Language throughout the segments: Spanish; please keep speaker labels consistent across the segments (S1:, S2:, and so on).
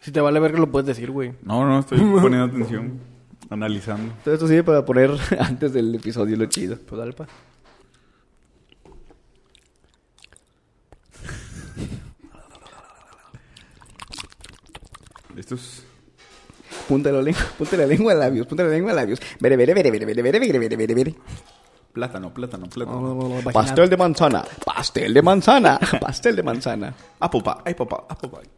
S1: Si te vale ver que lo puedes decir, güey.
S2: No, no, estoy poniendo atención, analizando.
S3: Todo esto sirve para poner antes del episodio lo chido.
S1: Pues dale, pa.
S2: Estos
S3: Punta la lengua, punta la lengua a labios, punta la lengua a labios. Vere, vere, vere, vere, vere, vere, vere, vere, vere, vere.
S2: plátano, plátano, plátano.
S1: Vagina.
S3: Pastel de manzana, pastel de manzana, pastel de manzana.
S2: Apple pie, apple pie, apple pie.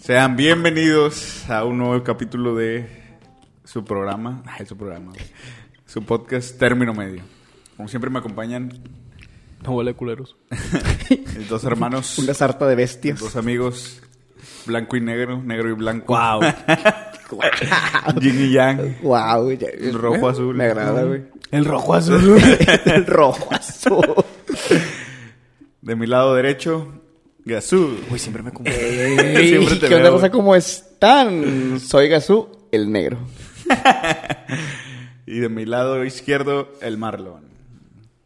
S2: Sean bienvenidos a un nuevo capítulo de su programa, ay, su programa, güey. su podcast Término Medio. Como siempre me acompañan
S1: No huele a culeros.
S2: mis dos hermanos,
S3: Una sarta de bestias.
S2: dos amigos, blanco y negro, negro y blanco.
S1: Wow.
S2: Yin y Yang.
S3: Wow,
S2: Rojo, azul.
S3: eh, Me agrada, güey.
S1: El rojo azul.
S3: El rojo azul.
S2: De mi lado derecho, Gazú.
S1: Güey, siempre me confundo.
S2: Siempre
S3: Ey,
S2: te
S3: ¿Qué onda,
S2: veo.
S3: cosa? ¿Cómo están? Soy Gazú, el negro.
S2: Y de mi lado izquierdo, el Marlon.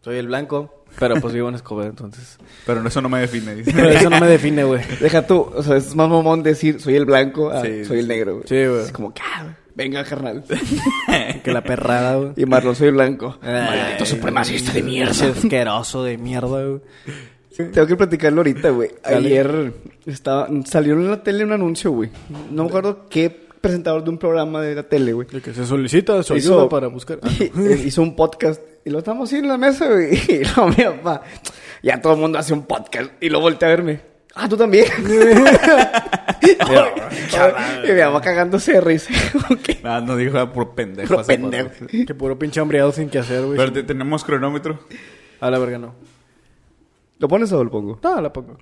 S1: Soy el blanco, pero pues vivo en Escobedo, entonces.
S2: Pero eso no me define, dice.
S1: Pero eso no me define, güey.
S3: Deja tú, o sea, es más mamón decir soy el blanco a
S2: Sí,
S3: soy el negro, güey.
S1: Sí, güey.
S3: Es como, "Ah, venga, carnal.
S1: Que la perrada, güey.
S3: Y Marlon, soy blanco.
S1: Maldito
S3: supremacista de mierda.
S1: Asqueroso de mierda, güey.
S3: Tengo que platicarlo ahorita, güey.
S1: Dale.
S3: Ayer estaba, salió en la tele un anuncio, güey. No me acuerdo qué presentador de un programa de la tele, güey.
S1: El que se solicita su
S3: Hizo-
S1: ayuda para buscar. Ah, no.
S3: hizo un podcast y lo estamos así en la mesa, güey. Y luego mi papá, ya todo el mundo hace un podcast. Y lo volteé a verme. Ah, tú también. y mi mamá cagándose de risa. Ok.
S2: Nada, no dijo nada por pendejo.
S3: Puro
S2: hace
S3: pendejo.
S2: cuatro.
S1: Que puro pinche hambreado sin que hacer, güey.
S2: Pero te- tenemos cronómetro.
S1: A la verga, no.
S3: ¿Lo pones o lo pongo?
S1: No, a la pongo.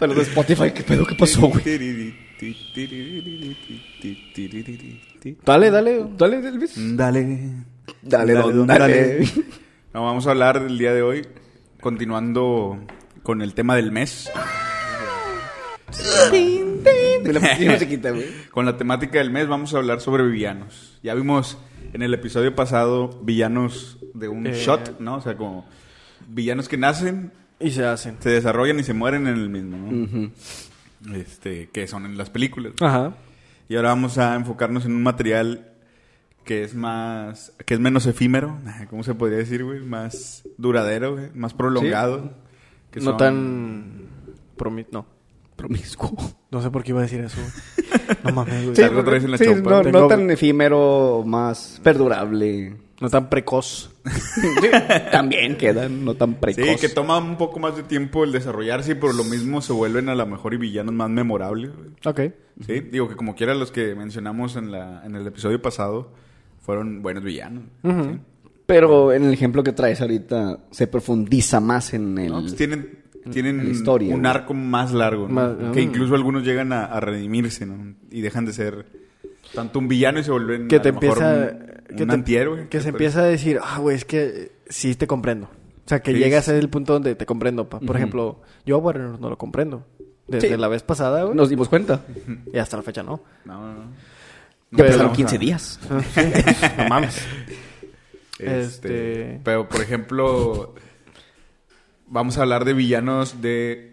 S3: Pero de Spotify, ¿qué pedo? ¿Qué pasó, güey?
S1: Dale, dale.
S3: Dale, Elvis.
S2: Dale.
S3: Dale, don, dale.
S2: No, vamos a hablar del día de hoy, continuando con el tema del mes,
S3: Me la pusiste musiquita, güey.
S2: con la temática del mes vamos a hablar sobre villanos. Ya vimos en el episodio pasado villanos de un
S1: Eh.
S2: shot, ¿no? O sea, como villanos que nacen,
S1: Y se hacen.
S2: se desarrollan y se mueren en el mismo, ¿no?
S3: Mm.
S2: Este, que son en las películas.
S1: Ajá.
S2: Y ahora vamos a enfocarnos en un material que es más, que es menos efímero, ¿cómo se podría decir, güey? Más duradero, güey, más prolongado. que
S1: no
S2: son-
S1: tan. Promi... No.
S3: Promiscuo.
S1: No sé por qué iba a decir eso. güey. No mames, güey.
S2: Sí, Algo traes en la chompa.
S3: no,
S1: Tengo-
S3: no tan efímero, más perdurable.
S1: No tan precoz.
S3: Sí, también quedan, no tan
S2: Sí,
S3: precoz.
S2: que toma un poco más de tiempo el desarrollarse y por lo mismo se vuelven a lo mejor y villanos más memorables. güey.
S1: Ok.
S2: Sí, digo que como quiera los que mencionamos en, la, en el episodio pasado fueron buenos villanos.
S1: Ujú.
S3: Pero en el ejemplo que traes ahorita se profundiza más en el...
S2: ¿no? Pues tienen tienen
S3: la historia,
S2: un
S3: güey.
S2: arco más largo, ¿no?
S1: Más-
S2: que
S1: ah.
S2: incluso algunos llegan a, a redimirse ¿no? y dejan de ser tanto un villano y se vuelven
S1: Que
S2: a
S1: te
S2: lo mejor
S1: empieza.
S2: un,
S1: que
S2: un
S1: te-
S2: antihéroe. pues,
S1: Que se
S2: Pero-
S1: empieza a decir, ah, güey, es que eh, sí te comprendo. O sea, que
S2: Sí,
S1: llegas
S2: sí.
S1: a el punto donde te comprendo. pa. Por ejemplo, yo a Warner no lo comprendo. Desde
S3: Sí.
S1: la vez pasada, güey.
S3: Nos dimos cuenta.
S1: Y hasta la fecha no.
S2: No, no, no.
S3: Ya
S2: Pero
S3: pasaron
S2: vamos
S3: 15
S2: a-
S3: días.
S1: no mames.
S2: Este,
S1: Este-
S2: Pero, por ejemplo, vamos a hablar de villanos de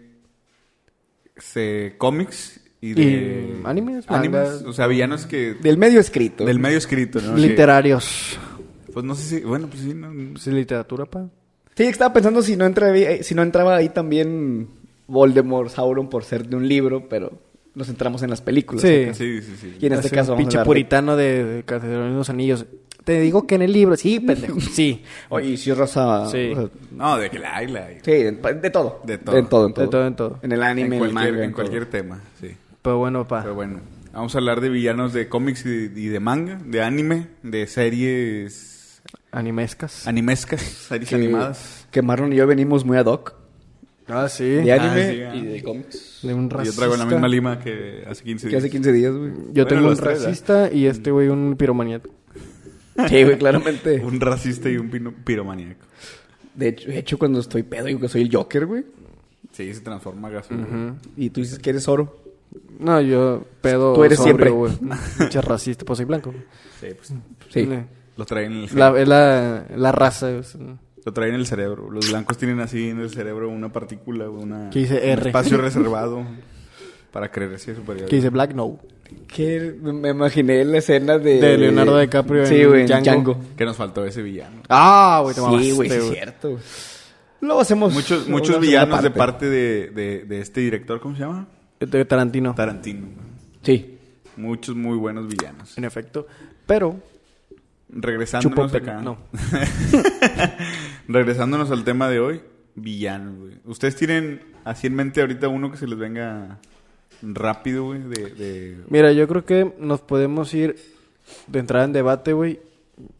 S2: se- cómics y de...
S1: Y animes, mangas.
S2: O sea, villanos que...
S3: Del medio escrito.
S2: Del medio escrito, ¿no? Que-
S1: Literarios.
S2: pues no sé si... Bueno, pues sí, no-
S1: Sí, literatura, pa.
S3: Sí, estaba pensando si no, entraba, si no entraba ahí también Voldemort, Sauron por ser de un libro, pero nos entramos en las películas.
S1: Sí.
S3: acá.
S2: sí, sí, sí.
S3: Y en este
S1: Así,
S3: caso vamos a
S1: Pinche
S3: hablar de-
S1: puritano de, de Catedral de los Anillos. Te digo que en el libro, sí, pendejo. Sí.
S3: Oye, y si Rosa...
S1: Sí.
S3: o sea,
S2: No, de que la hay, la hay.
S3: sí, de, de todo.
S2: De todo.
S3: En todo, en todo.
S1: De todo, en todo.
S3: En el anime,
S2: en
S3: en, el
S2: cualquier,
S3: manga,
S2: en
S3: todo.
S2: cualquier tema, sí.
S1: Pero bueno, pa.
S2: Pero bueno, vamos a hablar de villanos de cómics y, y de manga, de anime, de series
S1: Animescas.
S2: animescas, series
S3: Que-
S2: animadas.
S3: Que Marlon y yo venimos muy ad hoc.
S1: ah, sí.
S3: De
S2: Ah,
S3: anime
S2: sí,
S3: y
S2: ah.
S3: de cómics.
S1: De un
S2: Y Yo
S1: racista.
S2: traigo la misma lima que hace 15
S3: Que
S2: días.
S3: hace 15 días, güey.
S1: Yo
S2: Bueno,
S1: tengo un
S2: los tres, ¿eh?
S1: racista y este güey un piromaníaco.
S3: Sí, güey, claramente.
S2: Un racista y un pino- piromaníaco.
S3: De hecho, de hecho, cuando estoy pedo, digo que soy el Joker, güey.
S2: Sí, se transforma gasolina.
S3: Y tú dices que eres oro.
S1: No, yo pedo.
S3: Tú eres siempre.
S1: güey. Pinche racista, pues soy blanco.
S2: Sí, pues.
S3: Sí.
S1: Le-
S2: Lo traen en el gen-
S1: La, es la, la raza. es-
S2: Lo traen en el cerebro. Los blancos tienen así en el cerebro una partícula, una,
S1: Que dice
S2: un
S1: R.
S2: espacio reservado para creerse superior.
S1: Que dice Black No.
S3: Que me imaginé la escena de...
S1: De Leonardo DiCaprio
S3: Sí,
S1: en
S3: güey, en
S1: Django.
S3: Django.
S2: Que nos faltó ese villano.
S1: Ah, güey, te
S3: Sí, güey, sí
S1: mamaste,
S3: es cierto. güey. Luego hacemos...
S2: Muchos,
S3: una
S2: muchos
S3: segunda
S2: villanos de parte de, de- de este director, ¿cómo se llama?
S1: De Tarantino.
S2: Tarantino.
S3: Sí.
S2: Muchos muy buenos villanos.
S1: En efecto. Pero. Chupó
S2: Regresándonos
S1: pe-
S2: acá.
S1: no.
S2: Regresándonos al tema de hoy, villanos, güey. ¿Ustedes tienen así en mente ahorita uno que se les venga rápido, güey? De, de-
S1: Mira, yo creo que nos podemos ir de entrada en debate, güey.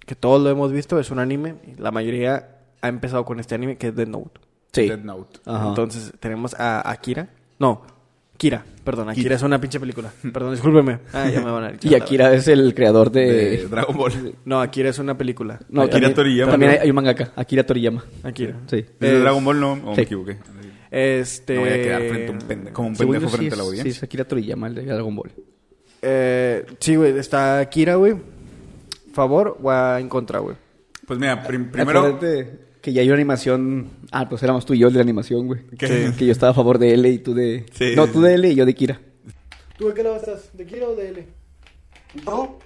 S1: Que todos lo hemos visto, es un anime. y La mayoría ha empezado con este anime que es Death Note.
S3: Sí. Ah,
S2: Death Note.
S3: Ajá.
S1: Entonces tenemos a Akira. No, Kira, perdón. Akira
S2: Kira.
S1: es una pinche película. Perdón, discúlpeme. Ah, ya me van a echar
S3: Y
S1: la-
S3: Akira es el creador de...
S2: de Dragon Ball.
S1: No, Akira es una película.
S3: No,
S2: Akira
S3: también,
S2: Toriyama.
S3: También hay, hay un mangaka. Akira Toriyama.
S1: Akira.
S3: Sí.
S2: ¿De
S1: Es-
S2: Dragon Ball no? Oh,
S3: Sí.
S2: me equivoqué.
S1: Eh, Este.
S2: No voy a quedar frente a un pende- como un
S3: Según
S2: pendejo
S3: yo, sí
S2: frente a la
S3: es-
S2: audiencia.
S3: Sí, es Akira Toriyama, el de Dragon Ball.
S1: Eh, sí, güey, está Akira, güey. ¿Favor o a- en contra, güey?
S2: Pues mira, prim- primero...
S3: Acuérdate que ya hay una animación. Ah, pues éramos tú y yo el de la animación, güey.
S2: ¿Qué?
S3: Que yo estaba a favor de L y tú de.
S2: Sí.
S3: No, tú de L y yo de Kira.
S1: ¿Tú de qué lado estás? ¿De Kira o de L?
S4: Bro,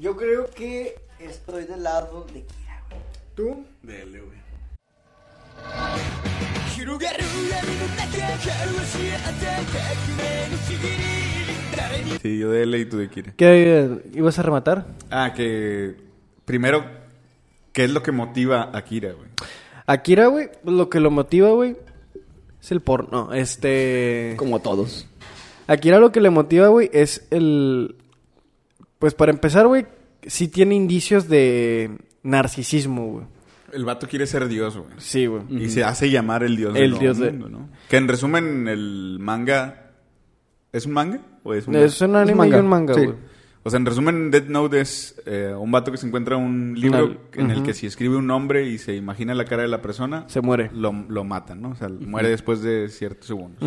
S4: yo creo que estoy del lado de Kira.
S1: ¿Tú?
S2: Dele, güey.
S5: 広がる闇の中から押し合った革命のちぎり誰に
S2: Sí, yo de L y tú de Kira.
S1: ¿Qué eh, ibas a rematar?
S2: Ah, que... Primero, ¿qué es lo que motiva a Kira, güey?
S1: Akira, güey, lo que lo motiva, güey, es el porno. Este.
S3: Como todos.
S1: Akira lo que le motiva, güey, es el... Pues para empezar, güey, sí tiene indicios de narcisismo, güey.
S2: El vato quiere ser dios, güey.
S1: Sí, güey.
S2: Y se hace llamar el dios del
S1: El
S2: nuevo
S1: dios de-
S2: mundo, ¿no? Que en resumen, el manga... ¿Es un manga? ¿O es un
S1: Es un anime
S3: manga.
S1: y un manga,
S3: Sí.
S1: güey.
S2: O sea, en resumen, Death Note es eh, un vato que se encuentra un libro
S1: Al-
S2: en el que si escribe un nombre y se imagina la cara de la persona...
S1: Se muere.
S2: Lo, lo matan, ¿no? O sea, muere después de ciertos segundos.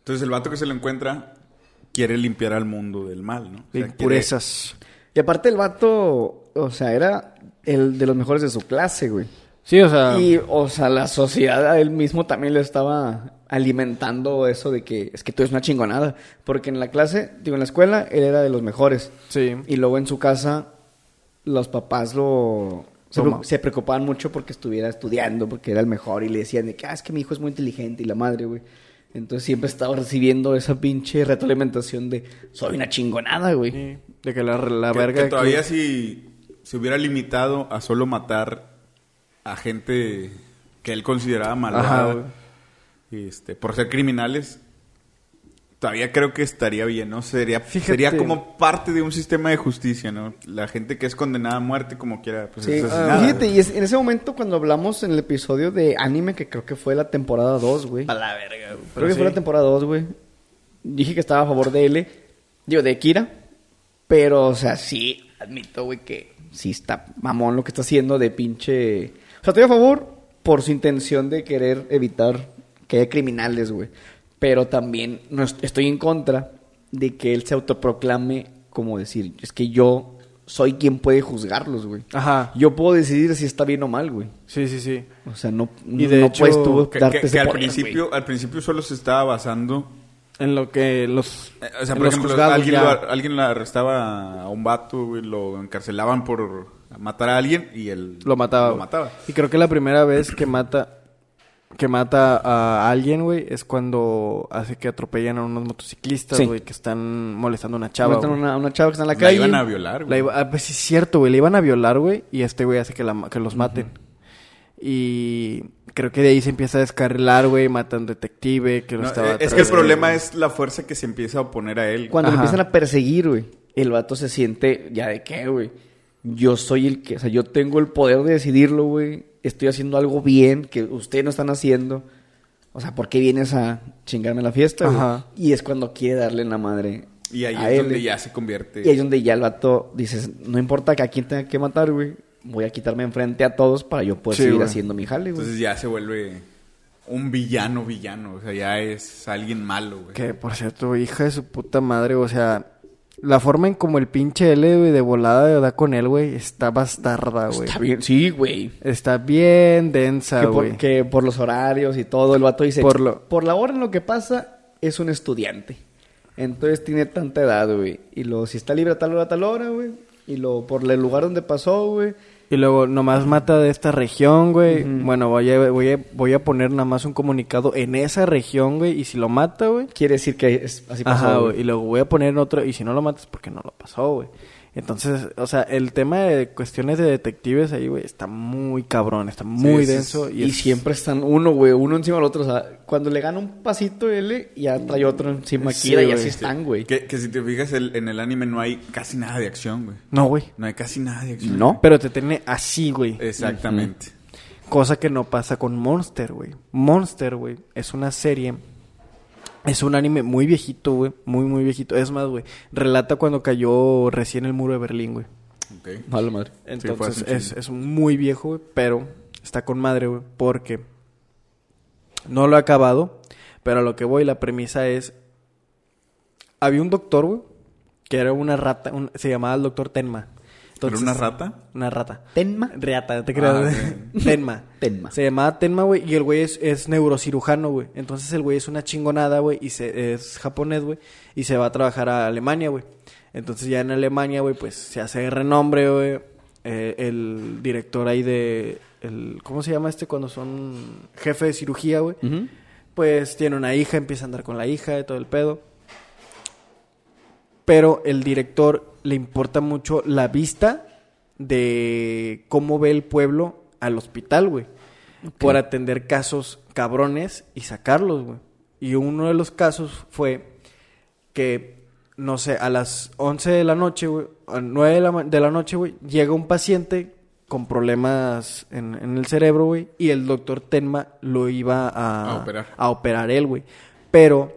S2: Entonces, el vato que se lo encuentra quiere limpiar al mundo del mal, ¿no? O
S1: De
S2: sea, quiere-
S1: impurezas.
S3: Y aparte el vato, o sea, era el de los mejores de su clase, güey.
S1: Sí, o
S2: Ah,
S1: sea...
S3: Y, o sea, la sociedad a él mismo también le estaba alimentando eso de que es que tú eres una chingonada. Porque en la clase, digo, en la escuela, él era de los mejores.
S1: Sí.
S3: Y luego en su casa, los papás lo... Se,
S1: Toma.
S3: preocu- se preocupaban mucho porque estuviera estudiando, porque era el mejor. Y le decían de que, ah, es que mi hijo es muy inteligente y la madre, güey. Entonces siempre estaba recibiendo esa pinche retroalimentación de, soy una chingonada, güey.
S1: Sí, De que la, la
S2: que-
S1: verga...
S2: que todavía
S1: que-
S2: si se hubiera limitado a solo matar a gente que él consideraba
S1: Ajá,
S2: malvada
S1: güey.
S2: este, por ser criminales, todavía creo que estaría bien, ¿no? Sería,
S1: Fíjate.
S2: sería como parte de un sistema de justicia, ¿no? La gente que es condenada a muerte como quiera, pues
S3: Sí,
S2: es
S3: ah,
S2: asesinada.
S3: fíjate, y es- en ese momento cuando hablamos en el episodio de anime, que creo que fue la temporada 2, güey.
S1: A la verga, güey.
S3: Creo
S1: Pero
S3: que fue la
S1: sí.
S3: temporada 2, güey. Dije que estaba a favor de L, digo, de Kira. Pero, o sea, sí, admito, güey, que sí está mamón lo que está haciendo de pinche... O sea, estoy a favor por su intención de querer evitar que haya criminales, güey. Pero también no es- estoy en contra de que él se autoproclame como decir, es que yo soy quien puede juzgarlos, güey.
S1: Ajá.
S3: Yo puedo decidir si está bien o mal, güey.
S1: Sí, sí, sí.
S3: O sea, no,
S1: Y de
S3: no
S1: hecho,
S3: puedes tú
S2: Que,
S3: darte
S2: que-
S3: ese
S2: que al,
S3: poder, güey.
S2: principio, al principio solo se estaba basando
S1: En lo que los...
S2: Eh, O sea,
S1: en
S2: por
S1: los
S2: ejemplo,
S1: juzgados
S2: alguien,
S1: ya-
S2: lo, ar- alguien la arrestaba a un vato, güey, lo encarcelaban por matar a alguien y él
S1: Lo mataba.
S2: Lo
S1: güey.
S2: mataba.
S1: Y creo que la primera vez que mata que mata a alguien, güey, es cuando hace que atropellan a unos motociclistas,
S3: Sí.
S1: güey, que están molestando a una chava.
S3: Meten
S1: güey.
S3: Una, una chava que está en la
S2: La,
S3: calle.
S2: iban a violar,
S1: La
S2: güey.
S1: iba- ah, pues sí es cierto, güey, le iban a violar, güey, y este güey hace que, la ma- que los maten. Y creo que de ahí se empieza a descarrilar, güey, matan detective, que lo
S2: No,
S1: estaba
S2: eh, es
S1: atrás
S2: que el
S1: de-
S2: problema es la fuerza que se empieza a oponer a él.
S3: Cuando lo
S1: Ajá.
S3: empiezan a perseguir, güey, el vato se siente, ¿ya de qué, güey? Yo soy el que, o sea, yo tengo el poder de decidirlo, güey. Estoy haciendo algo bien que ustedes no están haciendo. O sea, ¿por qué vienes a chingarme la fiesta, güey?
S1: Ajá.
S3: Y es cuando quiere darle en la madre.
S2: Y ahí
S3: a
S2: es
S3: él,
S2: donde
S3: güey.
S1: Este,
S2: ya se convierte.
S3: Y ahí es donde ya el vato dices, no importa que a quién tenga que matar, güey. voy a quitarme enfrente a todos para yo poder
S1: Sí,
S3: seguir
S1: güey.
S3: haciendo mi jale, güey.
S2: Entonces ya se vuelve un villano villano. O sea, ya es alguien malo, güey.
S1: Que por cierto, hija de su puta madre, o sea, la forma en como el pinche L, güey, de volada da con él, güey, está bastarda, güey.
S3: Está bien, sí, güey.
S1: Está bien densa,
S3: que, por,
S1: güey.
S3: que por los horarios y todo, el vato dice,
S1: Por
S3: por,
S1: lo-
S3: por la hora en lo que pasa, es un estudiante. Entonces tiene tanta edad, güey. Y lo, si está libre a tal hora, a tal hora, güey. Y lo, por el lugar donde pasó, güey.
S1: Y luego nomás mata de esta región, güey. Bueno, voy a, voy, a, voy a poner nada más un comunicado en esa región, güey. Y si lo mata, güey.
S3: Quiere decir que es- así pasó,
S1: Ajá,
S3: güey.
S1: güey. Y luego voy a poner otro. Y si no lo matas, porque no lo pasó, güey. Entonces, o sea, el tema de cuestiones de detectives ahí, güey, está muy cabrón. Está muy
S2: sí,
S1: denso.
S3: Y,
S1: Y, es-
S3: siempre están uno, güey, uno encima del otro. O sea, cuando le gana un pasito él, ya trae otro encima
S1: Sí,
S3: aquí. y
S1: güey,
S3: así
S1: sí.
S3: están, güey.
S2: Que, que si te fijas, el- en el anime no hay casi nada de acción, güey.
S1: No, güey.
S2: No hay casi nada de acción.
S3: No.
S1: Pero te tiene así, güey.
S2: Exactamente.
S1: Cosa que no pasa con Monster, güey. Monster, güey, es una serie. Es un anime muy viejito, güey. Muy, muy viejito. Es más, güey. Relata cuando cayó recién el muro de Berlín, güey.
S2: Ok.
S3: Mala madre.
S2: Sí, fue
S1: Entonces
S2: hace un
S1: es,
S2: chingo.
S1: es muy viejo, güey. Pero está con madre, güey. Porque no lo he acabado. Pero a lo que voy, la premisa es. Había un doctor, güey. Que era una rata. un- se llamaba el doctor Tenma.
S2: ¿Pero
S1: Entonces-
S2: una rata?
S1: Una rata.
S3: Tenma.
S1: Reata, no te creas. Tenma.
S3: Tenma.
S1: Se llamaba Tenma, güey. Y el güey es, es neurocirujano, güey. Entonces el güey es una chingonada, güey. Y se, es japonés, güey. Y se va a trabajar a Alemania, güey. Entonces ya en Alemania, güey, pues se hace de renombre, güey. Eh, el director ahí de. El, ¿Cómo se llama este cuando son jefe de cirugía, güey?
S3: Ujú.
S1: Pues tiene una hija, empieza a andar con la hija y todo el pedo. Pero el director le importa mucho la vista de cómo ve el pueblo al hospital, güey. Por atender casos cabrones y sacarlos, güey. Y uno de los casos fue que, no sé, a las 11 de la noche, güey, a 9 de la, ma- de la noche, güey, llega un paciente con problemas en, en el cerebro, güey, y el doctor Tenma lo iba a,
S2: A operar.
S1: a operar él, güey. Pero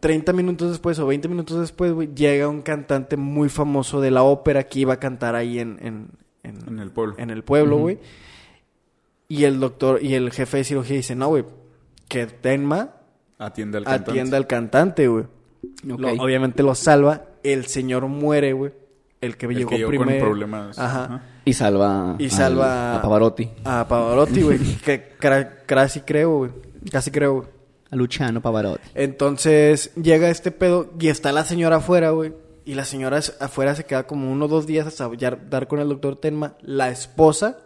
S1: 30 minutos después o 20 minutos después, güey, llega un cantante muy famoso de la ópera que iba a cantar ahí en... En, en-
S2: En el pueblo.
S1: En el pueblo, güey. Y el doctor y el jefe de cirugía dice, no, güey, que Tenma
S2: Atiende al cantante.
S1: atienda al cantante, güey.
S3: Ok.
S1: Lo- obviamente lo salva. El señor muere, güey. El que
S2: El que
S1: llegó
S2: llegó con
S1: primero.
S2: problemas.
S1: Ajá.
S2: Ajá.
S3: Y salva.
S1: Y
S3: al-
S1: salva
S3: a Pavarotti.
S1: A Pavarotti, güey. que cra- casi creo, güey. Casi creo, güey.
S3: A Luciano Pavarotti.
S1: Entonces llega este pedo y está la señora afuera, güey. Y la señora es- afuera se queda como uno o dos días hasta ya dar con el doctor Tenma, la esposa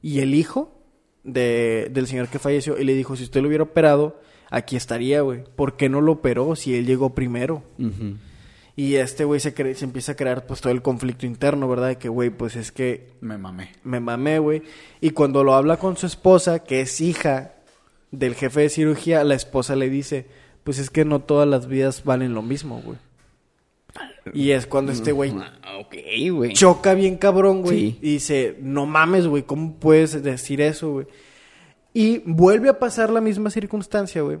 S1: y el hijo de- del señor que falleció. Y le dijo, si usted lo hubiera operado, aquí estaría, güey. ¿Por qué no lo operó si él llegó primero?
S3: Ujú.
S1: Y este güey se, cre- se empieza a crear pues todo el conflicto interno, ¿verdad? De que, güey, pues es que
S2: Me mamé.
S1: me mamé, güey. Y cuando lo habla con su esposa, que es hija del jefe de cirugía, la esposa le dice, pues es que no todas las vidas valen lo mismo, güey. Y es cuando este güey
S3: Ah, ok, güey.
S1: choca bien cabrón, güey.
S3: Sí.
S1: Y dice, no mames, güey, ¿cómo puedes decir eso, güey? Y vuelve a pasar la misma circunstancia, güey.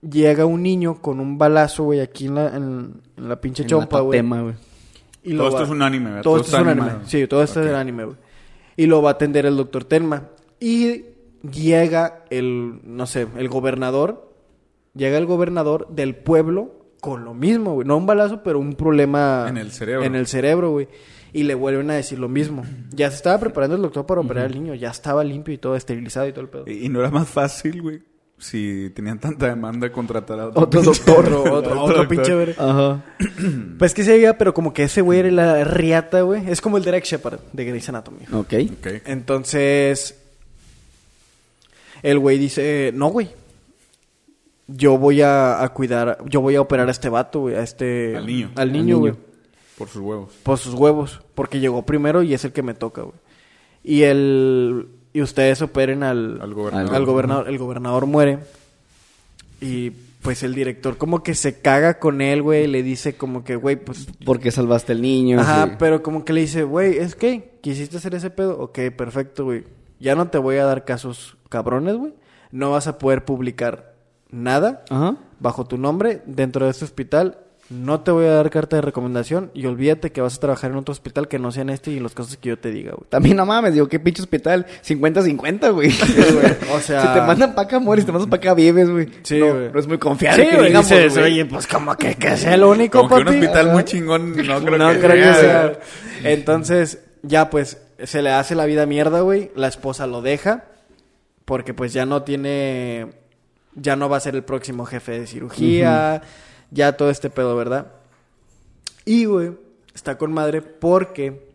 S1: Llega un niño con un balazo, güey, aquí en la, en, en la pinche
S3: En la
S1: chompa, güey.
S3: tatema, güey.
S1: Y
S2: Todo
S1: lo
S2: esto
S1: va-
S2: es un anime, ¿verdad?
S1: Todo,
S2: Todo
S1: esto es
S2: está
S1: un anime.
S2: animado.
S1: Sí, todo esto es
S2: Ok.
S1: un anime, güey. Y lo va a atender el doctor Tenma. Y llega el, no sé, el gobernador. Llega el gobernador del pueblo con lo mismo, güey. No un balazo, pero un problema...
S2: En el cerebro.
S1: En el cerebro, güey. Y le vuelven a decir lo mismo. Ya se estaba preparando el doctor para operar al niño. Ya estaba limpio y todo, esterilizado y todo el pedo.
S2: Y, y no era más fácil, güey. Si tenían tanta demanda, contratar a
S3: Otro
S2: pinche-
S3: doctor.
S1: Otro, otro, otro
S2: doctor. Mm.
S1: pinche ver.
S3: Ajá.
S1: Pues que se veía, pero como que ese güey era la riata, güey. Es como el Derek Shepard de Grey's Anatomy.
S3: Ok.
S2: Ok.
S1: Entonces, el güey dice, no, güey. Yo voy a, a cuidar, yo voy a operar a este vato, güey, a este...
S2: Al niño.
S1: Al
S3: Al
S1: niño,
S3: niño.
S1: güey.
S2: Por sus huevos.
S1: Por sus huevos, porque llegó primero y es el que me toca, güey. Y el... Y ustedes operen al...
S2: Al gobernador.
S1: al gobernador. El gobernador muere. Y pues el director como que se caga con él, güey. y Le dice como que, güey, pues
S3: Porque salvaste al niño.
S1: Ajá,
S3: sí.
S1: pero como que le dice, güey, es que quisiste hacer ese pedo. Ok, perfecto, güey. Ya no te voy a dar casos cabrones, güey. No vas a poder publicar nada
S3: Ajá.
S1: bajo tu nombre dentro de este hospital. No te voy a dar carta de recomendación y olvídate que vas a trabajar en otro hospital que no sea en este y en las cosas que yo te diga, güey.
S3: También no mames, digo, qué pinche hospital. 50-50, güey.
S1: güey, o sea-
S3: Si te mandan para acá, mueres. Si te mandan para acá, vives, güey.
S1: Sí,
S3: no,
S1: güey.
S3: no es muy confiable
S1: Sí,
S3: que
S1: güey,
S3: digamos,
S1: dices,
S3: güey.
S1: oye, pues como que, que sea el único,
S2: Como que un
S1: papi. Ah.
S2: hospital muy chingón, no creo
S1: no
S2: que
S1: creo
S2: sea.
S1: que sea. Entonces, ya pues, se le hace la vida mierda, güey. La esposa lo deja. Porque pues ya no tiene. Ya no va a ser el próximo jefe de cirugía. Ya todo este pedo, ¿verdad? Y, güey, está con madre porque.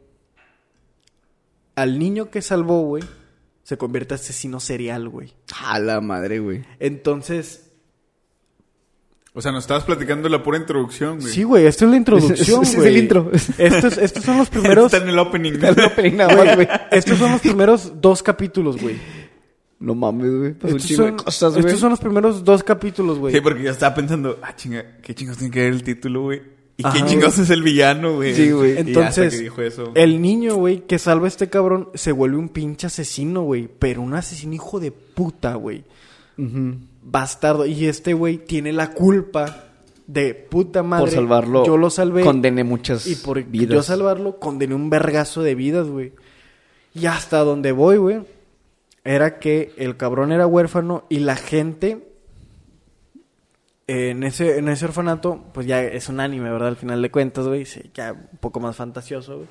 S1: Al niño que salvó, güey, se convierte en asesino serial, güey.
S3: A la madre, güey.
S1: Entonces.
S2: O sea, nos estabas platicando la pura introducción, güey.
S1: Sí, güey, esto es la introducción,
S3: Es- es-
S1: güey.
S3: es el intro.
S1: Estos, estos son los primeros.
S2: Está en el opening.
S3: No, pero nada más, güey.
S1: Estos son los primeros dos capítulos, güey.
S3: No mames, güey. Pues un
S1: Estos,
S3: chingo de
S1: son,
S3: cosas, güey. pues,
S1: estos son los primeros dos capítulos, güey.
S2: Sí, porque yo estaba pensando, ah, chinga, ¿qué chingados tiene que ver el título, güey? ¿Y
S1: Ajá,
S2: qué
S1: güey.
S2: chingados es el villano, güey?
S3: Sí, güey.
S2: Y hasta
S1: Entonces,
S2: que dijo eso.
S1: el niño, güey, que salva a este cabrón, se vuelve un pinche asesino, güey. Pero un asesino hijo de puta, güey. Bastardo. Y este güey tiene la culpa de puta madre.
S3: por salvarlo.
S1: Yo lo salvé.
S3: Condené muchas
S1: Y por
S3: vidas.
S1: yo salvarlo, condené un vergazo de vidas, güey. Y hasta donde voy, güey, era que el cabrón era huérfano y la gente eh, en, ese, en ese orfanato, pues ya es un anime, ¿verdad? Al final de cuentas, güey, sí, ya un poco más fantasioso, güey.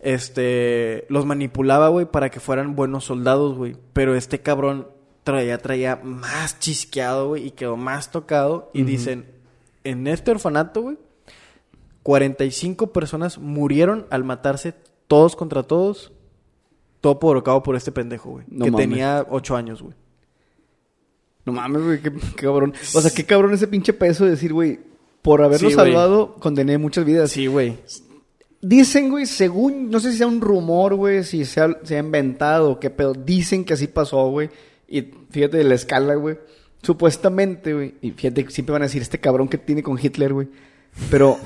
S1: Este, los manipulaba, güey, para que fueran buenos soldados, güey. Pero este cabrón traía, traía más chisqueado, güey, y quedó más tocado. Y dicen, en este orfanato, güey, 45 personas murieron al matarse todos contra todos. Todo provocado por este pendejo, güey.
S3: No
S1: que
S3: mames.
S1: tenía 8 años, güey.
S3: No mames, güey. Qué, qué cabrón. O sea, qué cabrón ese pinche peso de decir, güey. Por haberlo
S1: Sí, güey.
S3: salvado, condené muchas vidas.
S1: Sí, güey.
S3: Dicen, güey, según, no sé si sea un rumor, güey, si se ha, se ha inventado o qué pedo. Dicen que así pasó, güey. Y fíjate la escala, güey. Supuestamente, güey. Y fíjate, que siempre van a decir este cabrón que tiene con Hitler, güey. Pero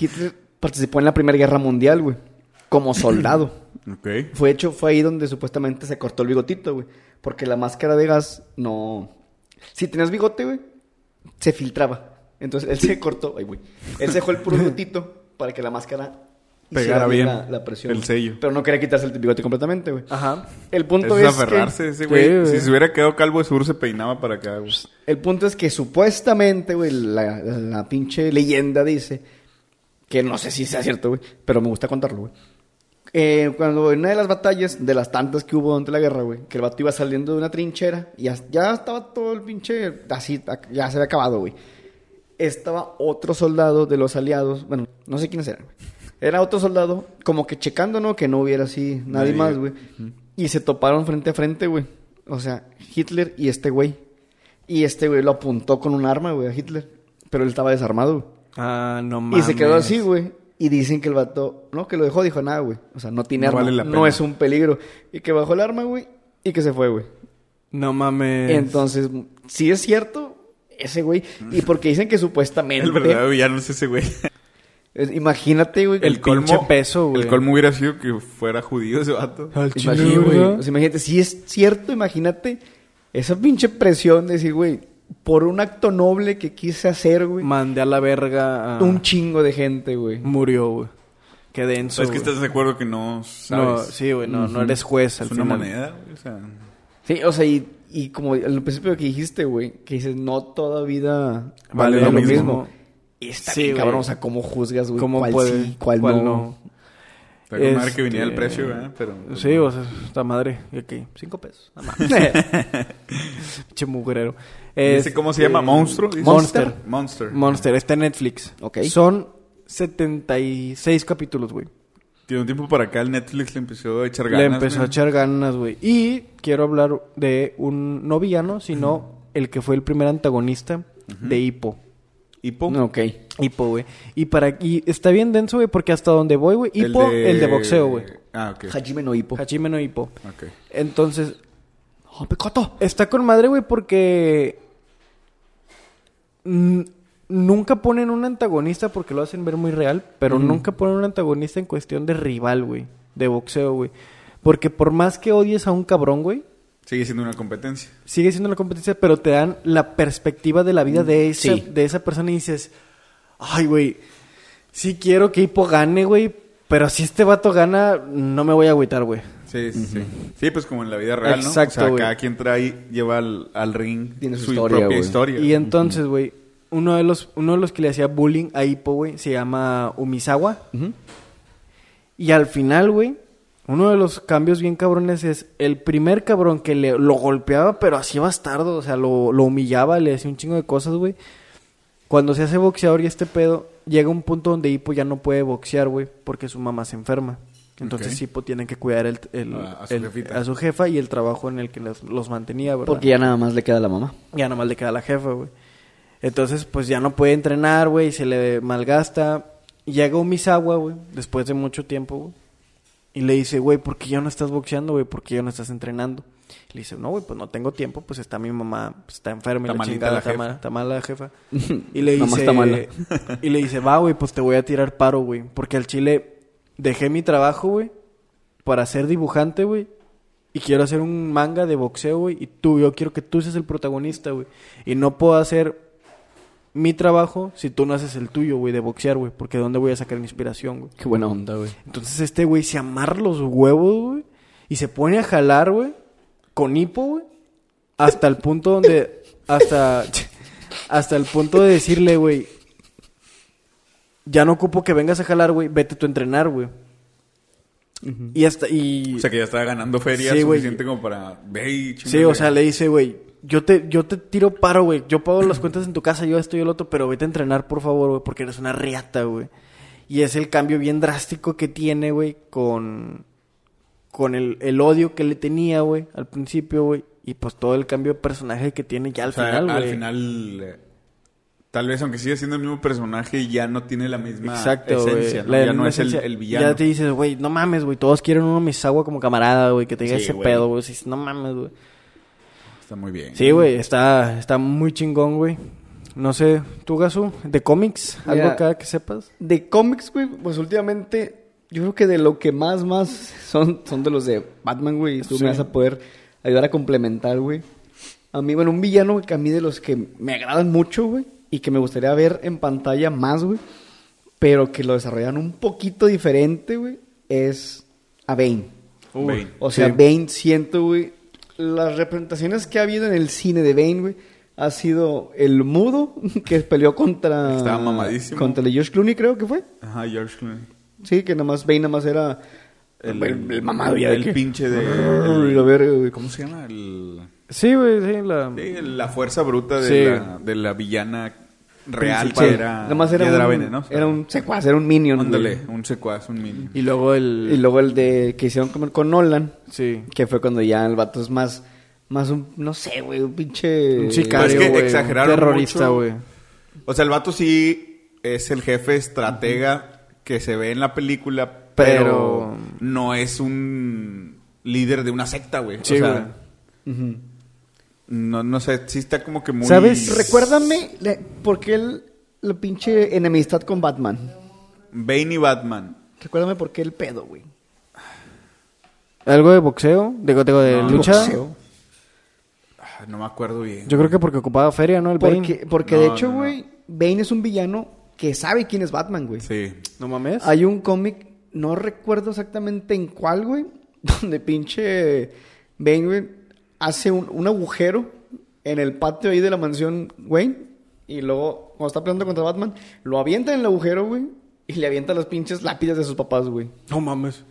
S3: Hitler participó en la Primera Guerra Mundial, güey. Como soldado.
S2: Ok.
S3: Fue hecho, fue ahí donde supuestamente se cortó el bigotito, güey. Porque la máscara de gas no. Si tenías bigote, güey, se filtraba. Entonces él se cortó, ay, güey. Él se dejó el puro bigotito para que la máscara hiciera
S2: Pegara bien
S3: la, la presión.
S2: el sello.
S3: Pero no quería quitarse el bigote completamente, güey.
S1: Ajá.
S3: El punto
S2: Eso
S3: es.
S2: es aferrarse,
S3: que,
S2: ese
S1: Sí,
S2: güey.
S1: güey. Pues,
S2: Si se hubiera quedado calvo de seguro se peinaba para acá, güey.
S3: El punto es que supuestamente, güey, la, la pinche leyenda dice, que no sé si sea cierto, güey, pero me gusta contarlo, güey. Eh, cuando en una de las batallas, de las tantas que hubo durante la guerra, güey, que el vato iba saliendo de una trinchera y ya, ya estaba todo el pinche, así, ya se había acabado, güey. Estaba otro soldado de los aliados, bueno, no sé quiénes eran, güey. Era otro soldado, como que checando, ¿no? Que no hubiera así nadie
S2: Nadie.
S3: más, güey. Y se toparon frente a frente, güey. O sea, Hitler y este güey. Y este güey lo apuntó con un arma, güey, a Hitler. Pero él estaba desarmado, güey.
S1: Ah, no
S3: Y
S1: mames.
S3: se quedó así, güey. Y dicen que el vato, no, que lo dejó, dijo nada, güey. O sea, no tiene
S2: No
S3: arma.
S2: vale la
S3: no
S2: pena.
S3: es un peligro. Y que bajó el arma, güey. Y que se fue, güey.
S1: No mames.
S3: Entonces, sí es cierto, ese güey. Y porque dicen que supuestamente.
S2: El verdadero villano es ese güey.
S3: Es- imagínate, güey.
S1: El colmo- pinche peso, güey.
S2: El colmo hubiera sido que fuera judío ese vato.
S3: Imagínate, güey. O sea, imagínate, si es cierto, imagínate esa pinche presión de decir, güey, por un acto noble que quise hacer, güey.
S1: Mandé a la verga a...
S3: Un chingo de gente, güey.
S1: Murió, güey. Qué denso,
S2: es que
S1: güey.
S2: estás de acuerdo que no
S1: No,
S2: sabes.
S1: sí, güey. No, no eres juez al
S2: es una
S1: final.
S2: moneda, güey, o sea...
S3: Sí, o sea, y, y como al principio que dijiste, güey, que dices, no toda vida
S1: Vale
S3: vale,
S2: lo
S3: lo
S2: mismo".
S3: mismo. Y está
S1: Sí,
S3: bien,
S1: güey.
S3: cabrón, o sea, cómo juzgas, güey,
S1: ¿Cómo
S3: cuál
S1: puede?
S3: sí, cuál, no.
S2: Está con madre
S1: Este-
S2: que venía el precio, ¿verdad? Pero... pues,
S1: Sí, o sea, esta madre. Y aquí, cinco pesos. Nada más. Pinche mugrero. Este,
S2: Dice, ¿Cómo se llama? ¿Monstruo? dice?
S1: Monster.
S2: Monster.
S1: Monster. Está en Netflix.
S3: Ok.
S1: Son 76 capítulos, güey.
S2: Tiene un tiempo para acá el Netflix le empezó a echar
S1: Le
S2: ganas.
S1: empezó a
S2: güey.
S1: echar ganas, güey. Y quiero hablar de un, no villano, sino el que fue el primer antagonista de Hippo.
S2: Y pum.
S3: Ok.
S1: Hippo, güey. Y para y está bien denso, güey, porque hasta donde voy, güey, Hippo, el de, boxeo, güey.
S2: Ah, ok.
S3: Hajime no Hippo.
S1: Hachime no Hippo.
S2: Ok.
S1: Entonces, Ah,
S3: ¡Oh, pecoto!
S1: está con madre, güey, porque mm, nunca ponen un antagonista porque lo hacen ver muy real, pero nunca ponen un antagonista en cuestión de rival, güey, de boxeo, güey. Porque por más que odies a un cabrón, güey,
S2: Sigue siendo una competencia.
S1: sigue siendo la competencia, pero te dan la perspectiva de la vida de, esa,
S3: sí.
S1: de esa persona y dices, Ay, güey. Sí quiero que Hippo gane, güey. Pero si este vato gana, no me voy a agüitar, güey.
S2: Sí, sí, sí. Sí, pues como en la vida real, ¿no?
S1: Exacto,
S2: o sea,
S1: güey.
S2: cada quien trae, lleva al, al ring
S3: Tiene su
S2: su
S3: historia,
S2: propia
S3: güey.
S2: historia.
S1: Y entonces, güey, uno de los uno de los que le hacía bullying a Hippo, güey, se llama Umisawa. Y al final, güey, uno de los cambios bien cabrones es el primer cabrón que le, lo golpeaba, pero así bastardo, o sea, lo, lo humillaba, le hacía un chingo de cosas, güey. Cuando se hace boxeador y este pedo, llega un punto donde Hippo ya no puede boxear, güey, porque su mamá se enferma. Entonces
S2: Ok.
S1: Hippo tiene que cuidar el, el-
S2: A- a su
S1: el-
S2: jefita.
S1: a su jefa y el trabajo en el que los, los mantenía, ¿verdad?
S3: Porque ya nada más le queda la mamá.
S1: Ya nomás le queda la jefa, güey. Entonces, pues ya no puede entrenar, güey, se le malgasta. Llega un Misawa, güey, después de mucho tiempo, güey. Y le dice, güey, ¿por qué ya no estás boxeando, güey? ¿Por qué ya no estás entrenando? Le dice, no, güey, pues no tengo tiempo, pues está mi mamá, pues, está enferma y
S2: Está
S1: la
S2: malita
S1: chingada,
S2: la
S1: está
S2: jefa.
S1: mala, está mala la jefa. Y le
S3: Mamá
S1: dice,
S3: está mala.
S1: y le dice, va, güey, pues te voy a tirar paro, güey. Porque al chile dejé mi trabajo, güey, para ser dibujante, güey. Y quiero hacer un manga de boxeo, güey. Y tú, yo quiero que tú seas el protagonista, güey. Y no puedo hacer mi trabajo si tú no haces el tuyo, güey, de boxear, güey. Porque ¿de dónde voy a sacar mi inspiración, güey?
S3: Qué buena onda, güey.
S1: Entonces este güey se amarra los huevos, güey. Y se pone a jalar, güey. Con hipo, güey. Hasta el punto donde... Hasta... Hasta el punto de decirle, güey. Ya no ocupo que vengas a jalar, güey. Vete tú a entrenar, güey. Y hasta... Y...
S2: O sea, que ya estaba ganando feria
S1: Sí, güey.
S2: suficiente como para... Ve y
S1: Sí,
S2: chingale".
S1: o sea, le dice, güey, yo te, yo te tiro paro, güey. Yo pago las cuentas en tu casa, yo esto y el otro, pero vete a entrenar, por favor, güey, porque eres una riata, güey. Y es el cambio bien drástico que tiene, güey, con, con el, el odio que le tenía, güey, al principio, güey. Y pues todo el cambio de personaje que tiene ya al
S2: O sea,
S1: final, güey.
S2: al final... eh, Tal vez, aunque siga siendo el mismo personaje, ya no tiene la misma
S1: Exacto, güey.
S2: esencia, ¿no?
S1: La
S2: ya no
S1: misma
S2: es el,
S1: esencia.
S2: el villano.
S1: Ya te dices, güey, no mames, güey. Todos quieren uno Misawa como camarada, güey, que te diga
S2: Sí,
S1: ese
S2: güey.
S1: pedo, güey. Dices, No mames, güey.
S2: Está muy bien.
S1: Sí, güey, está, está muy chingón, güey. No sé, tú, Gasu, de cómics, algo
S3: Mira.
S1: acá que sepas.
S3: De cómics, güey, pues últimamente yo creo que de lo que más, más son, son de los de Batman, güey. y Tú me vas a poder ayudar a complementar, güey. A mí, bueno, un villano güey, que a mí de los que me agradan mucho, güey, y que me gustaría ver en pantalla más, güey, pero que lo desarrollan un poquito diferente, güey, es a Bane.
S2: Bane.
S3: O sea,
S1: Sí.
S3: Bane siento, güey. Las representaciones que ha habido en el cine de Bane, güey, ha sido el mudo que peleó contra.
S2: Estaba mamadísimo.
S3: Contra el de George Clooney, creo que fue.
S2: Ajá, George Clooney.
S3: Sí, que nada más Bane nada más era. El, el mamado ya de
S2: El
S3: que-
S2: pinche de...
S3: Y a ver, güey,
S2: ¿Cómo se llama? El...
S1: Sí, güey, sí, la...
S2: Sí, la fuerza bruta de,
S1: Sí.
S2: la, de la villana real
S3: Sí,
S2: era
S3: nada más era
S2: Hiedra
S3: un,
S2: venenosa.
S3: era un secuaz, era un minion. güey.
S2: Ándale, un secuaz, un mini.
S1: Y luego el...
S3: Y luego el de que hicieron con, con Nolan,
S1: Sí.
S3: que fue cuando ya el vato es más, más un, no sé, güey, un pinche...
S1: Un sicario,
S2: Pues es que
S1: güey, un
S2: exageraron
S1: Terrorista,
S2: mucho.
S1: güey.
S2: O sea, el vato sí es el jefe estratega que se ve en la película,
S1: Pero-
S2: pero, no es un líder de una secta, güey.
S1: Sí,
S2: o sea,
S1: güey.
S3: Ujú.
S2: no, no sé, sí está como que muy...
S1: ¿Sabes?
S3: Recuérdame la- por qué el, la pinche enemistad con Batman.
S2: Bane y Batman.
S3: Recuérdame por qué el pedo, güey.
S1: ¿Algo de boxeo? Digo, digo, de
S2: No,
S1: lucha.
S3: Boxeo.
S2: Ah, No me acuerdo bien.
S1: Yo creo que porque ocupaba feria, ¿no? El
S3: Porque,
S1: Bane.
S3: porque de
S2: No,
S3: hecho,
S2: no, no.
S3: güey, Bane es un villano que sabe quién es Batman, güey.
S2: Sí.
S1: No mames.
S3: Hay un cómic, no recuerdo exactamente en cuál, güey, donde pinche Bane, güey, hace un, un agujero en el patio ahí de la mansión Wayne y luego, cuando está peleando contra Batman, lo avienta en el agujero, güey, y le avienta las pinches lápidas de sus papás, güey.
S1: No mames.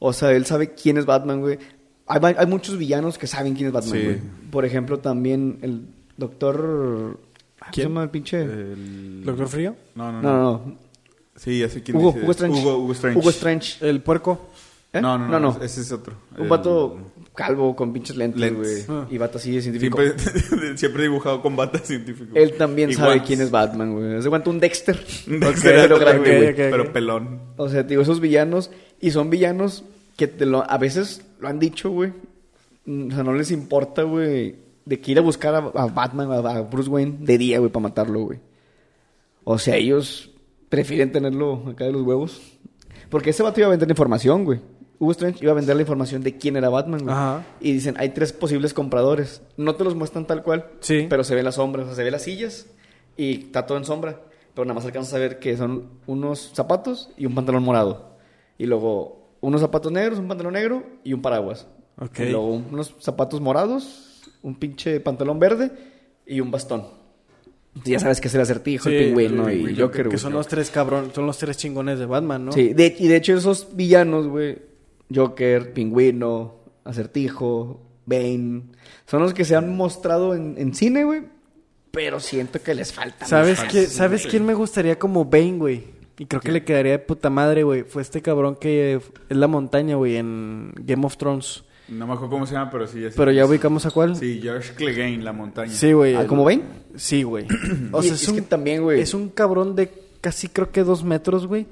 S3: O sea, él sabe quién es Batman, güey. Hay, va- hay muchos villanos que saben quién es Batman,
S2: Sí.
S3: güey. Por ejemplo, también el doctor... ¿Quién se
S1: ¿Quién?
S3: llama el pinche?
S2: El-
S1: ¿Doctor Frío?
S2: Eh, No, no,
S3: no,
S2: no.
S3: no, no.
S2: Sí, ya sé quién
S3: Hugo,
S2: dice.
S3: Hugo Strange.
S2: Hugo, Hugo Strange.
S3: Hugo Strange.
S1: El puerco.
S3: ¿Eh?
S2: No, no, no, Ese es otro.
S3: Un
S2: El-
S3: vato calvo con pinches lentes,
S2: Lentes.
S1: Ah.
S3: güey. Y vato así de científico.
S2: Siempre, siempre dibujado con bata científico.
S3: Él también
S2: Y
S3: sabe
S2: guantes.
S3: quién es Batman, güey. Se cuenta un Dexter.
S2: Un
S3: Pero
S2: Dexter,
S3: grande,
S2: güey,
S3: güey.
S1: ok, ok.
S2: Pero pelón.
S3: O sea, te digo, esos villanos. Y son villanos que te lo- a veces lo han dicho, güey. Mm, O sea, no les importa, güey. De que ir a buscar a, a Batman, a, a Bruce Wayne, de día, güey, para matarlo, güey. O sea, ellos prefieren tenerlo acá de los huevos. Porque ese vato iba a vender la información, güey. Hugo Strange iba a vender la información de quién era Batman, güey.
S1: Ajá.
S3: Y dicen, hay tres posibles compradores. No te los muestran tal cual.
S1: Sí.
S3: Pero se ven las sombras, o sea, se ven las sillas y está todo en sombra. Pero nada más alcanzas a ver que son unos zapatos y un pantalón morado. Y luego unos zapatos negros, un pantalón negro y un paraguas.
S1: Ok.
S3: Y luego unos zapatos morados, un pinche pantalón verde y un bastón. Entonces ya sabes que es el acertijo, el
S1: Sí,
S3: pingüino
S1: el
S3: y
S1: pingüino,
S3: Joker,
S1: Que
S3: güey.
S1: son los tres cabrón, son los tres chingones de Batman, ¿no?
S3: Sí, de- y de hecho esos villanos, güey, Joker, Pingüino, Acertijo, Bane, son los que se han mostrado en, en cine, güey, pero siento que les falta.
S1: ¿Sabes,
S3: más.
S1: qué, ¿sabes quién me gustaría como Bane, güey? Y creo que le quedaría de puta madre, güey. Fue este cabrón que es la montaña, güey, en Game of Thrones.
S2: No me acuerdo cómo se llama, pero sí. es-
S1: Pero ya ubicamos a cuál.
S2: Sí, Josh Clegane, La Montaña.
S1: Sí, güey.
S3: Ah, ¿como Bane?
S1: Sí, güey.
S3: Y es que también, güey.
S1: Es un cabrón de casi creo que dos metros, güey.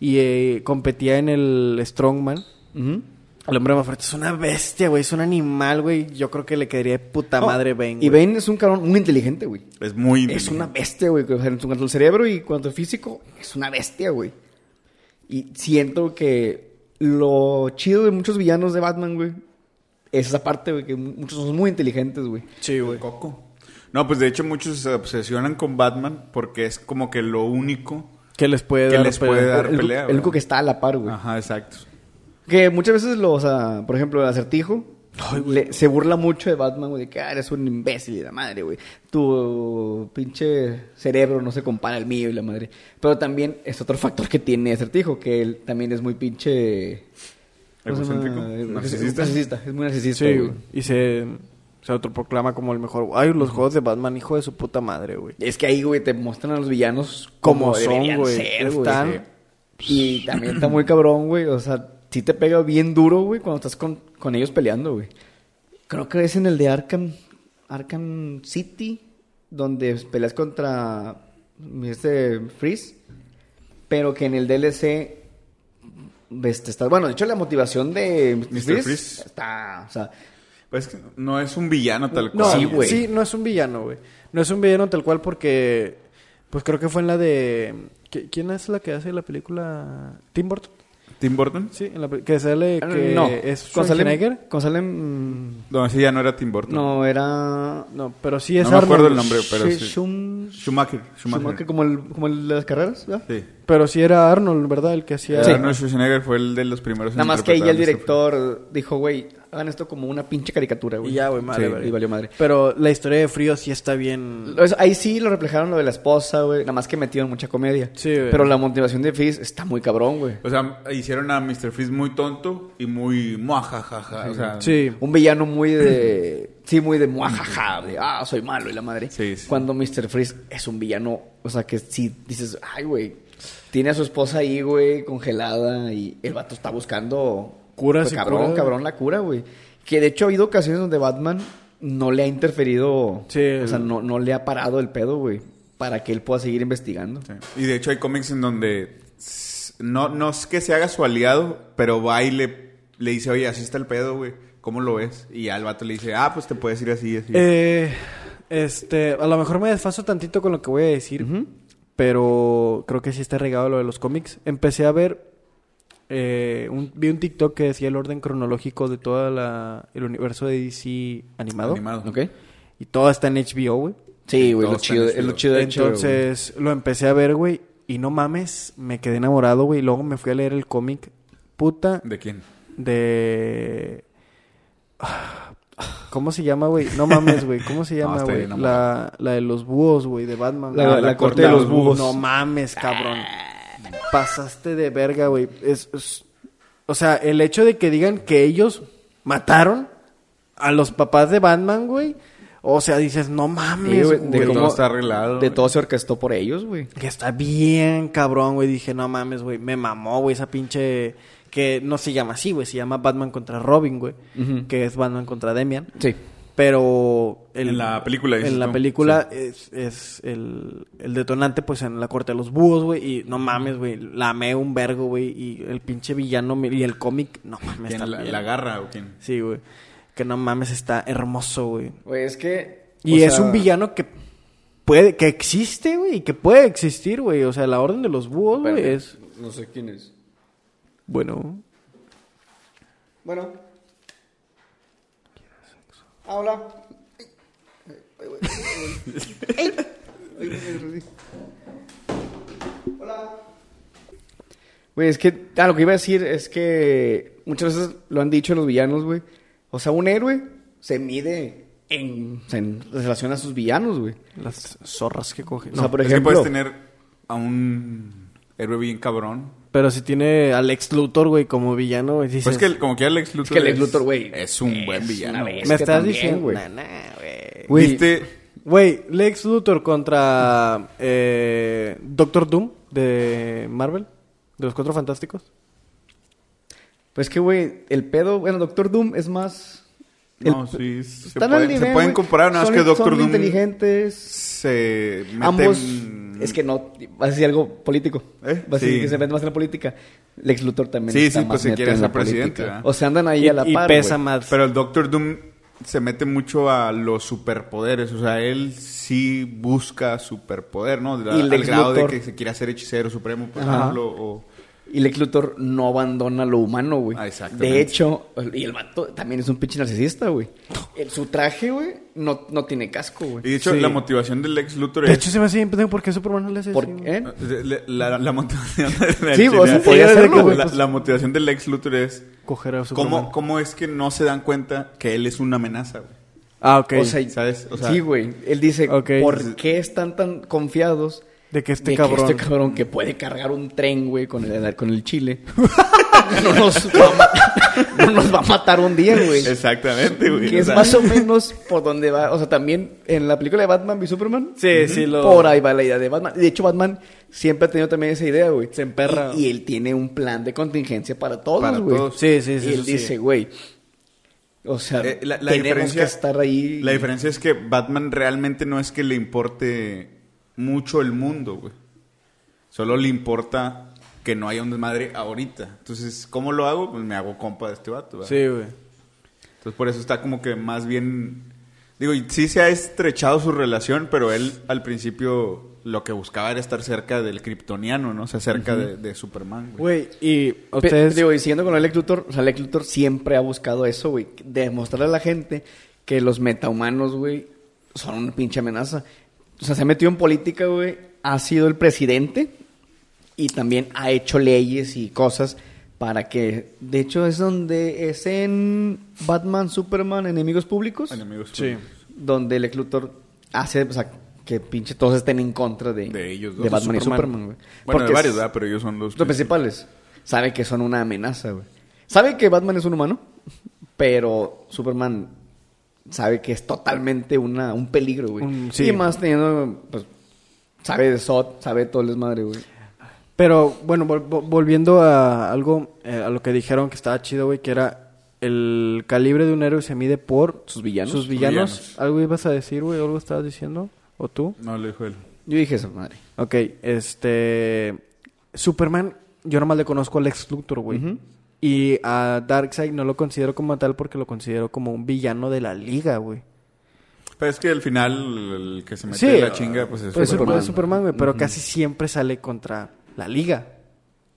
S1: Y eh, competía en el Strongman.
S3: Ujú.
S1: El hombre más fuerte es una bestia, güey. Es un animal, güey. Yo creo que le quedaría de puta
S3: No,
S1: madre Bane,
S3: Oh, Y
S1: güey.
S3: Bane es un cabrón muy inteligente, güey.
S2: Es muy...
S3: Es una
S2: inteligente.
S3: bestia, güey. O sea, en su- cuanto al cerebro y cuanto al físico, es una bestia, güey. Y siento que lo chido de muchos villanos de Batman, güey, es esa parte, güey, que mu- muchos son muy inteligentes, güey.
S1: Sí, güey.
S2: Coco. No, pues de hecho muchos se obsesionan con Batman porque es como que lo único...
S1: Que les puede
S2: Que
S1: dar.
S2: les puede dar
S3: el,
S2: pelea,
S3: el
S2: güey.
S3: único que está a la par, güey.
S2: Ajá, exacto.
S3: Que muchas veces lo, o sea, por ejemplo, el acertijo le- se burla mucho de Batman, güey, de que ah, eres un imbécil y la madre, güey. Tu pinche cerebro no se compara al mío y la madre. Pero también es otro factor que tiene acertijo, que él también es muy pinche. ¿cómo se llama?
S2: Egocéntrico.
S3: Narcisista.
S2: Narcisista.
S3: narcisista. Es muy narcisista,
S1: Sí,
S3: güey.
S1: güey. Y se, se autoproclama como el mejor. Ay, los juegos de Batman, hijo de su puta madre, güey.
S3: Es que ahí, güey, te muestran a los villanos
S1: Como
S3: como,
S1: son,
S3: deberían
S1: güey.
S3: ser, güey.
S1: Están-
S3: Y también está muy cabrón, güey. O sea, sí te pega bien duro, güey, cuando estás con, con ellos peleando, güey. Creo que es en el de Arkham, Arkham City, donde peleas contra este Freeze. Pero que en el DLC este, está- bueno, de hecho la motivación de Mr. Freeze,
S2: Freeze.
S3: está, o sea,
S2: Pues es que no es un villano tal
S1: No,
S2: cual.
S1: sí,
S3: Sí, güey.
S1: no es un villano, güey. No es un villano tal cual porque... Pues creo que fue en la de... ¿qui- ¿Quién es la que hace la película? ¿Tim Burton?
S2: ¿Tim Burton?
S1: Sí, en la pe- que sale Eh, que
S3: no,
S1: es
S3: con
S1: Schwarzenegger.
S3: Salem, con Salem, mm,
S2: No, ese ya no era Tim Burton.
S3: no era
S1: No, pero sí es
S2: No me acuerdo
S1: Arnold.
S2: el nombre, pero
S3: Sh-
S2: sí.
S3: Schum-
S2: Schumacher. Schumacher.
S3: Schumacher, como, el, como el de las carreras, ¿verdad?
S2: Sí.
S1: Pero sí era Arnold, ¿verdad? El que hacía...
S3: Sí.
S2: Arnold Schwarzenegger fue el de los primeros. este en
S3: Nada más que ahí ya el
S2: interpretar a Mr.
S3: director dijo, güey, hagan esto como una pinche caricatura, güey.
S1: Y ya, güey, madre.
S2: Sí,
S1: verga.
S3: y valió madre.
S1: Pero la historia de Frío sí está bien...
S3: Lo- eso- ahí sí lo reflejaron lo de la esposa, güey. Nada más que metieron mucha comedia.
S1: Sí, güey.
S3: Pero la motivación de Fizz está muy cabrón, güey.
S2: Freeze. O sea, hicieron a Mr. Freeze muy tonto y muy muajajaja. O sea,
S1: Sí.
S3: Un villano muy de. Sí, muy de muajaja, de ah, soy malo y la madre.
S2: Sí, sí.
S3: Cuando Mr. Freeze es un villano, o sea, que sí dices, ay, güey, tiene a su esposa ahí, güey, congelada y el vato está buscando. pues,
S1: Curas y
S3: cabrón,
S1: curas.
S3: cabrón, la cura, güey. Que de hecho ha habido ocasiones donde Batman no le ha interferido,
S1: Sí,
S3: o sea,
S1: el-
S3: no, no le ha parado el pedo, güey, para que él pueda seguir investigando.
S2: Sí. Y de hecho hay cómics en donde s- no, no es que se haga su aliado, pero va y le, le dice, oye, así está el pedo, güey. ¿Cómo lo ves? Y al vato le dice, ah, pues te puedes ir así, así.
S1: Eh, este, a lo mejor me desfaso tantito con lo que voy a decir, pero creo que sí está regado lo de los cómics. Empecé a ver, eh, un- vi un TikTok que decía el orden cronológico de todo el universo de DC animado.
S2: Animado.
S3: ¿Ok?
S1: Y todo está en HBO, güey.
S3: Sí, güey, lo
S2: Todos
S3: chido,
S2: están
S3: es lo chido de HBO, güey.
S1: Entonces lo empecé a ver, güey, y no mames, me quedé enamorado, güey. Luego me fui a leer el cómic, puta,
S2: ¿De quién?
S1: de... ¿Cómo se llama, güey? No mames, güey. ¿Cómo se llama,
S2: estoy
S1: güey?
S2: enamorado.
S1: la, la de los búhos, güey, de Batman.
S3: La-
S1: güey.
S3: la corte de los búhos.
S1: No mames, cabrón.
S3: ah.
S1: Pasaste de verga, güey. Es, es- O sea, el hecho de que digan que ellos mataron a los papás de Batman, güey. O sea, dices, no
S3: Sí,
S1: mames,
S3: güey,
S1: güey.
S2: Que
S3: de
S2: todo
S3: cómo
S2: está arreglado.
S3: de todo se orquestó por ellos, güey.
S1: Que está bien cabrón, güey. Dije, no mames, güey. Me mamó, güey, esa pinche. Que no se llama así, güey. Se llama Batman contra Robin, güey.
S3: Ujú.
S1: Que es Batman contra Demian.
S3: Sí.
S1: Pero.
S2: En la película, dices
S1: En la
S2: tú.
S1: película es, es el, el detonante, pues en la corte de los búhos, güey. Y no mames, güey. La amé un vergo, güey. Y el pinche villano me- y el cómic, no mames,
S2: ¿Quién
S1: está
S2: la,
S1: bien.
S2: la garra o quién?
S1: Sí, güey. Que no mames, está hermoso, güey.
S3: Güey, es que.
S1: Y
S3: o
S1: es
S3: sea,
S1: un villano que puede, que existe, güey, y que puede existir, güey. O sea, la orden de los búhos, güey,
S3: espérate,
S1: es.
S3: No sé quién es.
S1: Bueno.
S4: Bueno. Ah, hola. Ay, ay, güey, ay, güey. Ay, ay, ay, ay, ay.
S3: Güey, es que, ah, lo que iba a decir es que muchas veces lo han dicho los villanos, güey. O sea, un héroe se mide en, o sea, en relación a sus villanos, güey.
S1: Las zorras que coge.
S3: O sea,
S1: No,
S3: por
S2: es que
S3: ejemplo,
S2: puedes tener a un héroe bien cabrón.
S1: Pero si tiene al ex Luthor, güey, como villano, güey, dices,
S2: Pues es que el- como que Alex Luthor.
S3: es que Lex Luthor, güey.
S2: Es un buen villano.
S3: una
S2: güey.
S3: bestia
S1: me estás
S3: también,
S1: diciendo,
S3: güey.
S1: nah, nah, güey.
S3: Güey,
S2: ¿Viste?
S1: Güey, Lex Luthor contra eh, Doctor Doom de Marvel, de los Cuatro Fantásticos.
S3: Pues que, güey, el pedo, bueno, Doctor Doom es más... el-
S2: No, sí. Se
S3: están al
S2: pueden, se
S3: nivel,
S2: pueden
S3: güey.
S2: comparar, nada más
S3: Son-
S2: que Doctor
S3: son
S2: Doom.
S3: inteligentes.
S2: Se mete
S3: Ambos...
S2: en-
S3: Es que no, vas a decir algo político.
S2: ¿Eh?
S3: Vas a decir
S2: Sí.
S3: que se mete más en la política. Lex Luthor también
S2: Sí,
S3: está
S2: sí, pues,
S3: más
S2: se
S3: neto
S2: quiere
S3: en la
S2: ser presidente,
S3: política.
S2: ¿verdad?
S3: O sea, andan ahí
S1: Y,
S3: a la
S1: y
S3: par,
S1: pesa
S3: güey.
S1: más.
S2: Pero el Doctor Doom se mete mucho a los superpoderes. O sea, él sí busca superpoder, ¿no? De-
S3: Y
S2: al
S3: Lex
S2: grado
S3: Luthor.
S2: de que se quiere hacer hechicero supremo, por
S3: Ajá.
S2: ejemplo. O...
S3: Y Lex Luthor no abandona lo humano, güey.
S2: Ah, exactamente.
S3: De hecho, y el vato también es un pinche narcisista, güey. El- Su traje, güey, no, no tiene casco,
S2: Y
S3: güey.
S2: de hecho,
S1: Sí.
S2: la motivación del Lex Luthor
S1: De
S2: es...
S1: hecho, se me hace bien pendejo porque Superman no le hace
S3: ¿Por
S1: así, güey.
S3: qué?
S2: La, la- la motivación del
S3: Sí,
S1: podía
S3: o sea, podría pues
S1: hacerlo,
S3: hacerlo, güey.
S2: la, la motivación del Lex Luthor es
S1: Coger a Superman.
S2: ¿cómo, cómo es que no se dan cuenta que él es una amenaza, güey.
S1: Ah, ok.
S3: O sea,
S2: ¿Sabes? O sea-
S3: sí, güey. Él dice,
S1: Ok.
S3: ¿por qué están tan confiados?
S1: De que este cabrón-
S3: este cabrón que puede cargar un tren, güey, con el, con el chile. no, nos va a ma- no nos va a matar un día, güey.
S2: Exactamente, güey.
S3: Que
S2: O
S3: es
S2: sea,
S3: más o menos por donde va. O sea, también en la película de Batman v Superman.
S1: Sí, sí, lo-
S3: Por ahí va la idea de Batman. De hecho, Batman siempre ha tenido también esa idea, güey.
S1: Se emperra.
S3: Y, y él tiene un plan de contingencia para
S2: Para
S3: todos, güey.
S2: todos.
S1: Sí, sí, sí,
S3: Y
S1: eso
S3: él
S1: sí.
S3: dice, güey. O sea,
S2: Eh, la, la
S3: tenemos
S2: diferencia,
S3: que estar ahí.
S2: La diferencia es que Batman realmente no es que le importe mucho el mundo, güey. Solo le importa que no haya un desmadre ahorita. Entonces, ¿cómo lo hago? Pues me hago compa de este vato, ¿verdad?
S1: Sí, güey.
S2: Entonces, por eso está como que más bien... Digo, y sí se ha estrechado su relación, pero él al principio lo que buscaba era estar cerca del kryptoniano, ¿no? O sea, cerca de, de Superman, güey.
S1: Güey, y
S3: Pe-
S1: ustedes...
S3: Digo, diciendo con el Lex Luthor, o sea, Lex Luthor siempre ha buscado eso, güey. Demostrarle a la gente que los metahumanos, güey, son una pinche amenaza. O sea, se ha metido en política, güey. Ha sido el presidente y también ha hecho leyes y cosas para que... De hecho, es donde es en Batman, Superman, Enemigos Públicos,
S2: Enemigos
S1: Sí.
S3: donde Lex Luthor hace, o sea, que pinche todos estén en contra de,
S2: De ellos dos,
S3: de Batman
S1: Superman.
S3: y Superman,
S2: Bueno,
S3: güey.
S2: de
S3: Porque
S2: varios,
S3: es-
S2: ¿verdad? Pero ellos son los...
S3: los
S2: que-
S3: principales. Sabe que son una amenaza, güey. Sabe que Batman es un humano, pero Superman sabe que es totalmente una, un peligro, güey.
S1: Un- sí.
S3: Y más teniendo, pues, sabe de SOT, sabe de todo el desmadre, güey.
S1: Pero bueno, vol- vol- volviendo a algo, eh, a lo que dijeron que estaba chido, güey, que era el calibre de un héroe se mide por
S3: ¿Sus villanos?
S1: Sus villanos.
S2: Villanos.
S1: Algo ibas a decir, güey, algo estabas diciendo, o tú.
S2: No, lo dijo él.
S3: Yo dije eso, madre.
S1: Ok, este. Superman, yo nomás le conozco al Lex Luthor, güey. Y a Darkseid no lo considero como tal porque lo considero como un villano de la liga, güey.
S2: Pero es que al final el que se mete
S1: Sí,
S2: la chinga, pues es
S1: Pues Superman,
S2: Superman.
S1: Superman, güey, pero casi siempre sale contra la liga,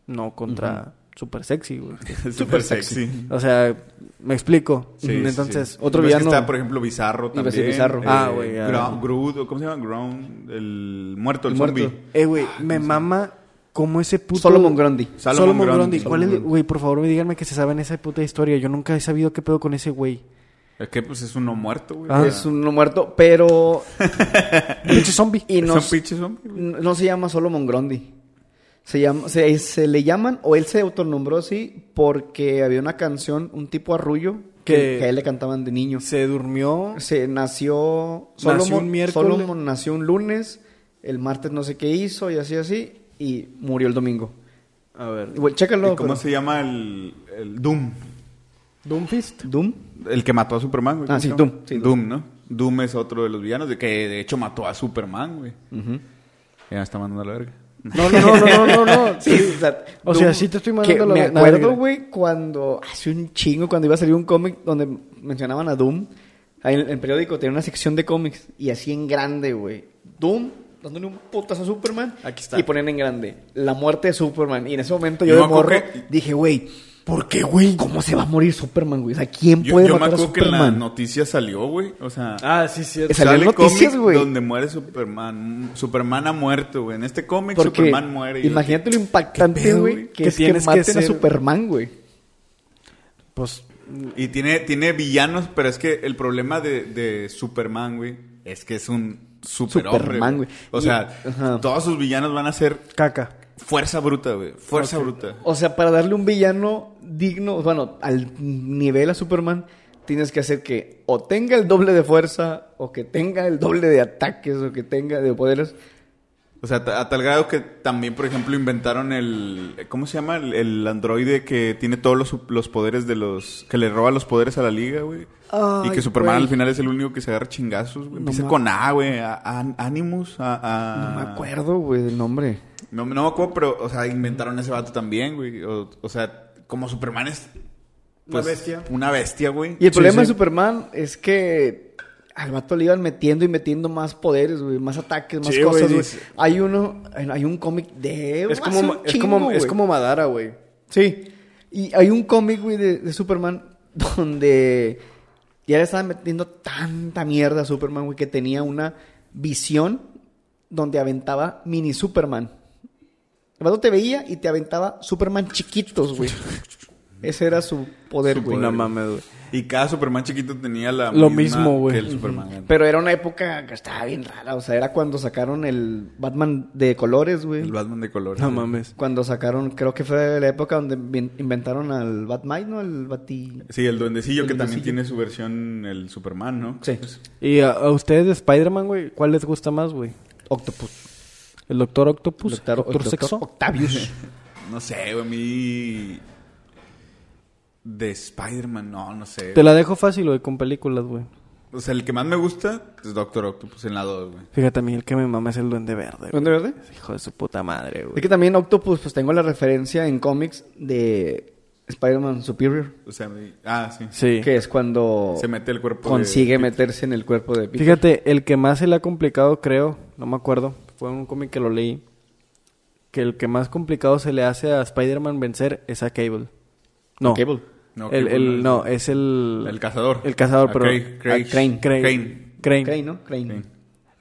S1: no contra Super Sexy, güey.
S2: Es Super sexy.
S1: O sea, me explico.
S2: Sí, sí,
S1: Entonces,
S2: sí.
S3: otro
S2: Ves que
S3: villano-
S2: Está, por ejemplo, Bizarro
S3: Iba a
S2: también.
S3: decir Bizarro.
S1: Ah, güey, ya.
S2: Gro- Groot, ¿o ¿cómo se llama? Ground, el muerto, el,
S3: El muerto.
S2: zombie.
S1: eh, güey, me mama como ese puto.
S3: Solomon Grundy.
S1: Solomon,
S2: Ah, Solomon
S1: Grundy.
S2: Grundy.
S1: ¿Cuál es?
S2: Solomon
S1: el- Güey, por favor, me díganme que se saben esa puta historia. Yo nunca he sabido qué pedo con ese güey.
S2: Es que pues es uno muerto, güey.
S1: Ah.
S3: Es un no muerto, pero...
S1: Pinche zombie.
S3: Y
S2: Es
S3: no,
S2: un pinche zombie. güey.
S3: no se llama Solomon Grundy. Se, llama, se, se le llaman, o él se autonombró así, porque había una canción, un tipo arrullo,
S1: Que-
S3: que, que a él le cantaban de niño.
S1: Se durmió.
S3: Se nació
S1: Nació
S3: Solomon,
S1: un miércoles.
S3: Solomon nació un lunes, el martes no sé qué hizo y así así y murió el domingo.
S1: A ver.
S3: Bueno, chécalo.
S2: ¿Y ¿Cómo
S3: pero-
S2: se llama el, el Doom?
S1: Doomfist.
S3: Doom.
S2: El que mató a Superman, güey. ¿Cómo
S3: Ah, sí,
S2: se llama?
S3: Doom, sí,
S2: Doom, ¿no? Doom es otro de los villanos, de que de hecho mató a Superman, güey. Ya me está mandando a la verga.
S1: No, no, no, no, no, no. no.
S3: Sí, o sea,
S1: O sea, sí te estoy mandando
S3: que
S1: la-
S3: Me
S1: la verga.
S3: acuerdo, güey, cuando hace un chingo, cuando iba a salir un cómic donde mencionaban a Doom. Ahí en el periódico tenía una sección de cómics y así en grande, güey. Doom dándole un putazo a Superman.
S1: Aquí está.
S3: Y ponían en grande la muerte de Superman. Y en ese momento
S2: Yo
S3: yo
S2: me
S3: de morro
S2: acuerdo que-
S3: dije, güey,
S1: ¿Por qué, güey?
S3: ¿Cómo se va a morir Superman, güey? O sea, ¿quién
S2: Yo,
S3: puede
S2: yo me
S3: matar a
S2: acuerdo que en la
S3: Superman?
S2: noticia salió, güey. O sea,
S1: Ah, sí, sí.
S3: Esa- salió en
S2: sale
S3: noticias,
S2: cómic
S3: güey.
S2: Donde muere Superman. Superman ha muerto, güey. En este cómic
S3: Porque
S2: Superman muere. y-
S3: imagínate lo impactante,
S1: pedo,
S3: güey,
S1: güey?
S3: que,
S1: Que
S3: es que
S1: tienes que
S3: maten a
S1: ser-
S3: Superman, güey.
S1: Pues,
S2: Y tiene, tiene villanos, pero es que el problema de, de Superman, güey, es que es un superhombre.
S3: Superman,
S2: güey.
S3: güey.
S2: O
S3: Y-
S2: sea,
S3: ajá.
S2: todos sus villanos van a ser
S1: caca.
S2: fuerza bruta, güey. Fuerza bruta.
S3: O sea, para darle un villano digno, bueno, al nivel a Superman, tienes que hacer que o tenga el doble de fuerza, o que tenga el doble de ataques, o que tenga de poderes.
S2: O sea, ta- a tal grado que también, por ejemplo, inventaron el... ¿Cómo se llama? El, el androide que tiene todos los, su- los poderes de los... Que le roba los poderes a la liga, güey.
S1: Ay,
S2: y que Superman
S1: güey.
S2: al final es el único que se agarra chingazos, güey. Empieza
S1: ma-
S2: con A, güey. A, a- Animus, a... a-
S3: No
S1: Ah.
S3: me acuerdo, güey, del nombre.
S2: No, no me acuerdo, pero, o sea, inventaron ese vato también, güey. O, o sea, como Superman es. pues,
S1: Una bestia.
S2: Una bestia, güey.
S3: Y el
S1: Sí,
S3: problema
S1: sí.
S3: de Superman es que al vato le iban metiendo y metiendo más poderes, güey, más ataques, más
S1: Sí, güey,
S3: cosas, güey.
S1: dice-
S3: Hay uno, hay un cómic de...
S1: Es
S3: hace
S1: como,
S3: un
S1: ma- es,
S3: chingo,
S1: como, es
S3: güey.
S1: como Madara, güey.
S3: Sí. Y hay un cómic, güey, de, de Superman donde ya le estaban metiendo tanta mierda a Superman, güey, que tenía una visión donde aventaba mini Superman. El vato te veía y te aventaba Superman chiquitos, güey. Ese era su poder,
S2: Su
S3: güey.
S2: poder.
S1: No mames, güey.
S2: Pues, Y cada Superman chiquito tenía la.
S1: Lo
S2: misma
S1: mismo, güey.
S2: Que el Superman. grande.
S3: Pero era una época que estaba bien rara. O sea, era cuando sacaron el Batman de colores, güey.
S2: El Batman de color.
S1: No mames.
S3: Cuando sacaron, creo que fue la época donde invin- inventaron al Batman, ¿no? El Bati...
S2: Sí, el duendecillo
S3: El
S2: que también
S3: duendecillo.
S2: tiene su versión, el Superman, ¿no?
S3: Sí.
S1: ¿Y a, a ustedes de Spider-Man, güey? ¿Cuál les gusta más, güey?
S3: Octopus.
S1: ¿El Doctor Octopus?
S3: Doctor-
S1: Pues, ¿Doctor,
S3: Doctor
S1: Sexo?
S3: Octavius.
S2: No sé, güey, a mí. De Spider-Man, no, no sé.
S1: Te la dejo fácil, güey, con películas, güey.
S2: O sea, el que más me gusta es Doctor Octopus en la 2, güey.
S1: Fíjate, a mí el que me mama es el Duende Verde, güey.
S3: ¿Dónde verde?
S1: Hijo de su puta madre,
S3: Es
S1: güey.
S3: que también Octopus, pues tengo la referencia en cómics de Spider-Man Superior.
S2: O sea, mi- ah, sí.
S1: Sí.
S3: Que es cuando
S2: Se mete el cuerpo de
S3: consigue
S2: Peter.
S3: meterse en el cuerpo de Peter.
S1: Fíjate, el que más se le ha complicado, creo, no me acuerdo, fue un cómic que lo leí, que el que más complicado se le hace a Spider-Man vencer es a Cable. No.
S3: Cable.
S2: No,
S1: el,
S2: Cable
S1: el-
S2: no
S1: no,
S2: es-
S1: es el...
S2: El cazador.
S1: El cazador,
S2: A
S1: pero...
S2: Craig- Craig-
S1: a Crane. Crane.
S2: Crane.
S1: Crane.
S3: Crane, ¿no? Crane.
S2: Sí.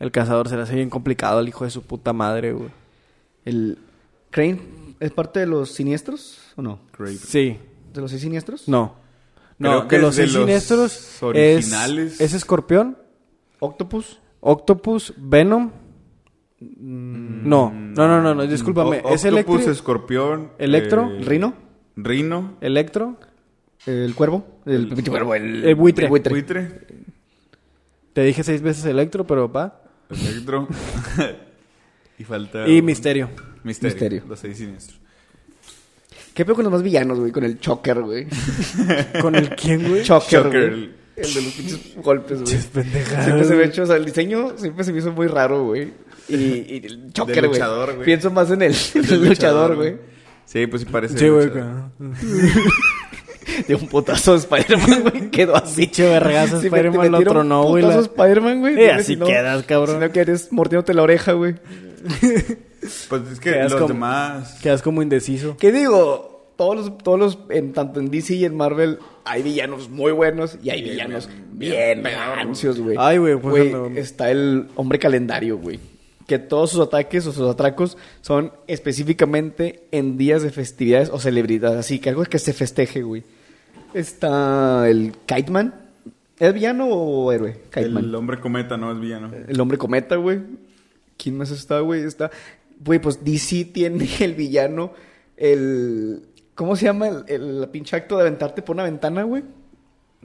S1: El cazador se le hace bien complicado al hijo de su puta madre, güey.
S3: El Crane es parte de los siniestros o no?
S2: Great.
S1: Sí.
S3: ¿De los seis siniestros?
S1: No. No,
S2: Creo que
S1: de los
S2: es de
S1: seis
S2: los
S1: siniestros
S2: originales.
S1: es, es Escorpión,
S3: Octopus.
S1: Octopus, Venom. No, no, no, no, no, discúlpame.
S2: Mm. O-
S1: es
S2: Octopus,
S1: Electri-
S2: escorpión.
S1: Electro,
S2: eh,
S3: Rino.
S2: Rino.
S1: Electro.
S3: El cuervo. El, el cuervo. El,
S1: el buitre.
S3: el buitre.
S2: Buitre.
S1: Te dije seis veces Electro, pero va.
S2: Electro. y falta.
S1: Y Misterio.
S2: Misterio.
S3: Misterio.
S2: Los seis siniestros.
S3: ¿Qué peor con los más villanos, güey? Con el Choker, güey.
S1: ¿Con el quién, güey?
S3: Choker,
S2: Shocker,
S3: güey.
S2: el-
S3: El de los pinches golpes, güey.
S1: Pinches pendejadas,
S3: Siempre se me ha
S1: güey.
S3: hecho, o sea, el diseño siempre se me hizo muy raro, güey. Y, y el choker,
S2: luchador,
S3: güey.
S2: güey.
S3: Pienso más en el, en el luchador, güey.
S2: Sí, pues sí parece.
S1: Sí, güey.
S2: luchador.
S3: De un potazo de Spider-Man, güey. Quedó así.
S1: Pinche vergazo,
S3: Si me-
S1: Spider-Man
S3: te
S1: lo
S3: metieron
S1: tronó,
S3: un
S1: güey,
S3: Potazo
S1: la-
S3: Spider-Man, güey.
S1: Y
S3: dime
S1: así
S3: si no-
S1: quedas, cabrón.
S3: Si no quieres mordiéndote la oreja, güey.
S2: Pues
S1: Quedas
S2: es que los
S1: como-
S2: demás.
S1: Quedas como indeciso.
S3: ¿Qué digo? Todos los, todos los, en, tanto en DC y en Marvel, hay villanos muy buenos y hay
S2: Bien,
S3: villanos
S2: bien, bien
S3: bien,
S2: pedorros.
S3: rancios, güey.
S1: Ay, güey, pues, por ejemplo.
S3: Está el hombre calendario, güey. Que todos sus ataques o sus atracos son específicamente en días de festividades o celebridades. Así que algo que se festeje, güey. Está el Kiteman. ¿Es villano o héroe? Kiteman.
S2: El hombre cometa, ¿no? Es villano.
S3: El hombre cometa, güey. ¿Quién más está, güey? Está. Güey, pues DC tiene el villano, el. ¿Cómo se llama? El, el- la pinche acto de aventarte por una ventana, güey.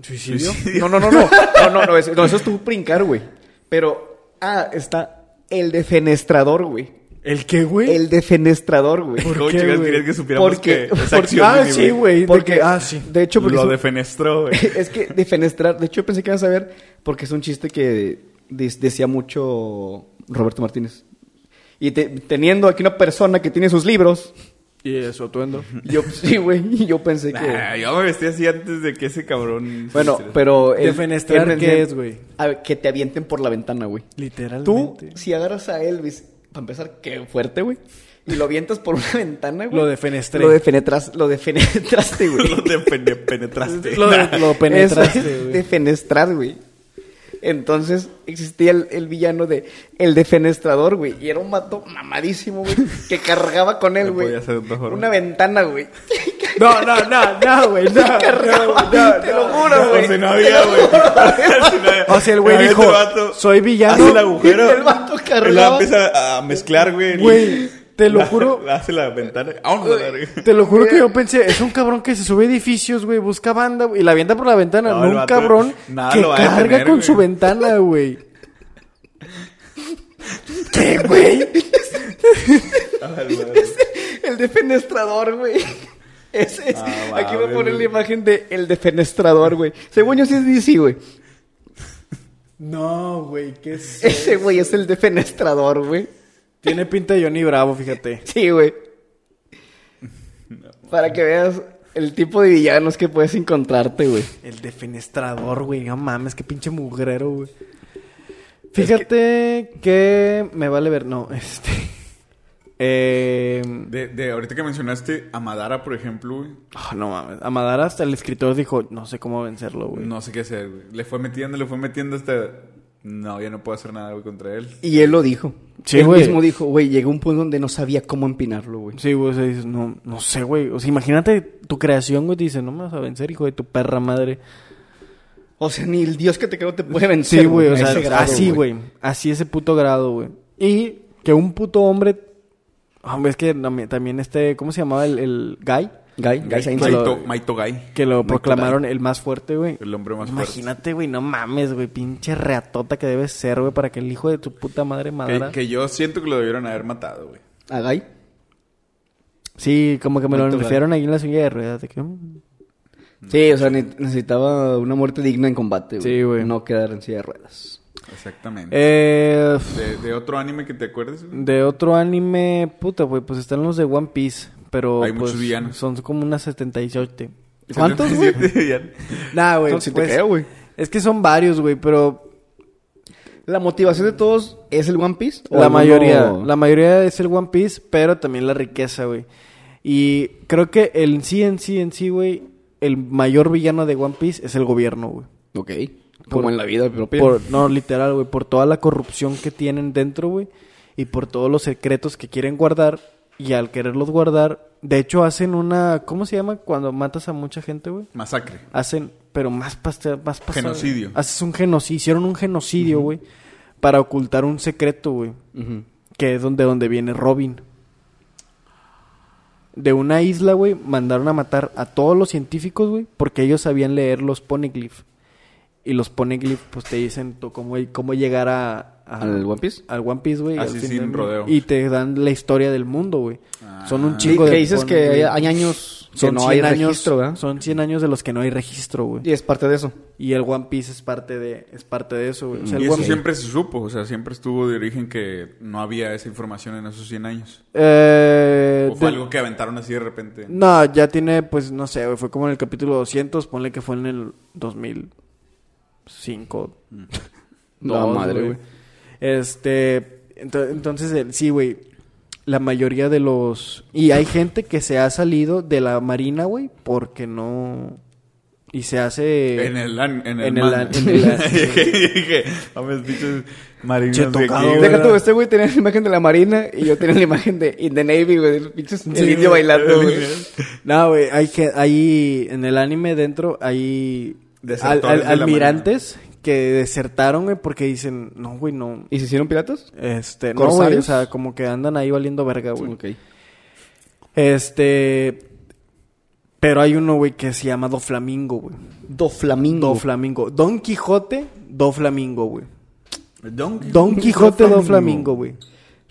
S1: ¿Suicidio?
S3: No, no, no, no. No, no, no. Eso, no, eso es tu brincar, güey. Pero. Ah, está el defenestrador, güey.
S1: ¿El qué, güey?
S3: El defenestrador, güey.
S1: ¿Por
S2: ¿Cómo
S1: qué,
S2: chingas
S1: güey?
S2: querías que supiéramos
S3: Porque-
S2: que esa
S3: porque-
S2: acción
S1: ah,
S2: mini,
S1: sí, güey. de
S3: Porque.
S1: que- ah, sí.
S3: De hecho, porque.
S2: Lo
S3: es un-
S2: defenestró, güey.
S3: es que defenestrar. De hecho, pensé que ibas a ver. Porque es un chiste que de- decía mucho Roberto Martínez. Y te- teniendo aquí una persona que tiene sus libros.
S1: Y su atuendo.
S3: Yo, sí, güey. y Yo pensé que.
S2: Nah, yo me vestí así antes de que ese cabrón. se
S3: bueno,
S2: hiciera.
S3: pero.
S1: Defenestrar,
S3: él-
S1: ¿qué es, güey?
S3: a ver, Que te avienten por la ventana, güey. Tú,
S1: Literalmente.
S3: si agarras a Elvis. Para empezar, qué fuerte, güey. y lo vientas por una ventana, güey.
S1: Lo defenestré.
S3: Lo defenetras, lo defenetraste, güey.
S2: Lo de pene- penetraste.
S1: Lo, lo penetraste,
S3: Eso es
S1: güey.
S3: defenestrar, güey. Entonces existía el, el villano de el defenestrador, güey. Y era un vato mamadísimo, güey. Que cargaba con él,
S2: Le
S3: güey.
S2: podía hacer de otra forma.
S3: Una ventana, güey.
S1: No, no, no, no, güey. No,
S3: Cargaba,
S1: no, no,
S3: te lo juro,
S2: O
S3: güey.
S2: si no había, güey. Si no había-
S1: O sea, el güey
S2: había
S1: dijo,
S2: este vato,
S1: "Soy villano".
S2: Hace el agujero.
S3: El vato cargaba.
S2: Y luego empieza a mezclar, güey.
S1: Güey, te lo
S2: La-
S1: juro.
S2: la hace la ventana. Ah, no, la verga.
S1: Te lo juro que yo pensé, es un cabrón que se sube a edificios, güey, busca banda güey, y la avienta por la ventana.
S2: No,
S1: No,
S2: el
S1: un
S2: vato-
S1: cabrón
S2: nada
S1: que
S2: lo va a
S1: carga
S2: detener,
S1: con
S2: güey.
S1: su ventana, güey. ¿Qué, güey?
S3: El defenestrador, güey. Ese es.
S2: Ah,
S3: Aquí voy a
S2: mames,
S3: poner la
S2: güey.
S3: imagen de el defenestrador, güey. Según yo sí es DC, güey.
S1: No, güey, ¿qué es?
S3: Ese güey es el defenestrador, güey.
S1: Tiene pinta de Johnny Bravo, fíjate.
S3: Sí, güey. Para que veas el tipo de villanos que puedes encontrarte, güey.
S1: El defenestrador, güey. No mames, qué pinche mugrero, güey. Fíjate que... me vale ver. No, este. Eh...
S2: De, de ahorita que mencionaste a Madara, por ejemplo, güey.
S1: ah, no mames. Amadara hasta el escritor dijo, no sé cómo vencerlo, güey.
S2: No sé qué hacer, güey. Le fue metiendo, le fue metiendo hasta. No, ya no puedo hacer nada, güey, contra él.
S3: Y él lo dijo.
S1: Sí,
S3: él
S1: güey.
S3: mismo dijo, güey, llegó un punto donde no sabía cómo empinarlo, güey.
S1: Sí, güey, o sea, dices, no, no sé, güey. O sea, imagínate tu creación, güey, te dice, no me vas a vencer, hijo de tu perra madre.
S3: O sea, ni el dios que te creó te puede vencer.
S1: Sí, güey, o
S3: a
S1: sea,
S3: ese grado,
S1: así, güey. Así ese puto grado, güey. Y que un puto hombre. Hombre, es que tam- también este, ¿cómo se llamaba el, el guy?
S3: Guy, Guy Sainz.
S1: Maito.
S2: Maito, Maito Gai.
S1: Que lo
S2: Maito
S1: proclamaron
S2: Gai.
S1: el más fuerte, güey.
S2: El hombre más fuerte.
S1: Imagínate, güey, no mames, güey, pinche reatota que debe ser, güey, para que el hijo de tu puta madre madara.
S2: Que, que yo siento que lo debieron haber matado, güey.
S3: A Guy.
S1: Sí, como que me lo
S3: Maito Gai.
S1: anunciaron ahí en la silla de ruedas. de que, mm.
S3: Sí, o sea, ne- necesitaba una muerte digna en combate, güey.
S1: Sí, güey.
S3: No quedar en silla de ruedas.
S2: Exactamente.
S1: Eh,
S2: De, de otro anime que te acuerdes, güey.
S1: De otro anime, puta, güey, pues están los de One Piece, pero
S2: Hay
S1: pues,
S2: muchos villanos.
S1: son como unas 78.
S3: ¿Cuántos, güey?
S1: Nah, Ah, güey, pues,
S3: No, sí te creo, güey.
S1: Es que son varios, güey, pero
S3: La motivación de todos es el One Piece. ¿O
S1: la
S3: alguno-
S1: mayoría, la mayoría es el One Piece, pero también la riqueza, güey. Y creo que el en sí, en sí, en sí, güey, el mayor villano de One Piece es el gobierno, güey.
S3: Ok. Como
S1: Por-
S3: en la vida propia.
S1: Por- no, literal, güey, por toda la corrupción que tienen dentro, güey, y por todos los secretos que quieren guardar, y al quererlos guardar, de hecho hacen una, ¿cómo se llama cuando matas a mucha gente, güey?
S2: Masacre.
S1: Hacen, pero más, paste- más pasado.
S2: Genocidio.
S1: Haces un genocidio, hicieron un genocidio, güey, para ocultar un secreto, güey,
S3: Ujú.
S1: que es donde, donde viene Robin. De una isla, güey, mandaron a matar a todos los científicos, güey, porque ellos sabían leer los poneglyphs. Y los poneglyphs, pues te dicen tú cómo, cómo llegar a, a-
S3: ¿Al One Piece?
S1: Al One Piece, güey. y
S2: Así
S1: al fin
S2: sin
S1: del-
S2: rodeo.
S1: Y te dan la historia del mundo, güey.
S2: Ah.
S1: Son un
S2: Sí,
S1: chingo
S3: Sí,
S1: de
S3: que dices que hay,
S1: poneglyphs.
S3: hay años que
S1: Son
S3: no
S1: 100
S3: hay
S1: años,
S3: registro, ¿verdad?
S1: Son 100 años de los que no hay registro, güey.
S3: Y es parte de eso.
S1: Y el One Piece es parte de, es parte de eso, güey. O sea, el
S2: Mm. y eso
S1: One-
S2: siempre se supo, o sea, siempre estuvo de origen que no había esa información en esos 100 años.
S1: Eh,
S2: O fue
S1: de-
S2: algo que aventaron así de repente.
S1: No, ya tiene, pues, no sé, güey, fue como en el capítulo 200, ponle que fue en el 2005.
S3: No,
S1: dos,
S3: madre, güey.
S1: Este, ento- entonces, el- sí, güey, la mayoría de los... Y hay gente que se ha salido de la marina, güey, porque no... Y se hace...
S2: en el an- en el,
S1: en el
S2: manga.
S1: an- en el an-
S2: dije, mames, dichos marinos
S1: Che,
S2: de aquí,
S1: tocado,
S2: güey.
S1: güey.
S3: Deja tú, este güey tenía la imagen de la marina y yo tenía la imagen de In the Navy, güey, del pinche el
S1: Sí,
S3: indio
S1: güey.
S3: bailando, güey.
S1: No, güey, hay que, hay, en el anime dentro hay al-
S2: Desertores
S1: al-
S2: de la
S1: almirantes que desertaron, güey, porque dicen, no, güey, no,
S3: ¿Y se hicieron piratas?
S1: este, no, güey, o
S3: ¿Corsarios?
S1: sea, como que andan ahí valiendo verga, güey.
S3: Ok.
S1: Este, pero hay uno, güey, que se llama Doflamingo, güey.
S3: Do Flamingo.
S1: Doflamingo. Don Quijote, Doflamingo, güey.
S2: Donkey.
S1: Don Quijote,
S3: Doflamingo.
S1: Doflamingo, güey.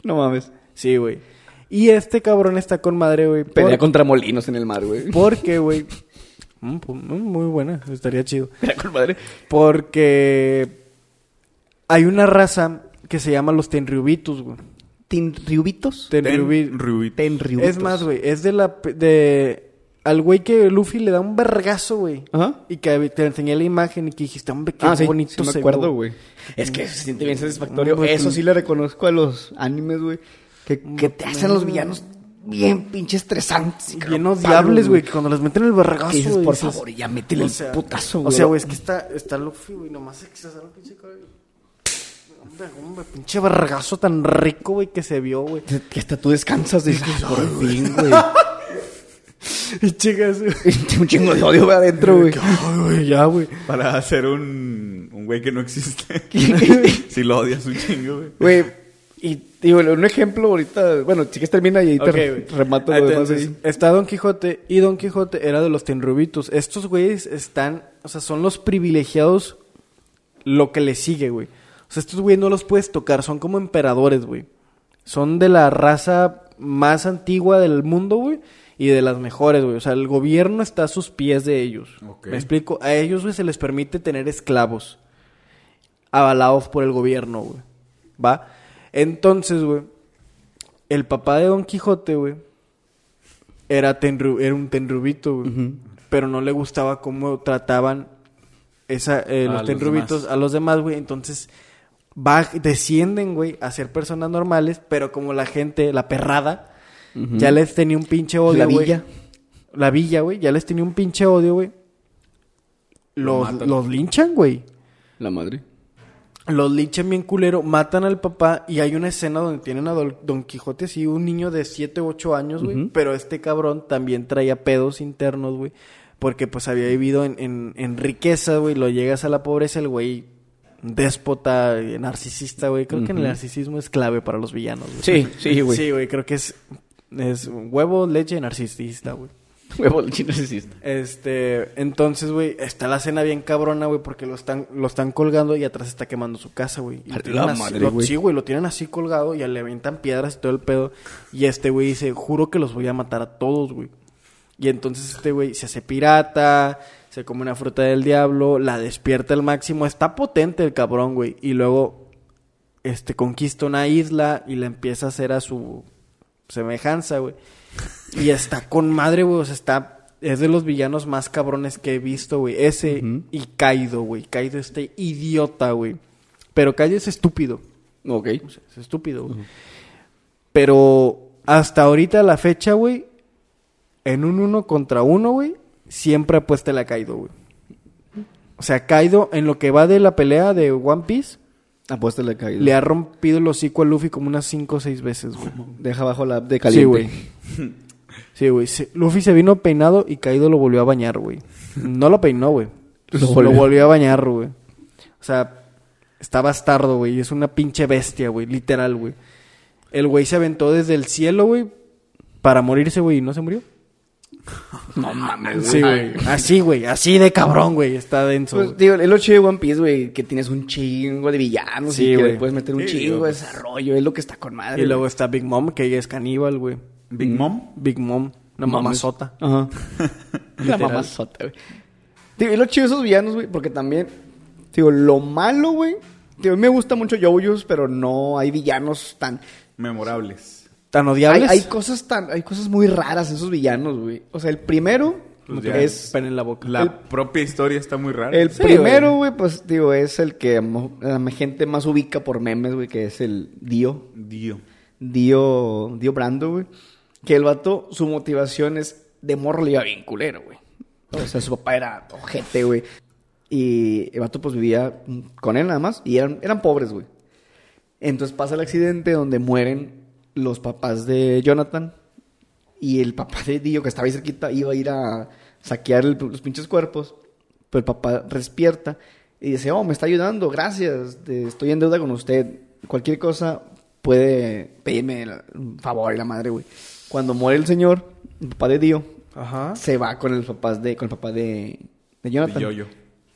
S3: No mames.
S1: Sí, güey. Y este cabrón está con madre, güey.
S3: Pelea
S1: porque-
S3: contra molinos en el mar, güey.
S1: Porque, güey. Mm, pu- mm, Muy buena, estaría chido.
S3: Pelea con madre.
S1: Porque hay una raza que se llama los Tenryubitus, güey.
S3: ¿Tenriubitos?
S1: Tenryubi-
S2: Rubito.
S3: Tenriubitos.
S1: Es más, güey, es de la pe- de al güey que Luffy le da un vergazo, güey.
S3: Ajá.
S1: Y que te enseñé la imagen y que dijiste, hombre, qué
S3: Ah, sí,
S1: bonito
S3: sí me
S1: se
S3: acuerdo,
S1: ve".
S3: güey. Es que se siente bien satisfactorio.
S1: Muy
S3: Eso
S1: cool.
S3: sí le reconozco a los animes, güey.
S1: Que,
S3: Que te hacen los villanos bien pinche estresantes. y
S1: Bien
S3: cabrón,
S1: odiables, güey. Que cuando les meten el barragazo,
S3: Que dices,
S1: güey,
S3: por
S1: dices,
S3: favor, ya métele
S1: o
S3: el
S1: sea,
S3: putazo,
S1: O
S3: güey.
S1: sea, güey, es que está, está Luffy, güey. Nomás exagerar el pinche cabello. Hombre, hombre, pinche barragazo tan rico, güey, que se vio, güey.
S3: Que hasta tú descansas de por fin, güey.
S1: Y chicas, güey.
S3: un chingo de odio güey, adentro, güey.
S1: Ay, güey, ya, güey.
S2: Para hacer un, un güey que no existe. si lo odias un chingo, güey.
S3: Güey, y digo, un ejemplo ahorita, bueno, si quieres termina y ahí te
S1: Ok,
S3: re-
S1: güey.
S3: remato lo demás.
S1: Entonces,
S3: ahí.
S1: Está Don Quijote y Don Quijote era de los tenrubitos. Estos güeyes están, o sea, son los privilegiados lo que les sigue, güey. O sea, estos güeyes no los puedes tocar, son como emperadores, güey. Son de la raza más antigua del mundo, güey, y de las mejores, güey. O sea, el gobierno está a sus pies de ellos.
S2: Ok.
S1: Me explico, a ellos, güey, se les permite tener esclavos avalados por el gobierno, güey. ¿Va? Entonces, güey, el papá de Don Quijote, güey, era, tenru- era un tenrubito, güey. Pero no le gustaba cómo trataban esa, eh,
S2: A
S1: los
S2: los
S1: tenrubitos
S2: demás.
S1: a los demás, güey. Entonces, va, descienden, güey, a ser personas normales, pero como la gente, la perrada, ya les tenía un pinche odio,
S3: La
S1: güey.
S3: villa.
S1: La villa, güey, ya les tenía un pinche odio, güey.
S2: Lo
S1: Los,
S2: matan.
S1: los linchan, güey.
S3: La madre.
S1: Los linchan bien culero, matan al papá y hay una escena donde tienen a Dol- Don Quijote así, un niño de 7 u 8 años, güey. Pero este cabrón también traía pedos internos, güey. Porque pues había vivido en, en, en riqueza, güey. Lo llegas a la pobreza, el güey déspota, eh, narcisista, güey. Creo que el narcisismo es clave para los villanos, güey.
S3: Sí, sí, güey.
S1: Sí, güey, creo que es, es huevo, leche, narcisista, güey.
S3: Huevo, el chino existe.
S1: Este, entonces, güey, está la escena bien cabrona, güey, porque lo están, lo están colgando y atrás está quemando su casa, güey. Y
S3: A
S1: lo
S3: la
S1: tienen así-
S3: madre,
S1: lo-
S3: güey.
S1: Sí, güey, lo tienen así colgado y le aventan piedras y todo el pedo. Y este güey dice, juro que los voy a matar a todos, güey. Y entonces este güey se hace pirata, se come una fruta del diablo, la despierta al máximo. Está potente el cabrón, güey. Y luego, este, conquista una isla y la empieza a hacer a su semejanza, güey. Y está con madre, güey. O sea, está. Es de los villanos más cabrones que he visto, güey. Ese y Kaido, güey. Kaido este idiota, güey. Pero Kaido es estúpido.
S3: Ok.
S1: O sea, es estúpido, güey. Pero hasta ahorita la fecha, güey. En un uno contra uno, güey. Siempre apuesta a Kaido, güey. O sea, Kaido, en lo que va de la pelea de One Piece,
S3: Apuesta la caída.
S1: le ha rompido el hocico a Luffy como unas cinco o seis veces, güey.
S3: Deja abajo la app de caliente.
S1: Sí, güey. Sí, güey. Se- Luffy se vino peinado y Kaido lo volvió a bañar, güey. No lo peinó, güey.
S3: Lo
S1: Lo
S3: volvió.
S1: volvió. a bañar, güey. O sea, está bastardo, güey. y Es una pinche bestia, güey. Literal, güey. El güey se aventó desde el cielo, güey. Para morirse, güey. Y no se murió.
S3: No mames,
S1: Sí, güey. Así, güey. Así de cabrón, güey. Está denso,
S3: Pues,
S1: güey.
S3: digo, es lo chido de One Piece, güey, que tienes un chingo de villanos
S1: Sí,
S3: y que
S1: güey.
S3: le puedes meter un
S2: Sí,
S3: chingo
S2: digo,
S3: de desarrollo, es lo que está con madre.
S1: Y luego está Big Mom, que ella es caníbal, güey.
S2: Big Mom.
S1: Big Mom. Una
S3: Mames.
S1: mamazota.
S3: Ajá. La mamazota, güey. Digo, y lo chido de esos villanos, güey, porque también, digo, lo malo, güey. Digo, a mí me gusta mucho Yoyos, pero no hay villanos tan.
S2: Memorables.
S1: Tan
S3: Hay,
S1: odiables.
S3: hay cosas tan. Hay cosas muy raras en esos villanos, güey. O sea, el primero
S2: Pues ya,
S3: es.
S1: Pen en la boca.
S2: La
S1: El-
S2: propia historia está muy rara.
S3: El
S1: Sí,
S3: primero, güey, pues, digo, es el que mo- la gente más ubica por memes, güey, que es el Dio.
S2: Dio.
S3: Dio, Dio Brando, güey. Que el vato, su motivación es de morro le iba bien culero, güey. O sea, su papá era ojete, güey. Y el vato, pues, vivía con él nada más. Y eran, eran pobres, güey. Entonces pasa el accidente donde mueren los papás de Jonathan. Y el papá de Dio, que estaba ahí cerquita, iba a ir a saquear el- los pinches cuerpos. Pero el papá despierta y dice, oh, me está ayudando, gracias, te- estoy en deuda con usted. Cualquier cosa puede pedirme la- un favor y la madre, güey. Cuando muere el señor, el papá de Dio,
S1: Ajá.
S3: se va con el papá de, con el papá de, de
S2: De
S3: Jonathan.
S2: Yoyo.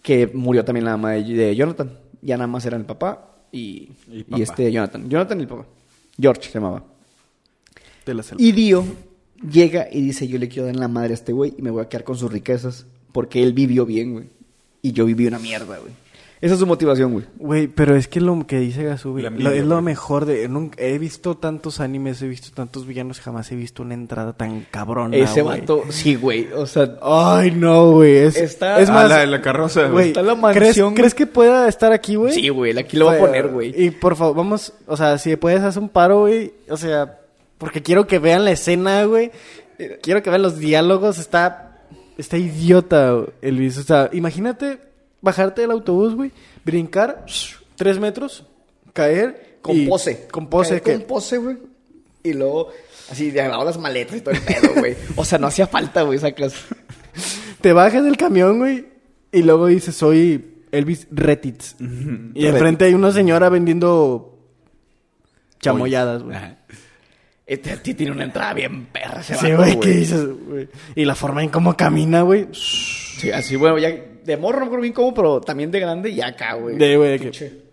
S3: Que murió también la mamá de, de Jonathan. Ya nada más eran el papá y,
S2: Y
S3: y
S2: papá.
S3: este Jonathan. Jonathan y el papá. George se llamaba.
S1: De la
S2: Ah,
S1: selva.
S3: Y Dio llega y dice, yo le quiero dar en la madre a este güey y me voy a quedar con sus riquezas. Porque él vivió bien, güey. Y yo viví una mierda, güey. Esa es su motivación, güey.
S1: Güey, pero es que lo que dice Gasubi
S2: La
S1: lo-
S2: envidia,
S1: es lo
S2: güey.
S1: mejor de... nunca- he visto tantos animes, he visto tantos villanos, jamás he visto una entrada tan cabrona,
S3: Ese
S1: güey.
S3: vato, sí, güey. O sea,
S1: Ay, no, güey. Es,
S3: Está-
S1: es
S2: Ah,
S1: más...
S2: la de la carroza,
S1: güey,
S2: güey.
S3: está la
S1: ¿crees-
S3: mansión,
S1: ¿crees, que pueda estar aquí, güey?
S3: sí, güey. Aquí lo va a
S1: Fue-
S3: poner, güey.
S1: Y por favor, vamos, o sea, si puedes hacer un paro, güey. O sea, porque quiero que vean la escena, güey. Quiero que vean los diálogos. Está, está idiota, el Luis. O sea, imagínate bajarte del autobús, güey, brincar tres metros, caer.
S3: Con
S1: y-
S3: pose.
S1: Con pose.
S3: Caer
S1: que-
S3: Con pose, güey. Y luego, así, de agarrado las maletas y todo el pedo, güey. O sea, no hacía falta, güey, sacas.
S1: Te bajas del camión, güey, y luego dices, soy Elvis Retitz. y enfrente hay una señora vendiendo chamoyadas, güey.
S2: Ajá.
S3: Este a ti tiene una entrada bien perra ese
S1: Sí,
S3: vato,
S1: güey, ¿qué dices, güey? Y la forma en cómo camina, güey.
S3: Sí, así, bueno, ya de morro no me acuerdo bien cómo, pero también de grande ya acá, güey.
S1: De, güey, que-
S3: Pinche.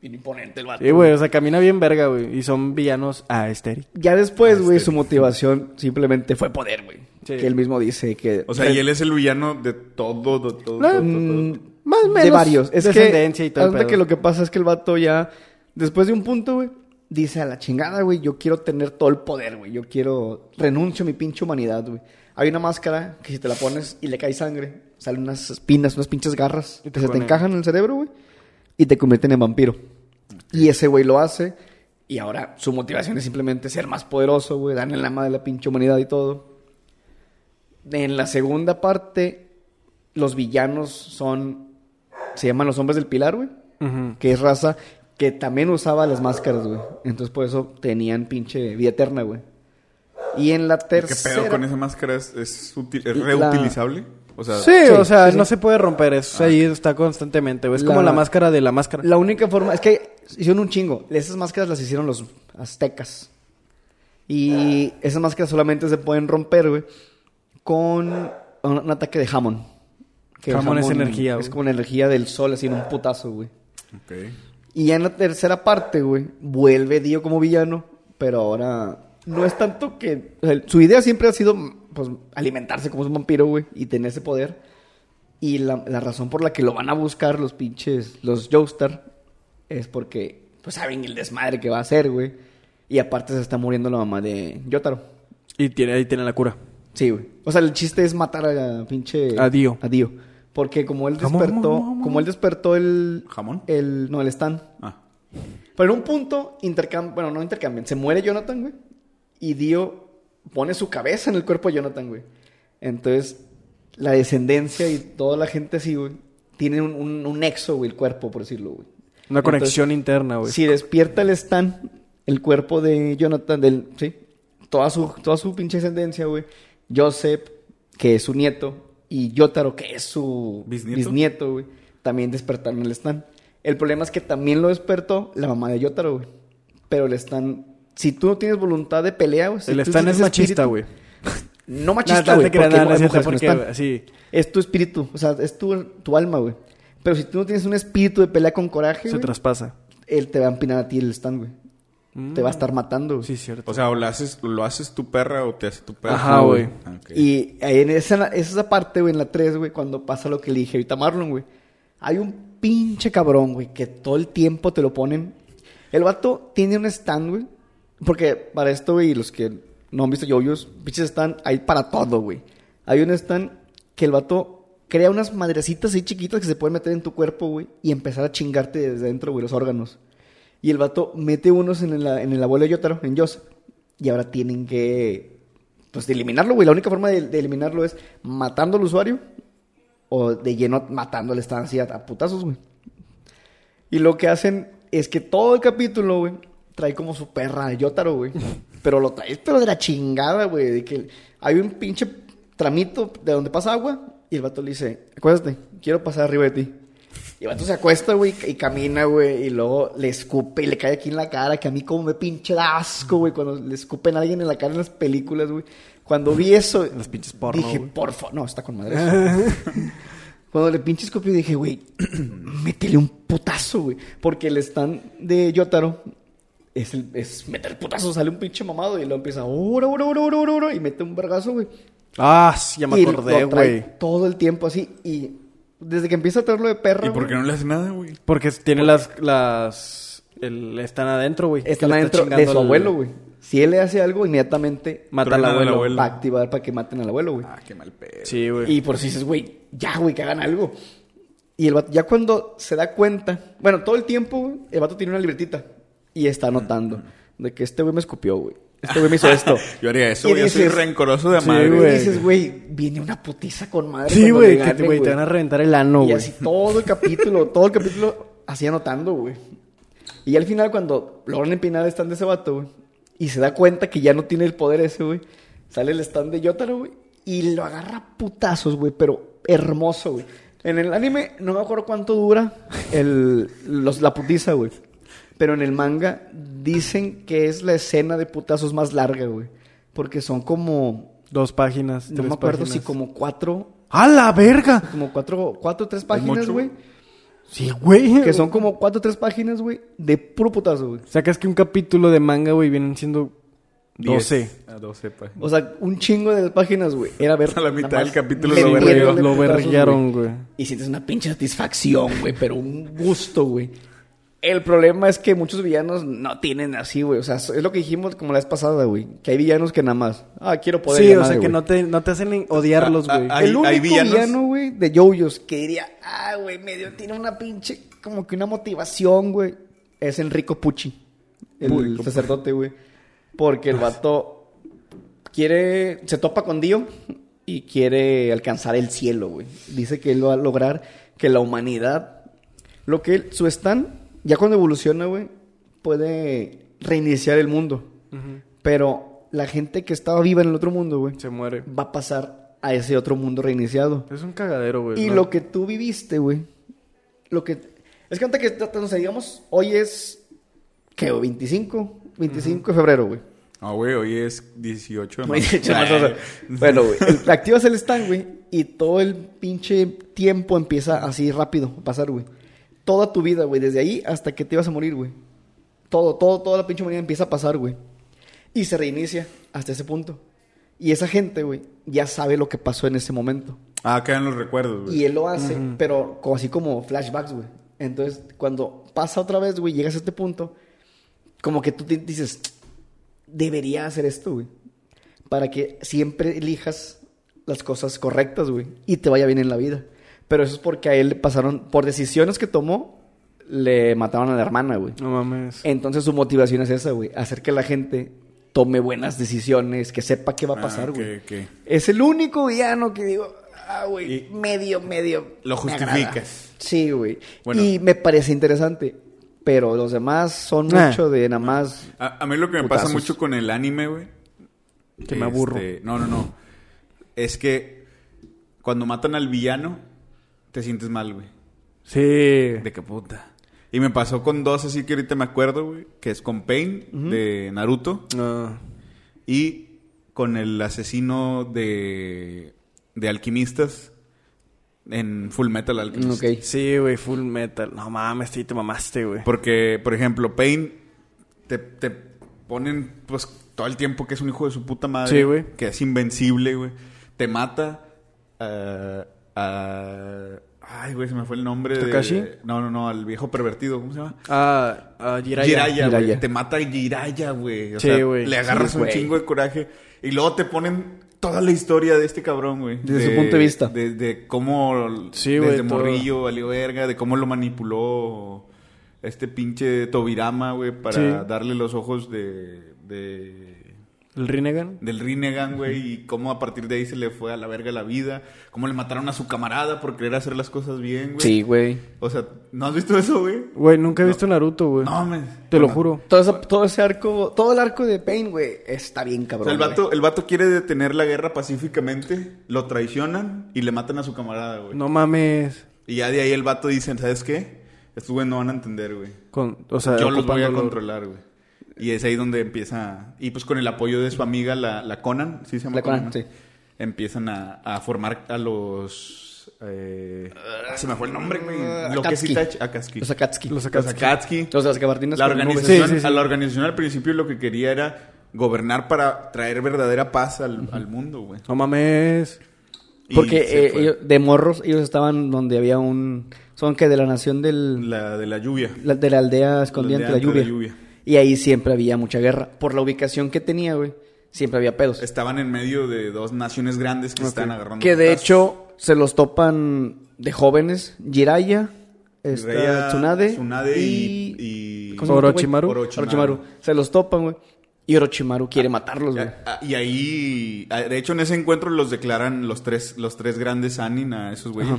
S3: Bien imponente el vato.
S1: Sí, güey, o sea, camina bien verga, güey. Y son villanos a Esteri.
S3: Ya después, güey,
S2: Este,
S3: su motivación simplemente fue poder, güey.
S1: Sí.
S3: Que él mismo dice que...
S2: O sea, y él es el villano de todo, de todo, todo,
S1: No,
S2: todo,
S3: Mm,
S2: todo.
S1: Más o menos.
S3: De varios. Es
S1: descendencia
S3: que,
S1: y todo el
S3: haz de
S1: pedo.
S3: que lo que pasa es que el vato ya, después de un punto, güey, dice a la chingada, güey, yo quiero tener todo el poder, güey. Yo quiero, renuncio a mi pinche humanidad, güey. Hay una máscara que si te la pones y le cae sangre, salen unas espinas, unas pinches garras
S1: Y te
S3: que se te
S1: ponen-
S3: encajan en el cerebro, güey, y te convierten en vampiro. Y ese güey lo hace. Y ahora su motivación es simplemente ser más poderoso, güey. Dan el ama de la pinche humanidad y todo. En la segunda parte, los villanos son. Se llaman los hombres del pilar, güey.
S1: Ujú.
S3: Que es raza que también usaba las máscaras, güey. Entonces por eso tenían pinche vida eterna, güey. Y en la
S2: ¿Qué
S3: tercera.
S2: pedo con esa máscara? ¿Es, es útil- es
S3: La-
S2: reutilizable? O sea,
S1: Sí, o sea,
S3: sí, sí.
S1: no se puede romper. Eso ahí está constantemente, güey. Es como
S3: La-
S1: la máscara de la máscara.
S3: La única forma. Es que hicieron un chingo. Esas máscaras las hicieron los aztecas. Y esas máscaras solamente se pueden romper, güey. Con un, un ataque de jamón. el
S1: Jamón es energía,
S3: Es
S1: güey.
S3: como la energía del sol, así en un putazo, güey.
S2: ok.
S3: Y ya en la tercera parte, güey, vuelve Dio como villano, pero ahora no es tanto que... o sea, su idea siempre ha sido, pues, alimentarse como un vampiro, güey, y tener ese poder. Y la, la razón por la que lo van a buscar los pinches, los Joestar, es porque, pues, saben el desmadre que va a hacer, güey. Y aparte se está muriendo la mamá de Yotaro.
S1: Y tiene, ahí tiene la cura.
S3: Sí, güey. O sea, el chiste es matar a pinche...
S1: A Dio.
S3: A Dio. Porque como él
S1: Jamón,
S3: despertó,
S1: jamón, jamón.
S3: como él despertó el...
S2: ¿Jamón?
S3: El, no, el stand.
S2: Ah.
S3: Pero en un punto, intercambian, bueno, no intercambian, se muere Jonathan, güey. Y Dio pone su cabeza en el cuerpo de Jonathan, güey. Entonces, la descendencia y toda la gente así, güey, tiene un, un, un nexo, güey, el cuerpo, por decirlo, güey.
S1: Una
S3: Entonces,
S1: conexión interna, güey.
S3: si despierta el Stan, el cuerpo de Jonathan, del, sí, toda su, toda su pinche descendencia, güey. Joseph, que es su nieto, y Yotaro, que es su
S2: ¿Bisnieto?
S3: bisnieto, güey, también despertaron el Stan. El problema es que también lo despertó la mamá de Yotaro, güey. Pero el Stan, si tú no tienes voluntad de pelea, güey. si
S1: el
S3: tú
S1: Stan es
S3: ese
S1: machista,
S3: espíritu-
S1: güey. Nada,
S3: No machista,
S1: no te
S3: güey.
S1: creas,
S3: porque
S1: nada, no
S3: hay
S1: es cierto,
S3: mujeres con
S1: porque...
S3: Stan.
S1: Sí.
S3: Es tu espíritu, o sea, es tu, tu alma, güey. Pero si tú no tienes un espíritu de pelea con coraje,
S1: Se
S3: güey,
S1: traspasa.
S3: él te va a empinar a ti el stand, güey.
S1: Mm.
S3: Te va a estar matando, güey.
S1: Sí, cierto.
S2: O sea, o lo haces, lo haces tu perra o te hace tu perra.
S1: Ajá, güey.
S2: Ah, ok.
S3: Y ahí en esa, esa es la parte, güey, en la 3, güey, cuando pasa lo que le dije ahorita a Marlon, güey. Hay un pinche cabrón, güey, que todo el tiempo te lo ponen. El vato tiene un stand, güey. Porque para esto, güey, y los que no han visto yoyos, pinches stand, hay para todo, güey. Hay un stand que el vato crea unas madrecitas ahí chiquitas que se pueden meter en tu cuerpo, güey, y empezar a chingarte desde dentro, güey, los órganos. Y el vato mete unos en el, en el abuelo de Yotaro, en Joseph. Y ahora tienen que. Pues de eliminarlo, güey. La única forma de, de eliminarlo es matando al usuario. O de lleno matándole, están así a, a putazos, güey. Y lo que hacen es que todo el capítulo, güey, trae como su perra de Yotaro, güey. Pero lo trae, pero de la chingada, güey. De que hay un pinche tramito de donde pasa agua. Y el vato le dice: Acuérdate, quiero pasar arriba de ti. Y el vato se acuesta, güey, y camina, güey, y luego le escupe y le cae aquí en la cara, que a mí como me pinche da asco, güey, cuando le escupen a alguien en la cara en las películas, güey. Cuando vi eso,
S1: Las pinches porno,
S3: dije,
S1: güey.
S3: por favor, no, está con madre. eso. cuando le pinche escupí, dije, güey, métele un putazo, güey, porque el stand de Yotaro es, el, es meter putazo, sale un pinche mamado y luego empieza, ora, ora, ora, ora, ora, ora", y mete un vergazo, güey
S1: Ah, sí, ya me
S3: y
S1: acordé,
S3: lo trae
S1: güey.
S3: Todo el tiempo así. Y Desde que empieza a traerlo de perra.
S2: ¿Y por qué
S3: güey,
S2: no le hace nada, güey?
S1: Porque tiene las. las el- están adentro, güey. Que
S3: Están
S1: le
S3: adentro de
S1: chingando
S3: su
S1: al-
S3: abuelo, güey. Si él le hace algo, inmediatamente
S1: Mata al
S2: Truena al
S1: abuelo.
S2: abuelo.
S3: va a activar para que maten al abuelo, güey.
S2: Ah, qué mal pedo.
S1: Sí, güey.
S3: Y por si dices, güey, ya, güey, que hagan algo. Y el vato, ya cuando se da cuenta, bueno, todo el tiempo, güey, el vato tiene una libretita y está anotando de que este güey me escupió, güey. Este güey me hizo esto.
S2: Yo haría eso,
S3: Y
S2: güey. Yo soy
S3: dices-
S2: rencoroso de
S1: Sí,
S2: madre.
S3: Y
S1: güey.
S3: dices, güey, viene una putiza con madre.
S1: Sí,
S3: cuando
S1: güey.
S3: le
S1: que
S3: gane,
S1: te- güey, te van a reventar el ano,
S3: Y
S1: güey.
S3: así todo el capítulo, todo el capítulo así anotando, güey. Y al final, cuando logran empinar el stand de ese vato, güey, y se da cuenta que ya no tiene el poder ese, güey, sale el stand de Yotaro, güey, y lo agarra a putazos, güey, pero hermoso, güey. En el anime, no me acuerdo cuánto dura el, los, la putiza, güey. Pero en el manga dicen que es la escena de putazos más larga, güey. Porque son como.
S1: Dos páginas.
S3: No
S1: tres
S3: me acuerdo
S1: páginas.
S3: si como cuatro.
S1: ¡A la verga!
S3: Como cuatro, cuatro o tres páginas,
S2: mucho,
S3: güey.
S1: Sí, güey.
S3: Que son como cuatro o tres páginas, güey, de puro putazo, güey.
S1: Sacas que un capítulo de manga, güey, vienen siendo
S2: Diez
S1: 12.
S2: A 12, pues.
S3: O sea, un chingo de páginas, güey. Era ver.
S2: A la mitad del capítulo
S1: Sí,
S2: lo
S1: güey,
S2: berreó.
S1: Lo,
S3: verguearon.
S1: lo berrearon, güey.
S3: Y sientes una pinche satisfacción, güey, pero un gusto, güey. El problema es que muchos villanos no tienen así, güey. O sea, es lo que dijimos como la vez pasada, güey. Que hay villanos que nada más. Ah, quiero poder. y
S1: Sí,
S3: la
S1: o sea,
S3: madre,
S1: que
S3: güey.
S1: no te, no te hacen en- odiarlos,
S2: Ah,
S1: güey.
S2: ah, ah.
S3: el
S2: ¿Hay-
S3: único
S2: hay villanos?
S3: villano, güey, de yoyos que diría, ah, güey, medio tiene una pinche, como que una motivación, güey, es Enrico Pucci, el
S2: Enrico Ah,
S3: sacerdote, güey. Porque el vato quiere, se topa con Dios y quiere alcanzar el cielo, güey. Dice que él va a lograr que la humanidad, lo que él- su stand, ya cuando evoluciona, güey, puede reiniciar el mundo. Pero la gente que estaba viva en el otro mundo, güey,
S1: Se muere.
S3: va a pasar a ese otro mundo reiniciado.
S1: Es un cagadero, güey.
S3: y
S1: Pues ¿no?
S3: lo que tú viviste, güey. Lo que. Es que antes que, o sea, digamos, hoy es. ¿Qué? güey? 25. 25 de febrero, güey.
S2: Ah, güey, hoy es 18 de
S3: Muy
S2: marzo.
S3: dicho, más o menos. bueno, güey. el- Activas el stand, güey. Y todo el pinche tiempo empieza así rápido a pasar, güey. Toda tu vida, güey. Desde ahí hasta que te ibas a morir, güey. Todo, todo, toda la pinche humanidad empieza a pasar, güey. Y se reinicia hasta ese punto. Y esa gente, güey, ya sabe lo que pasó en ese momento.
S2: Ah, quedan los recuerdos, güey.
S3: Y él lo hace, pero como, así como flashbacks, güey. Entonces, cuando pasa otra vez, güey, llegas a este punto, como que tú te dices, debería hacer esto, güey. Para que siempre elijas las cosas correctas, güey. Y te vaya bien en la vida. Pero eso es porque a él le pasaron, por decisiones que tomó, le mataron a la hermana, güey.
S1: No mames.
S3: Entonces su motivación es esa, güey. Hacer que la gente tome buenas decisiones, que sepa qué va a pasar,
S2: Ah, ok,
S3: güey.
S2: ok.
S3: Es el único villano que digo, ah, güey,
S2: Y-
S3: medio, medio.
S2: Lo
S3: me
S2: justificas.
S3: agrada. Sí, güey.
S2: Bueno.
S3: Y me parece interesante. Pero los demás son
S1: Ah.
S3: mucho de nada más.
S2: A, a mí lo que me
S3: Putazos.
S2: pasa mucho con el anime, güey. este,
S1: Que me aburro.
S2: No, no, no. Es que cuando matan al villano, te sientes mal, güey.
S1: Sí.
S2: De qué puta. Y me pasó con dos así que ahorita me acuerdo, güey. Que es con Pain, de Naruto.
S1: No.
S2: Y con el asesino de, de alquimistas en Full Metal Alchemist.
S3: Ok.
S1: Sí, güey, full metal. No mames, sí, te mamaste, güey.
S2: Porque, por ejemplo, Pain te, te ponen pues todo el tiempo que es un hijo de su puta madre.
S1: Sí, güey.
S2: Que es invencible, güey. Te mata a... a- ay, güey, se me fue el nombre
S1: ¿Kakashi?
S2: de... No, no, no, al viejo pervertido. ¿Cómo se llama?
S1: Ah, ah, Jiraiya.
S2: Jiraya, güey.
S3: Jiraiya.
S2: Te mata Jiraya, güey. O
S1: Sí,
S2: sea,
S1: güey.
S2: Le agarras
S3: Sí,
S2: un
S3: güey.
S2: chingo de coraje. Y luego te ponen toda la historia de este cabrón, güey.
S3: Desde su punto de vista.
S2: De, de cómo
S1: Sí, güey,
S2: desde
S1: todo.
S2: morrillo valió verga, de cómo lo manipuló este pinche Tobirama, güey, para
S1: Sí.
S2: darle los ojos de, de-
S1: ¿El Rinnegan?
S2: del Rinnegan, güey, y cómo a partir de ahí se le fue a la verga la vida, cómo le mataron a su camarada por querer hacer las cosas bien, güey.
S3: güey.
S2: O sea, ¿no has visto eso, güey?
S1: Güey, nunca he visto Naruto, güey.
S2: No, mames.
S1: Te lo
S2: Bueno,
S1: juro.
S3: Todo, ese- todo ese arco, todo el arco de Pain, güey, está bien
S2: O
S3: cabrón.
S2: sea, el,
S3: güey.
S2: vato, el vato quiere detener la guerra pacíficamente, lo traicionan y le matan a su camarada, güey.
S1: No mames.
S2: Y ya de ahí el vato dicen, ¿sabes qué? Estos güey no van a entender, güey.
S1: Con, o sea,
S2: Yo los voy a
S1: ocupándolo.
S2: controlar, güey. Y es ahí donde empieza... Y pues con el apoyo de su amiga, la, la Conan, ¿sí se llama?
S3: La Conan,
S2: ¿no?
S3: sí.
S2: Empiezan a, a formar a los... eh, ah, se me fue el nombre, güey.
S3: Ah,
S2: Lo que es
S3: Akatsuki.
S2: Itachi. Akatsuki.
S3: Los Akatsuki.
S1: Los
S2: Los
S1: Akatsuki.
S2: Akatsuki.
S3: Los de las gabardinas.
S2: La
S3: con nubes.
S2: organización,
S1: Sí, sí, sí.
S2: A la organización al principio lo que quería era gobernar para traer verdadera paz al, al mundo, güey.
S1: No mames.
S2: Y
S3: Porque
S2: se
S3: eh,
S2: fue.
S3: ellos- de morros ellos estaban donde había un... Son que de la nación del...
S2: La de la lluvia.
S3: la- de la aldea escondida
S2: La
S3: ante la
S2: aldea
S3: lluvia.
S2: ante la
S3: Y ahí siempre había mucha guerra. Por la ubicación que tenía, güey, siempre había pedos.
S2: Estaban en medio de dos naciones grandes que están agarrando.
S3: Que de
S2: putazos.
S3: hecho se los topan de jóvenes. Jiraiya, esta,
S2: Jiraiya,
S3: Tsunade,
S2: Tsunade y- y-
S3: ¿cómo se llama este güey?
S1: Orochimaru.
S3: Orochimaru. Se los topan, güey. Y Orochimaru quiere matarlos, güey.
S2: Ah, Y ahí, ah, de hecho, en ese encuentro los declaran los tres, los tres grandes Anin a esos güeyes,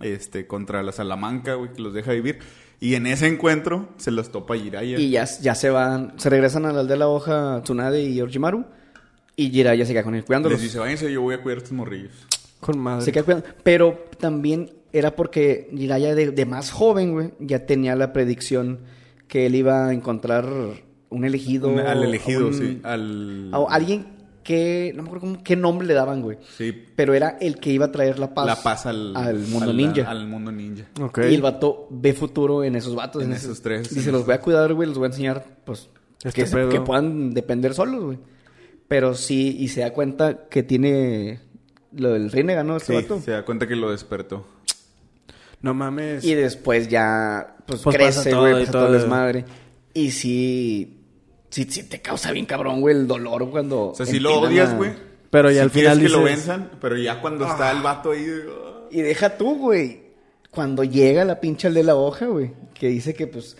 S2: este, contra la Salamanca, güey, que los deja vivir. Y en ese encuentro se los topa Jiraiya.
S3: Y ya, ya se van, se regresan al aldea de la hoja Tsunade y Orochimaru. Y Jiraiya se queda con él cuidándolos.
S2: Les dice, váyanse, yo voy a cuidar a estos morrillos.
S1: Con madre.
S3: Se queda cuidando. Pero también era porque Jiraiya de, de más joven, güey, ya tenía la predicción que él iba a encontrar un elegido.
S2: Un- al elegido,
S3: un-
S2: sí. Al...
S3: a- alguien que, no me acuerdo cómo- qué nombre le daban, güey.
S2: Sí.
S3: Pero era el que iba a traer la paz.
S2: la paz al,
S3: mundo
S2: al-
S3: ninja.
S2: Al mundo ninja.
S1: Ok.
S3: Y el vato ve futuro en esos vatos.
S2: En
S3: ese-
S2: esos tres,
S3: Dice,
S2: en
S3: los
S2: esos-
S3: voy a cuidar, güey, los voy a enseñar, pues,
S1: Este
S3: que, se-
S1: pedo.
S3: que puedan depender solos, güey. Pero sí, y se da cuenta que tiene lo del Rinnegan, ganó Este
S2: Sí,
S3: vato.
S2: se da cuenta que lo despertó.
S1: No mames.
S3: Y después ya, pues,
S1: Pues pasa
S3: crece,
S1: todo
S3: güey,
S1: y
S3: pasa todo el
S1: todo.
S3: desmadre. Y sí, sí, sí te causa bien cabrón, güey, el dolor cuando...
S2: O sea, si lo
S3: empinan
S2: odias,
S3: a-
S2: güey.
S1: Pero ya
S2: si
S1: al final
S2: quieres que lo
S1: dices-
S2: venzan, pero ya cuando está el vato ahí... digo,
S3: Y deja tú, güey. Cuando llega la pinche aldea de la hoja, güey. Que dice que, pues,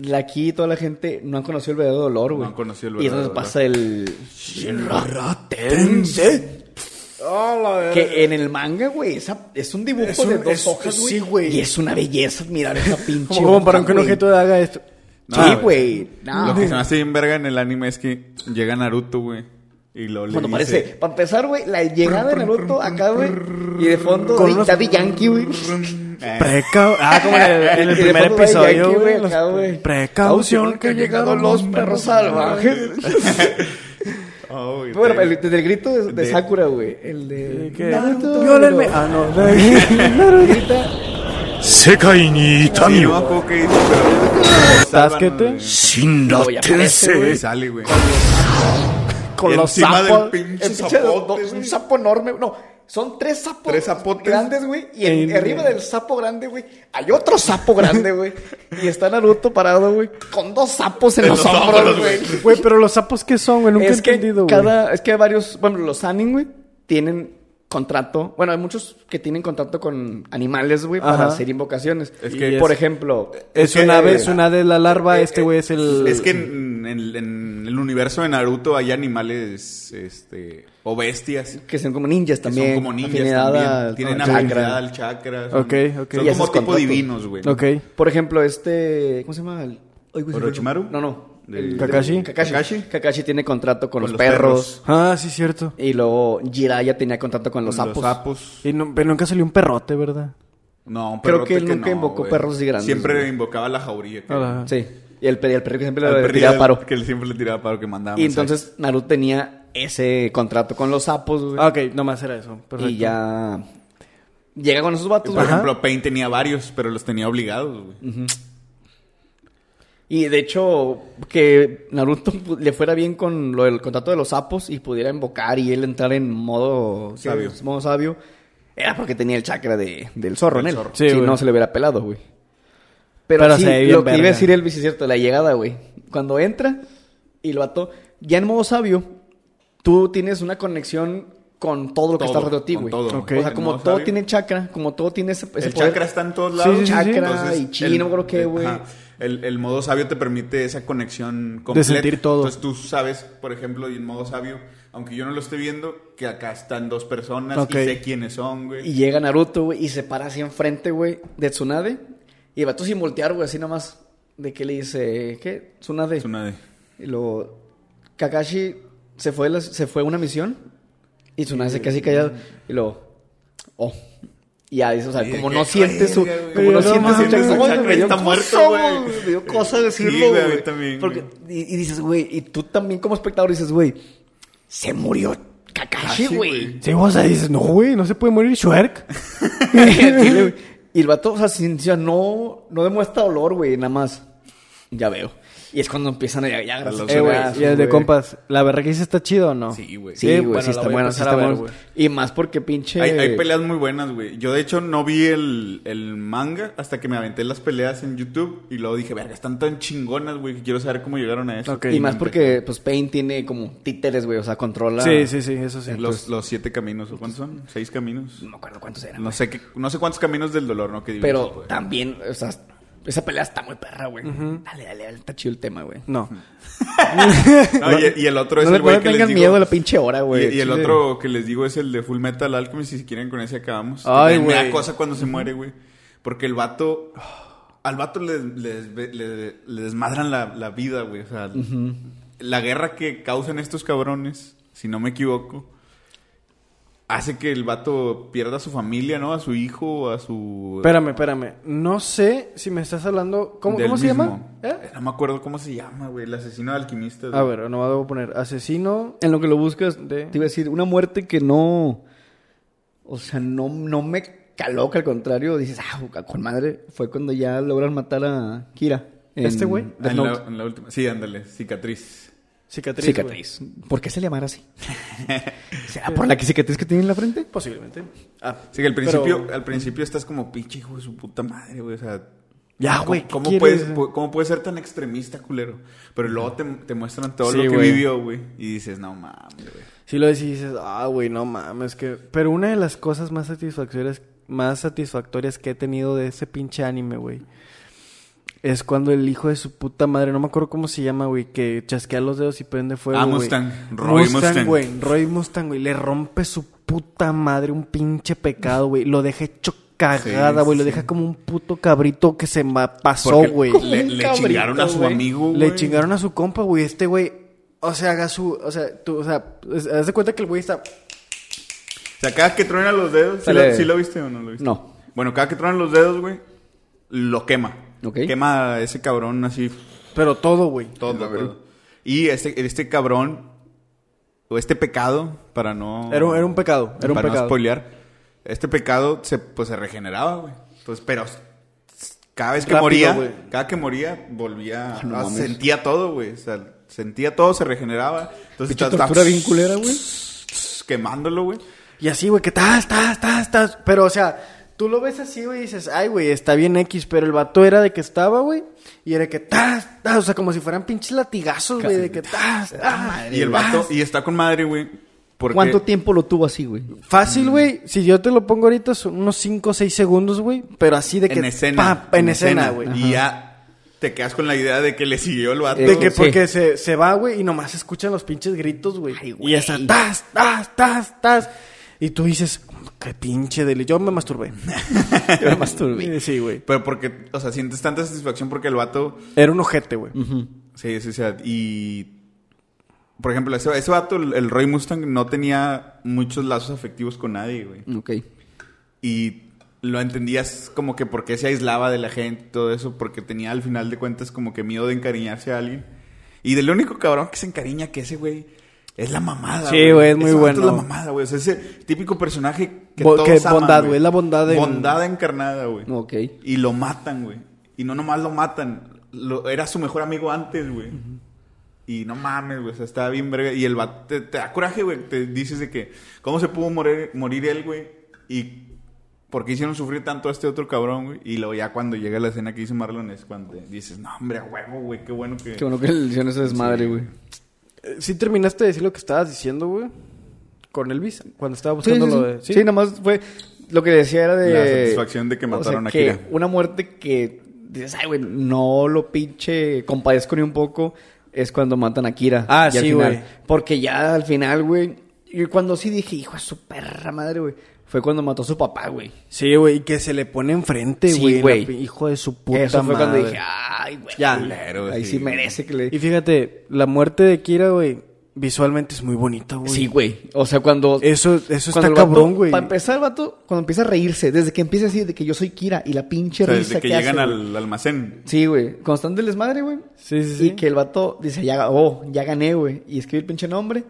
S3: la- aquí y toda la gente no han conocido el verdadero dolor, güey.
S2: No han conocido el
S3: Y
S2: verdadero dolor.
S3: entonces pasa el... Que en el manga, güey, esa- es un dibujo de
S1: un-
S3: dos
S1: es-
S3: hojas, güey.
S1: sí, güey.
S3: Y es una belleza admirar esa pinche
S1: Como para que un
S3: güey.
S1: objeto haga esto.
S3: Sí, güey.
S2: Lo
S3: No,
S2: que se me hace bien verga en el anime es que llega Naruto, güey. Y lo le
S3: Cuando
S2: dice-
S3: parece, para empezar, güey, la llegada de Naruto acá, güey, y de fondo
S1: Con
S3: Daddy-
S1: unos-
S3: Daddy Yankee, güey.
S2: Eh,
S1: Precau- Ah, como en el, en el
S3: Y de
S1: primer
S3: fondo, güey,
S1: episodio,
S3: Yankee,
S1: güey.
S3: güey,
S1: los-
S3: acá, güey.
S1: Precaución que han llegado los perros salvajes.
S2: oh, güey,
S3: Bueno,
S2: te-
S3: el, desde el grito de, de
S2: De-
S3: Sakura, güey. El de.
S1: ¿Qué?
S3: Naruto.
S1: Violenme. Ah, no.
S3: Grita.
S6: 世界に痛み
S2: Sí, no me
S6: を
S2: acuerdo qué dice, pero-
S1: Tasquete.
S2: Sálvanos de-
S6: 死んだ
S3: Luego ya
S6: 天
S3: aparece,
S6: 性
S2: Y sale, güey.
S3: Con los
S2: Encima
S3: sapos.
S2: del pinche
S3: el pinche do-
S2: zapote,
S3: do-
S2: güey.
S3: un sapo enorme. No, son tres sapos.
S2: Tres zapotes.
S3: Grandes, güey. Y en-
S1: En-
S3: arriba del sapo grande, güey, hay otro sapo grande, güey. y está Naruto parado, güey, con dos sapos en
S2: En
S3: los
S2: los
S3: hombros,
S2: hombros,
S3: güey.
S1: Güey, pero los sapos que son, güey. Nunca he
S3: es que
S1: entendido, güey.
S3: cada, es que hay varios, bueno, los anime, güey, tienen contrato. Bueno, hay muchos que tienen contrato con animales, güey, para
S1: Ajá.
S3: hacer invocaciones.
S2: Es
S1: que-
S3: por
S1: es-
S3: ejemplo,
S1: Es
S2: que-
S1: un ave, es un ave la larva.
S2: Eh,
S1: este
S2: eh,
S1: güey es el.
S2: Es que en, en- en el universo de Naruto hay animales este, o bestias.
S3: que son como ninjas
S2: Que
S3: también.
S2: son como ninjas
S3: afinidad
S2: también.
S3: al-
S2: Tienen
S3: al chakra.
S2: habilidad al chakra. Son,
S1: Ok, ok.
S2: son
S1: Y
S2: como
S3: haces
S2: tipo
S3: contacto.
S2: divinos, güey.
S1: Ok.
S3: Por ejemplo, este, ¿cómo se llama? El- Ay, güey, se me
S2: ¿Orochimaru?
S3: olvidó. No, no.
S2: De-
S3: El-
S1: Kakashi.
S3: Kakashi.
S2: Kakashi.
S3: Kakashi. tiene contrato
S2: Con
S3: con, los
S2: los
S3: perros.
S1: Ah, sí, cierto.
S3: Y luego Jiraiya tenía contrato con los sapos.
S2: Los sapos.
S1: Y nu- pero nunca salió un perrote, ¿verdad?
S2: No, un
S3: Creo
S2: perrote
S3: que él nunca
S2: no,
S3: invocó
S2: güey.
S3: perros así grandes,
S2: Siempre
S3: güey.
S2: invocaba a la jauría. que-
S1: Ah,
S3: Sí. Y el, pe- el perro que siempre
S2: al
S3: le
S2: perrillo
S3: tiraba
S2: del-
S3: paro.
S2: Que él siempre le tiraba paro, que mandaba
S3: Y
S2: mensajes.
S3: entonces Naruto tenía ese contrato con los sapos, güey.
S1: Ah, ok, nomás era eso. Perfecto.
S3: y ya llega con esos vatos,
S2: Por
S3: güey.
S2: ejemplo, Pain tenía varios, pero los tenía obligados, güey.
S3: Y de hecho, que Naruto pu- le fuera bien con lo del contrato de los sapos y pudiera invocar y él entrar en modo
S2: Sabio.
S3: sí, modo sabio, era porque tenía el chakra de, del zorro
S2: Del
S3: en él.
S2: zorro.
S1: Sí,
S3: si
S1: güey.
S3: no, se le hubiera pelado, güey. Pero,
S1: Pero
S3: sí,
S1: se ve bien
S3: lo que iba a
S1: verga.
S3: decir Elvis es cierto, la llegada, güey. Cuando entra y lo ató, ya en modo sabio, tú tienes una conexión con todo lo que
S2: Todo,
S3: está alrededor de ti,
S2: con
S3: güey.
S2: todo.
S1: Ok.
S3: O sea,
S2: En
S3: como
S2: modo
S3: todo
S2: sabio.
S3: tiene chakra, como todo tiene ese, ese
S2: el
S3: poder.
S2: chakra está en todos lados.
S1: Sí, sí, sí.
S3: Chakra y chi, no me acuerdo qué, güey.
S2: ajá. El, el modo sabio te permite esa conexión completa.
S1: sentir todo.
S2: Entonces tú sabes, por ejemplo, y en modo sabio, aunque yo no lo esté viendo, que acá están dos personas
S1: Ok.
S2: y sé quiénes son, güey.
S3: Y llega Naruto, güey, y se para así enfrente, güey, de Tsunade. Y el vato sin voltear, güey, así nomás. De que le dice, ¿qué? Tsunade.
S2: Es una de-
S3: Y luego, Kakashi se fue, a las- se fue a una misión. Y Tsunade se queda así callado. Y luego, oh. Y ya dice, o sea,
S2: Sí,
S3: como
S2: que-
S3: no siente su.
S2: Verga, güey.
S3: Como no
S1: No
S3: siente su
S1: mames,
S3: chakra.
S1: su
S3: Güey,
S2: chakra
S3: me dio
S2: está
S3: cosa,
S2: muerto,
S3: güey,
S2: güey.
S3: Me dio cosa
S2: Sí,
S3: decirlo,
S2: güey, a
S3: güey.
S2: mí también,
S3: Porque, y, y dices, güey, y tú también como espectador dices, güey, se murió Kakashi,
S2: Kakashi,
S3: güey.
S2: güey.
S1: Sí, o sea, dices, no, güey, no se puede morir Shuerk.
S3: Dile, güey. y el vato, o sea, sin- o sea, no, no demuestra dolor, güey, nada más. Ya veo. Y es cuando empiezan a ya, ya
S2: los
S1: Eh, güey,
S3: grasosoneras,
S1: y el de
S3: güey.
S1: compas, ¿la vergüenza está chido o no?
S2: Sí, güey.
S3: Sí,
S1: Eh,
S3: güey,
S1: bueno,
S3: sí
S1: la
S3: está
S1: voy a
S3: bueno, sí
S1: empezar
S3: está
S1: a ver,
S3: bueno.
S1: güey.
S3: Y más porque pinche...
S2: Hay, hay peleas muy buenas, güey. Yo, de hecho, no vi el, el manga hasta que me aventé las peleas en YouTube. Y luego dije, verga, están tan chingonas, güey, que quiero saber cómo llegaron a eso.
S1: Ok.
S3: Y más porque, pues, Pain tiene como títeres, güey. O sea, controla...
S1: Sí, sí, sí, eso sí.
S2: Los, los siete caminos, ¿o cuántos son? ¿Seis caminos?
S3: No me acuerdo cuántos eran.
S2: No sé, qué- no sé cuántos caminos del dolor, ¿no? Que digo,
S3: Pero
S2: güey.
S3: también, o sea, esa pelea está muy perra, güey. Dale, dale, dale, está chido el tema, güey.
S1: No.
S2: No, y, y el otro es
S3: no
S2: el güey
S3: le
S2: que les
S3: tengan
S2: digo...
S3: miedo a la pinche hora, güey.
S2: y, y el
S3: Chile.
S2: otro que les digo es el de Full Metal Alchemist. y Si quieren, con ese acabamos.
S1: Ay,
S2: me, me da
S1: güey.
S2: cosa cuando se muere, güey. Porque el vato. Al vato le, le- le- le- le desmadran la, la vida, güey. O sea, la guerra que causan estos cabrones, si no me equivoco, hace que el vato pierda a su familia, ¿no? A su hijo, a su.
S1: Espérame, espérame. No sé si me estás hablando. ¿Cómo,
S2: del
S1: ¿cómo se
S2: mismo.
S1: llama? ¿Eh? Ah,
S2: No me acuerdo cómo se llama, güey. El asesino de alquimistas.
S1: A
S2: güey.
S1: ver, no debo poner asesino.
S3: En lo que lo buscas,
S1: De-
S3: te iba a decir, una muerte que no. O sea, no, no me caló, que al contrario, dices, ah, con madre, fue cuando ya logran matar a Kira. en
S1: ¿Este güey?
S3: Death
S2: Ah, en, la,
S3: Note.
S2: en la última. Sí, ándale, cicatriz.
S1: Cicatriz. güey.
S3: Cicatriz. ¿Por qué se le llamará así? ¿Será por la que cicatriz que tiene en la frente?
S1: Posiblemente. Ah,
S2: Sí, que al principio,
S1: pero-
S2: al principio estás como pinche hijo de su puta madre, güey. O sea.
S1: Ya,
S2: ¿cómo-
S1: güey, ¿qué
S2: ¿Cómo,
S1: quieres?
S2: puedes, pu- ¿Cómo puedes ser tan extremista, culero? Pero luego te, te muestran todo
S1: Sí,
S2: lo que
S1: güey.
S2: vivió, güey. Y dices, no mames, güey.
S1: Si lo decís, dices, ah, güey, no mames, que... Pero una de las cosas más satisfactorias, más satisfactorias que he tenido de ese pinche anime, güey, es cuando el hijo de su puta madre, no me acuerdo cómo se llama, güey, que chasquea los dedos y prende fuego,
S2: Ah,
S1: güey.
S2: Mustang. Roy Mustang.
S1: güey, Roy Mustang, güey, le rompe su puta madre un pinche pecado, güey, lo deja hecho cagada,
S2: Sí,
S1: güey, lo
S2: sí.
S1: deja como un puto cabrito que se ma- pasó,
S2: Porque
S1: güey.
S2: Le,
S3: Un
S2: le
S3: cabrito,
S2: chingaron a su
S3: güey.
S2: amigo, güey.
S1: Le chingaron a su compa, güey. Este güey, o sea, haga su, o sea, tú, o sea, es- haz de cuenta que el güey está
S2: O sea, cada que truena los dedos. ¿sí
S3: Sale-
S2: lo, sí lo viste o no lo viste?
S3: No.
S2: Bueno, cada que truenan los dedos, güey, lo quema.
S3: Ok.
S2: Quema a ese cabrón así.
S1: Pero todo, güey.
S2: Todo, todo. Y este, este cabrón, o este pecado, para no.
S1: Era un- era un pecado, era un
S2: para
S1: pecado.
S2: no spoilear, este pecado se, pues, se regeneraba, güey. Entonces, pero s- s- cada vez que
S1: Rápido,
S2: moría,
S1: güey.
S2: cada que moría, volvía.
S3: no
S2: ah,
S3: mames.
S2: sentía todo, güey. O sea, sentía todo, se regeneraba. Entonces, ta-
S3: Pinche
S2: ta-
S3: tortura bien culera, güey.
S2: Quemándolo, güey.
S1: Y así, güey, que tas, tas, tas, tas. Pero, o sea, tú lo ves así, güey, y dices, ay, güey, está bien X. Pero el vato era de que estaba, güey. Y era que tas, tas. O sea, como si fueran pinches latigazos, güey, de que tas, tas.
S2: Y el vato, y está con madre, güey. Porque
S3: ¿Cuánto tiempo lo tuvo así, güey?
S1: Fácil, güey. Si yo te lo pongo ahorita, son unos 5 o 6 segundos, güey. Pero así de que.
S2: En escena.
S1: pap, en, escena, güey.
S2: Y ya te quedas con la idea de que le siguió el vato.
S1: De que
S3: Eh, Sí.
S1: porque se, se va, güey, y nomás se escuchan los pinches gritos, güey.
S3: Ay, güey.
S1: Y hasta tas, tas, tas, tas. Y tú dices, qué pinche deli. Yo me masturbé.
S3: Yo me masturbé.
S1: Sí, güey.
S2: Pero porque, o sea, sientes tanta satisfacción porque el vato.
S1: Era un ojete, güey.
S3: Mm.
S2: Sí, sí, sí. Y. Por ejemplo, ese, ese vato, el, el Roy Mustang, no tenía muchos lazos afectivos con nadie, güey.
S3: Ok.
S2: Y lo entendías como que por qué se aislaba de la gente, todo eso, porque tenía al final de cuentas como que miedo de encariñarse a alguien. Y del único cabrón que se encariña, que ese güey. Es la mamada.
S1: Sí, güey, es muy
S2: Ese vato
S1: bueno.
S2: Es la mamada, güey. O sea, ese típico personaje que
S1: Bo-
S2: todos
S1: que
S2: aman,
S1: bondad, güey, es la bondad en-
S2: Bondad encarnada, güey.
S3: Ok.
S2: Y lo matan, güey. Y no nomás lo matan. lo- era su mejor amigo antes, güey. Y no mames, güey. O sea, estaba bien verga. Y el vato te, te da coraje, güey. Te dices de que... ¿Cómo se pudo morir, morir él, güey? Y... ¿Por qué hicieron sufrir tanto a este otro cabrón, güey? Y luego ya cuando llega la escena que dice Marlon es cuando te dices... No, hombre, a huevo, güey. Qué bueno que...
S3: Qué bueno que le hicieron ese desmadre, güey.
S1: Eh, ¿Sí terminaste de decir lo que estabas diciendo, güey? Con Elvis, cuando estaba
S3: Sí,
S1: buscando
S3: sí,
S1: lo
S3: sí.
S1: de...
S3: Sí, nada más fue lo que decía era de
S2: La satisfacción de que mataron a Kira.
S3: Una muerte que dices, ay, güey, no lo pinche compadezco ni un poco, es cuando matan a Kira.
S1: Ah,
S3: Y al
S1: sí,
S3: final-
S1: güey.
S3: Porque ya al final, güey, y cuando sí dije, hijo de su perra madre, güey, fue cuando mató a su papá, güey.
S1: Sí, güey, y que se le pone enfrente,
S3: Sí,
S1: güey. la
S3: güey.
S1: pi- Hijo de su puta
S3: Eso fue cuando
S1: madre.
S3: dije, "Ah, ay, güey.
S1: Ya.
S2: Culero,
S3: ahí sí,
S2: sí, güey.
S3: merece que le...
S1: Y fíjate, la muerte de Kira, güey, visualmente es muy bonita, güey.
S3: Sí, güey. O sea, cuando...
S1: Eso, eso
S3: Cuando
S1: está
S3: el vato-
S1: cabrón, güey.
S3: Para empezar, el vato, cuando empieza a reírse, desde que empieza así, de que yo soy Kira y la pinche
S2: O sea,
S3: risa
S2: desde que,
S3: que hace,
S2: llegan
S3: güey.
S2: al almacén.
S3: Sí, güey. Constante el desmadre, güey.
S1: Sí, sí, sí.
S3: Y que el vato dice, ya, oh, ya gané, güey. Y escribe el pinche nombre.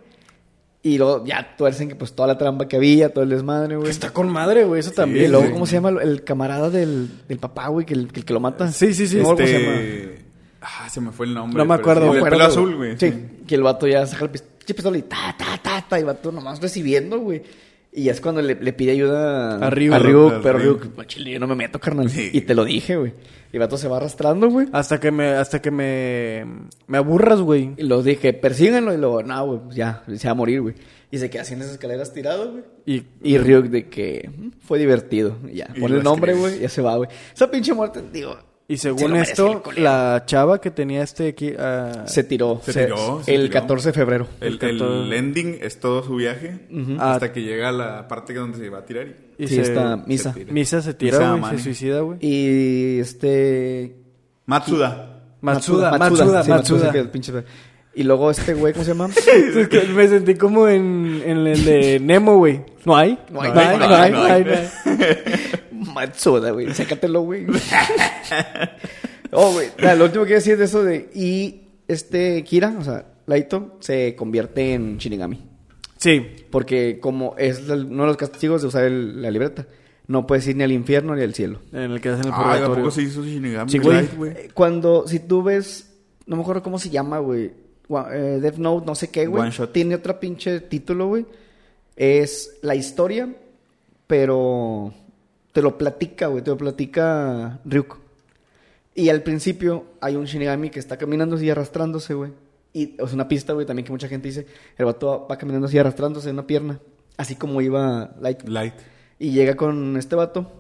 S3: Y luego ya tuercen que pues toda la trampa que había, todo el desmadre, güey.
S1: Está con madre, güey, eso también.
S3: Y luego,
S1: güey.
S3: ¿cómo se llama? El camarada del, del papá, güey, que el, que el que lo mata.
S1: Sí, sí, sí.
S3: No, ¿cómo se
S2: Este... Ah, se me fue el nombre.
S1: No me
S2: pero
S1: acuerdo.
S2: sí,
S1: Me
S2: del
S1: acuerdo,
S2: pelo azul, güey.
S3: Sí,
S2: sí.
S3: que el vato ya saca el pis- pinche pistola y ta, ta, ta, ta, y el vato nomás recibiendo, güey. Y ya es cuando le, le pide ayuda
S1: A Ryuk.
S2: A
S3: pero
S2: Ryuk.
S3: Ryuk, "Pues, chile, yo no me meto, carnal.
S2: Sí.
S3: Y te lo dije, güey. Y el vato se va arrastrando, güey.
S1: Hasta que me, hasta que me, me aburras, güey.
S3: Y los dije, persíganlo. Y luego, no, güey, pues ya, se va a morir, güey. Y se queda así en esas escaleras tirado, güey.
S1: Y
S3: Y Ryuk de que "Mm, fue divertido. Y Ya,
S2: Y
S3: pone el
S2: lo
S3: nombre,
S2: escribes.
S3: güey, ya se va, güey. Esa pinche muerte, digo.
S1: Y
S3: se
S1: según
S3: lo merece el
S1: esto,
S3: culero.
S1: la chava que tenía este aquí... ah,
S3: Se tiró.
S2: Se
S3: se-
S2: tiró, se
S3: el
S2: tiró.
S3: 14 de febrero.
S2: El,
S1: El Ah. cató-
S2: el ending es todo su viaje hasta que llega a la parte donde se va a tirar. y-
S1: y
S3: sí,
S1: se-
S3: está misa.
S2: tira.
S1: Misa se
S2: Misa
S1: tira, güey,
S2: Amane.
S1: se suicida, güey.
S3: Y este.
S2: Matsuda.
S1: Matsuda,
S3: Matsuda,
S1: Matsuda,
S3: sí, Matsuda,
S1: Matsuda.
S3: que el pinche- Y luego este güey, ¿cómo se llama?
S1: Es que me sentí como en, en el de Nemo, güey. No hay.
S3: No hay,
S1: no hay,
S3: no
S1: no
S3: hay,
S1: hay,
S3: no
S1: no hay, no hay.
S3: Matsuda, güey. Sácatelo, güey. oh, güey. nada, Lo último que decir es eso de. Y este Kira, o sea, Laito, se convierte en Shinigami.
S1: Sí,
S3: Porque como es la- uno de los castigos de usar el- la libreta, no puedes ir ni al infierno ni al cielo.
S1: en el que hacen el
S2: Ay, ¿a
S1: purgatorio.
S2: poco se hizo Shinigami?
S1: Sí, güey.
S2: Light, güey.
S3: Eh, Cuando, si tú ves, no me acuerdo cómo se llama, güey. Gua- eh, Death Note, no sé qué, güey.
S2: One Shot.
S3: Tiene otro pinche título, güey. Es la historia, pero te lo platica, güey. Te lo platica Ryuk. Y al principio hay un Shinigami que está caminando así arrastrándose, güey. Y es una pista, güey, también que mucha gente dice. El vato va, va caminando así arrastrándose en una pierna. Así como iba Light.
S2: Light.
S3: Y llega con este vato,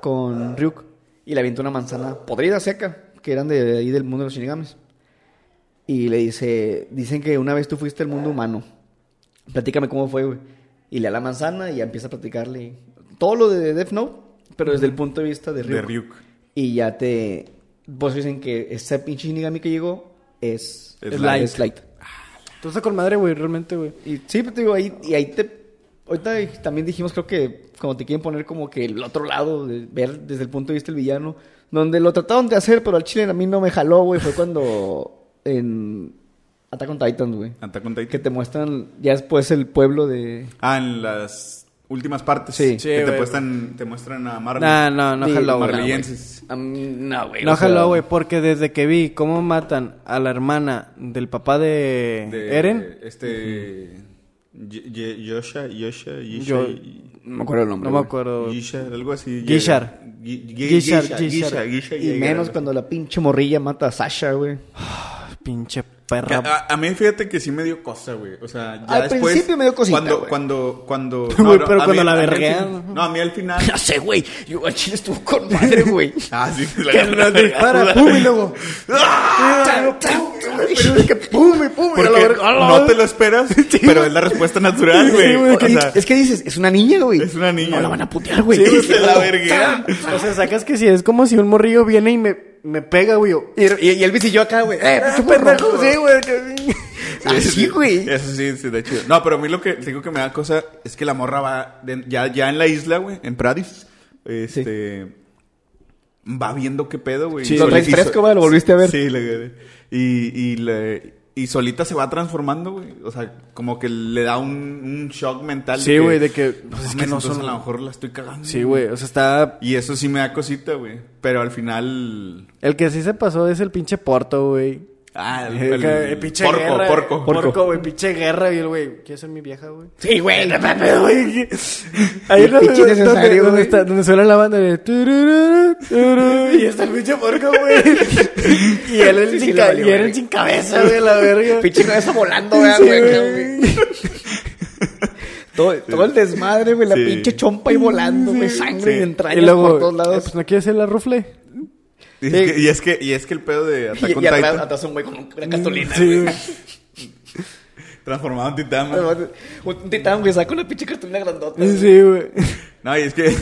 S3: con Ryuk, y le avienta una manzana podrida seca, que eran de ahí del mundo de los shinigamis. Y le dice, dicen que una vez tú fuiste al mundo humano. Platícame cómo fue, güey. Y le da la manzana y ya empieza a platicarle todo lo de Death Note, pero desde el punto de vista de Ryuk.
S2: De Ryuk.
S3: Y ya te... Vos dicen que ese pinche shinigami que llegó es...
S2: Es Light.
S3: es Light.
S1: Entonces con madre, güey, realmente, güey.
S3: Y sí, pues, te digo, ahí, y ahí te... Ahorita dij- también dijimos, creo que como te quieren poner como que el otro lado, de ver desde el punto de vista del villano, donde lo trataron de hacer, pero al chile a mí no me jaló, güey, fue cuando en Attack on Titan, güey.
S2: Attack on
S3: Que
S2: Titan.
S3: te muestran ya después el pueblo de...
S2: Ah, en las últimas partes.
S3: Sí.
S2: que
S1: Sí,
S2: te,
S1: güey.
S2: muestran, te muestran a Marvel.
S1: No, no, no
S3: Sí,
S1: jaló, güey.
S2: Marleyenses.
S3: A mí, No, güey.
S1: No
S3: o sea,
S1: jaló, güey, porque desde que vi cómo matan a la hermana del papá de,
S2: De-
S1: Eren,
S2: Este. Ye- Ye- Yosha, Yosha, Yisha.
S1: Yo-
S3: No me acuerdo el nombre.
S1: no me
S3: güey.
S1: acuerdo.
S2: Yisha, algo así.
S1: Gishar.
S2: Gi- Gi-
S1: Gishar,
S2: Gisha,
S1: Gishar.
S2: Gisha, Gisha
S3: Y
S2: llega,
S3: menos
S2: güey.
S3: cuando la pinche morrilla mata a Sasha, güey.
S1: Ah, Pinche
S2: Que
S1: perra.
S2: A, a mí fíjate que sí me dio cosa, güey. O sea, ya
S3: Al
S2: después,
S3: principio me dio cosita,
S2: Cuando,
S3: güey.
S2: cuando, cuando.
S1: Güey, pero
S2: a
S1: cuando la
S2: a al
S1: verguean.
S2: fin- No, a mí al final.
S3: Ya sé, güey. Yo al chile estuvo con madre, güey.
S2: ah, sí, la
S1: Que nos dispara, pum, y luego...
S3: Tan, tan, tan, que pum, y pum, y a la
S2: Porque
S3: verga, a la
S2: no te
S3: verga.
S2: lo esperas, pero es la respuesta natural, güey.
S3: Sí, güey,
S2: o
S3: que
S2: sea,
S3: dices- es que dices, es una niña, güey.
S2: Es una niña.
S3: No la van a putear, güey.
S2: Sí, pues, se la
S3: Tan,
S2: verguea.
S3: tan.
S1: O sea, sacas que si es como si un morrillo viene y me, me pega, güey. o-
S3: Y, y, y Elvis y yo acá, güey. Eh, pinche
S1: Ah, Pendejo,
S3: perro,
S1: sí,
S3: güey.
S1: güey. que- Ah,
S3: Así, güey.
S2: Eso sí, sí, de hecho. No, pero a mí lo que te digo que me da cosa es que la morra va de- ya, ya en la isla, güey, en Pradis. Este. Va viendo qué pedo, güey.
S3: Sí,
S2: Y
S3: lo
S2: soli-
S3: traes
S2: y so-
S3: fresco, güey, lo volviste a ver.
S2: Sí, le- y, y, le- y solita se va transformando, güey. O sea, como que le da un, un shock mental.
S1: Sí, güey, de que, pues, es
S2: es
S1: que
S2: que
S1: no
S2: no
S1: son-
S2: A lo mejor la estoy cagando.
S1: Sí, güey. O sea, está...
S2: Y eso sí me da cosita, güey. Pero al final.
S1: El que sí se pasó es el pinche Porto, güey.
S2: Ah,
S1: El, Eh, pinche
S2: porco,
S1: guerra. eh,
S2: porco,
S1: Porco, güey. Pinche guerra. Y el güey, ¿quieres ser mi vieja, güey?
S3: Sí, güey. no mames.
S1: Ahí
S3: El
S1: no
S3: pinche
S1: donde,
S3: necesario,
S1: donde
S3: güey.
S1: está- donde suena la banda de... tururú, tururú, y está el pinche porco, güey. y él el
S3: Sí, sí,
S1: sin,
S3: le
S1: ca-
S3: valió,
S1: y él el
S3: güey.
S1: sin cabeza, güey, la verga.
S3: Pinche cabeza volando,
S1: Sí,
S3: güey,
S1: güey.
S3: güey. Todo, todo el desmadre, güey. La
S2: Sí.
S3: pinche chompa ahí volando, güey. Sangre
S2: Sí.
S3: y
S1: Y
S3: entrañas
S1: luego,
S3: por todos
S1: eh,
S3: lados.
S1: pues no quieres ser la rufle.
S2: Y es, que, y es que, y es que el pedo de
S3: Y-
S2: Attack on
S3: y atrás,
S2: Titan
S3: atrás un güey con una cartulina,
S1: Sí,
S3: güey.
S1: güey.
S2: transformado en titán. güey.
S3: Además, Un titán, güey, saca una pinche cartulina grandota. güey.
S1: Sí, güey.
S2: No, y es que.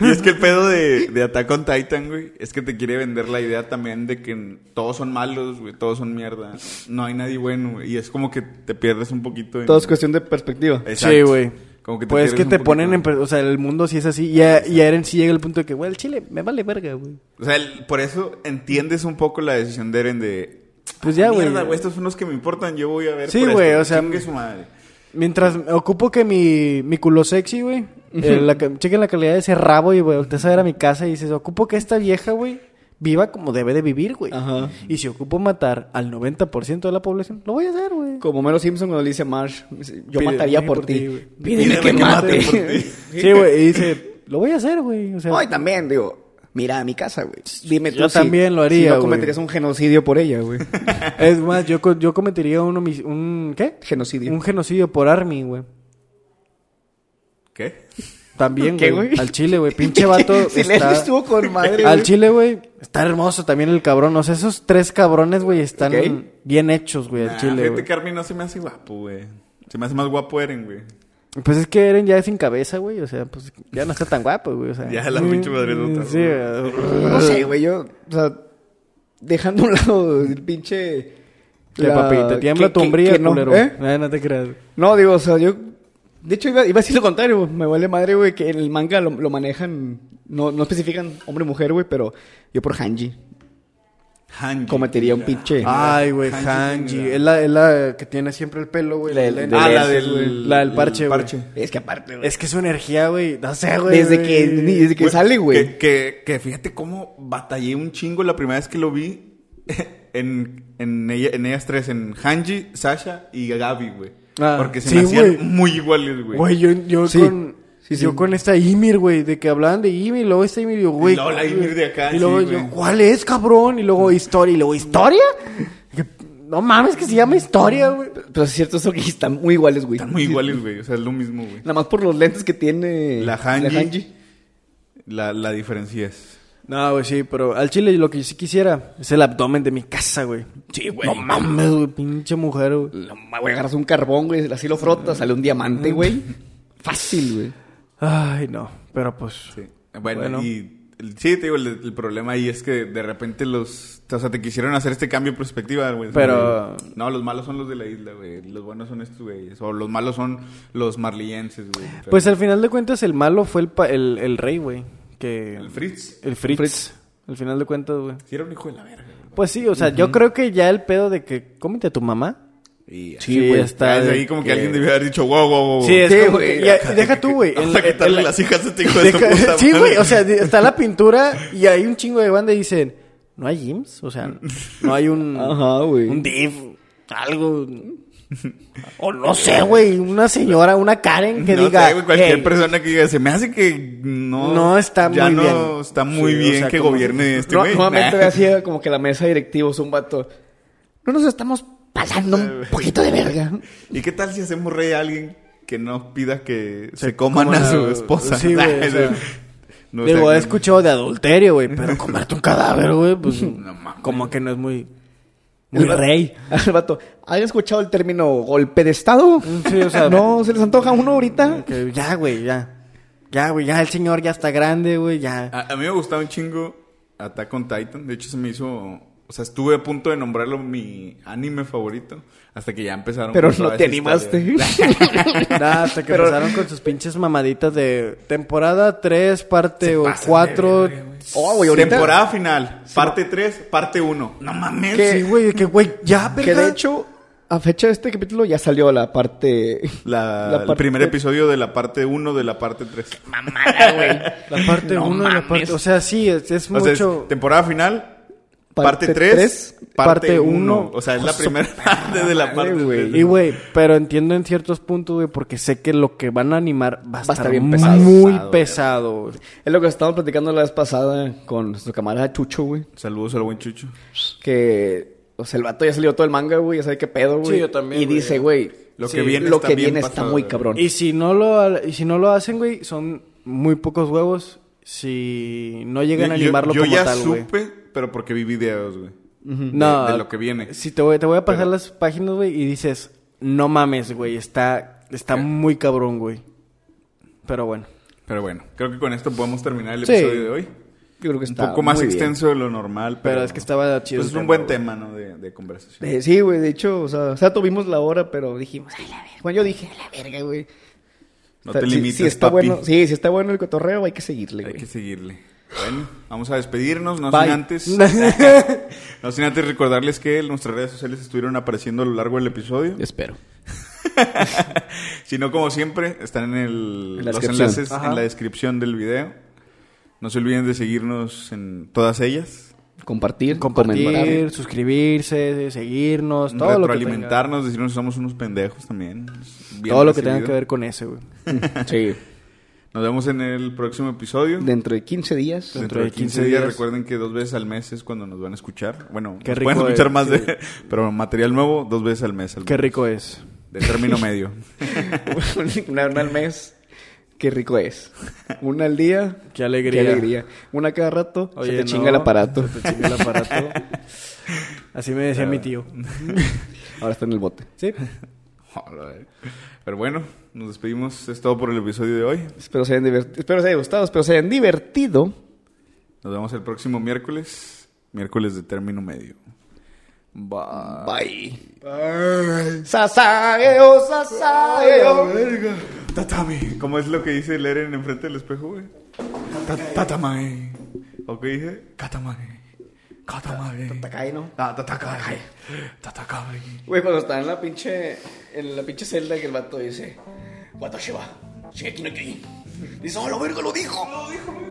S2: y es que el pedo de, de Attack on Titan, güey, es que te quiere vender la idea también de que todos son malos, güey, todos son mierda. No hay nadie bueno, güey. Y es como que te pierdes un poquito. en-
S3: Todo es cuestión de perspectiva.
S2: Exacto.
S1: Sí, güey.
S2: Como que te
S1: pues es
S2: pierdes
S1: que
S2: un
S1: te
S2: poquito.
S1: ponen en... per- O sea, el mundo sí es así. Y a, y a Eren sí llega el punto de que, güey, el chile me vale verga, güey.
S2: O sea, el- por eso entiendes un poco la decisión de Eren de. "Ah,
S1: Pues ya, güey.
S2: Mierda, güey, estos son los que me importan, yo voy a ver.
S1: Sí,
S2: por
S1: güey,
S2: esto".
S1: o sea,
S2: Chingue su madre.
S1: Mientras ocupo que mi, mi culo sexy, güey. eh, la ca- chequen la calidad de ese rabo y, güey, usted sabe a mi casa y dices, ocupo que esta vieja, güey, viva como debe de vivir, güey.
S3: Ajá.
S1: Y si ocupo matar al 90% de la población, lo voy a hacer, güey.
S3: Como Mero Simpson cuando le dice a Marsh, dice, yo
S1: Pide-
S3: mataría
S1: pide
S3: por
S1: por
S3: ti.
S1: ti, güey.
S3: Pídeme que mate.
S1: Sí, güey. Y dice, lo voy a hacer, güey. O sea,
S3: No, y también, digo, mira a mi casa, güey. Dime tú
S1: Yo
S3: si-
S1: también lo haría,
S3: si no
S1: güey.
S3: cometerías un genocidio por ella, güey.
S1: es más, yo, co- yo cometería un, homic- un... ¿Qué?
S3: genocidio.
S1: Un genocidio por Army, güey.
S2: ¿Qué?
S1: También,
S3: ¿Qué,
S1: güey.
S3: güey?
S1: Al chile, güey. Pinche vato.
S3: Silencio
S1: está-
S3: estuvo con madre,
S1: Al
S3: güey.
S1: chile, güey. Está hermoso también el cabrón. O sea, esos tres cabrones, güey, están
S3: Ok.
S1: bien hechos, güey, al
S2: Ah,
S1: chile,
S2: fíjate
S1: güey.
S2: que Armin no se me hace guapo, güey. Se me hace más guapo Eren, güey.
S1: Pues es que Eren ya es sin cabeza, güey. O sea, pues ya no está tan guapo, güey. O sea,
S2: Ya la pinche madre
S1: Sí, güey.
S3: No sé, güey, yo, o sea, dejando a un lado el pinche...
S1: Ya,
S3: la-
S1: papi, te tiembla
S3: que-
S1: tu
S3: que-
S1: hombría,
S3: que no,
S1: culero.
S3: ¿eh?
S1: Ah, no te creas.
S3: No, digo, o sea, yo... De hecho, iba, iba a decir lo contrario, güey. me vale madre, güey, que en el manga lo, lo manejan, no, no especifican hombre y mujer, güey, pero yo por Hanji
S2: Hanji.
S3: cometería un pinche...
S2: Ah,
S1: Ay, güey,
S2: Hanji
S1: Hanji.
S2: Kimura.
S1: Es la, es la que tiene siempre el pelo, güey.
S3: La
S1: los
S3: del-
S1: lentes.
S2: Ah, la
S3: de-
S2: del...
S1: La del parche, güey.
S3: Es que aparte, güey,
S1: Es que su energía, güey. No sé, güey.
S3: desde
S1: güey.
S3: que, ni- desde que
S2: Güey,
S3: sale, güey.
S2: Que, que, que fíjate cómo batallé un chingo la primera vez que lo vi en, en, ella- en ellas tres, en Hanji, Sasha y Gaby, güey.
S1: Ah,
S2: Porque se
S1: sí,
S2: me hacían
S1: güey.
S2: muy iguales, güey.
S1: Güey, yo, yo
S3: Sí.
S1: con.
S3: Sí, sí.
S1: Yo con esta Ymir, güey, de que hablaban de Ymir, y luego esta Ymir, y yo, güey.
S2: Y luego la Ymir de acá,
S1: Y luego
S2: sí,
S1: yo,
S2: güey.
S1: ¿cuál es, cabrón? Y luego historia, y luego historia. Que- No mames, que se llama historia, güey.
S3: Pero es cierto eso que están muy iguales, güey.
S2: Están muy iguales, güey. O sea, es lo mismo, güey.
S3: Nada más por los lentes que tiene...
S2: La Hanji. La, la diferencia es...
S1: No, güey, sí, pero al chile lo que yo sí quisiera es el abdomen de mi casa, güey.
S3: Sí, güey.
S1: No mames, güey, pinche mujer, güey.
S3: La- Güey, agarras un carbón, güey, así lo frotas, sale un diamante,
S2: Mm.
S3: güey. Fácil, güey.
S1: Ay, no, pero pues.
S2: Sí. Bueno,
S1: Bueno.
S2: y el- sí, te digo, el, el problema ahí es que de repente los... O sea, te quisieron hacer este cambio de perspectiva, güey.
S1: Pero-
S2: No, los malos son los de la isla, güey. Los buenos son estos, güey. O los malos son los marlillenses, güey. O sea,
S1: Pues al final de cuentas, el malo fue el, pa- el, el rey, güey. Que...
S2: El Fritz.
S1: El Fritz.
S3: Fritz.
S1: Al final de cuentas, güey.
S2: Sí, era un hijo de la verga.
S1: Pues sí, o sea, yo creo que ya el pedo de que cómete a tu mamá.
S2: Y
S1: Sí, güey, está.
S2: Desde ahí como que alguien debió haber dicho, wow, wow, wow.
S1: Sí, es
S3: Sí,
S1: como
S3: güey.
S1: que- y a- deja tú, güey. en
S2: Vamos
S1: la-
S2: a quitarle
S1: en la-
S2: las hijas a este hijo de su
S1: deja-
S2: puta
S1: Sí,
S2: madre.
S1: güey, o sea, de- está la pintura y hay un chingo de banda y dicen, no hay gyms, o sea, no hay un
S3: Ajá, güey.
S1: un div, algo o no sé, güey, una señora, una Karen que
S2: no
S1: diga,
S2: sé, güey, cualquier
S1: "Hey,
S2: persona que diga, se me hace que no...
S1: No está
S2: ya
S1: muy
S2: no
S1: bien".
S2: está muy
S1: Sí, o
S2: bien
S1: sea,
S2: que
S1: como-
S2: gobierne este
S3: No-
S2: güey.
S3: nuevamente
S2: Nah.
S3: ve así como que la mesa directivos, un vato. No nos estamos pasando un poquito de verga.
S2: ¿Y qué tal si hacemos rey a alguien que no pida que se,
S1: coman
S2: coman a
S1: a-
S2: su esposa?
S1: Sí, güey, o sea,
S2: No,
S1: digo,
S2: o sea,
S1: he escuchado de adulterio, güey, pero comerte un cadáver, güey, pues como que no es muy muy
S3: El va-
S1: rey.
S3: El vato, ¿han escuchado el término golpe de estado?
S1: Sí, o sea-
S3: ¿No se les antoja uno ahorita?
S1: Que ya, güey, ya. Ya, güey, ya el señor ya está grande, güey, ya.
S2: A, a mí me gustaba un chingo Attack on Titan. De hecho, se me hizo... O sea, estuve a punto de nombrarlo mi anime favorito. Hasta que ya empezaron...
S3: Pero
S2: con toda
S3: no te
S2: esa historia.
S3: animaste.
S1: Nah, hasta que
S3: Pero-
S1: empezaron con sus pinches mamaditas de temporada 3, parte 4.
S3: Oh, güey, ahorita.
S2: Temporada final, parte 3, parte 1. No mames.
S1: Sí, güey, que güey, ya, verga.
S3: Que de hecho, a fecha de este capítulo ya salió la parte.
S2: La-
S3: la
S2: El
S3: parte-
S2: primer episodio de la parte 1 de la parte 3.
S3: Mamada, güey.
S1: la parte
S3: No
S1: 1 y la
S3: mames.
S1: parte. O sea, sí, es, es
S2: O sea, es
S1: mucho.
S2: temporada final, parte
S3: Parte
S2: 3,
S3: tres,
S2: parte
S1: parte
S2: 1.
S1: uno.
S2: O sea, es la primera parte de la
S3: madre,
S2: parte
S3: güey.
S1: y güey, pero entiendo en ciertos puntos, güey, porque sé que lo que van a animar va a
S3: estar
S1: estar,
S3: bien pesado.
S1: muy
S2: Pesado,
S1: pesado. güey.
S3: Es lo que estábamos platicando la vez pasada con nuestro camarada Chucho, güey.
S2: Saludos al buen Chucho.
S3: Que, o sea, el vato ya salió todo el manga, güey. Ya sabe qué pedo, güey.
S1: Sí, yo también,
S3: Y
S1: güey.
S3: dice, güey,
S2: Lo
S3: sí,
S2: que viene
S3: lo
S2: está
S3: que
S2: bien
S3: viene está
S2: pasado,
S3: muy
S2: güey.
S3: cabrón.
S1: Y si no lo y si no lo hacen, güey, son muy pocos huevos si no llegan a
S2: Yo- yo-
S1: animarlo
S2: yo,
S1: como
S2: ya
S1: tal, güey.
S2: supe, pero porque vi videos, güey.
S1: No.
S2: de- de lo que viene.
S1: Si te voy, te voy a pasar
S2: Pero-
S1: las páginas, güey, y dices, no mames, güey, está, está muy cabrón, güey. Pero bueno.
S2: Pero bueno, creo que con esto podemos terminar el
S1: Sí.
S2: episodio de hoy.
S3: Yo creo que
S2: Un
S3: está
S2: poco más
S3: muy bien.
S2: extenso de lo normal, pero,
S1: Pero es que estaba chido.
S2: pues es
S1: el
S2: un buen
S1: tema.
S2: tema, ¿no? De, de conversación.
S3: Eh, sí, güey, de hecho, o sea, o sea, tuvimos la hora, pero dijimos, ay, la verga. Bueno, yo dije, a la verga, güey.
S2: No
S3: O sea,
S2: te
S3: si-
S2: limites,
S3: si está
S2: papi.
S3: bueno, Sí, si está bueno el cotorreo, hay que seguirle,
S2: Hay
S3: güey.
S2: que seguirle. Bueno, vamos a despedirnos, no
S3: Bye.
S2: sin antes. no sin antes recordarles que nuestras redes sociales estuvieron apareciendo a lo largo del episodio.
S3: Espero.
S2: Si no, como siempre, están en el,
S3: En la
S2: los
S3: descripción.
S2: enlaces
S1: Ajá.
S2: en la descripción del video. No se olviden de seguirnos en todas ellas.
S3: compartir, comentar.
S1: Compartir, suscribirse, seguirnos, Pues todo lo que tenga,
S2: retroalimentarnos, decirnos que somos unos pendejos también. Bien
S1: todo lo que tenga
S2: recibido.
S1: que ver con ese, güey.
S3: Sí.
S2: Nos vemos en el próximo episodio.
S3: Dentro de 15 días.
S2: Dentro de 15 días, recuerden que dos veces al mes es cuando nos van a escuchar. Bueno,
S1: Qué
S2: nos pueden
S1: rico
S2: escuchar
S1: es,
S2: más
S1: sí.
S2: de... Pero material nuevo, dos veces al mes. al
S1: Qué
S2: menos.
S1: rico es.
S2: De término medio.
S3: una, una al mes. Qué rico es. Una al día.
S1: Qué alegría.
S3: Qué alegría. Una cada rato.
S1: Oye,
S3: se te
S1: no,
S3: chinga el aparato.
S1: Se te chinga el aparato. Así me decía mi tío.
S3: Ahora está en el bote.
S1: Sí.
S2: Hola. Pero bueno, nos despedimos. Es todo por el episodio de hoy.
S3: Espero se hayan divertido. Espero se hayan gustado. Espero se hayan divertido.
S2: Nos vemos el próximo miércoles. Miércoles de término medio. Bye.
S3: Bye. Sasaeo, sasaeo.
S2: verga. Tatami. ¿Cómo es lo que dice el Eren enfrente del espejo, güey? Ta- Tatamae. ¿O qué dije? Katamae. Katamae.
S3: Takai, ¿no?
S2: Ah, tatakae. Tatakae.
S3: Güey, cuando está en la pinche. En la pinche celda que el vato dice. Watashiba. Shigeki no Kyojin". Dice, oh, lo verga, lo dijo. Lo dijo,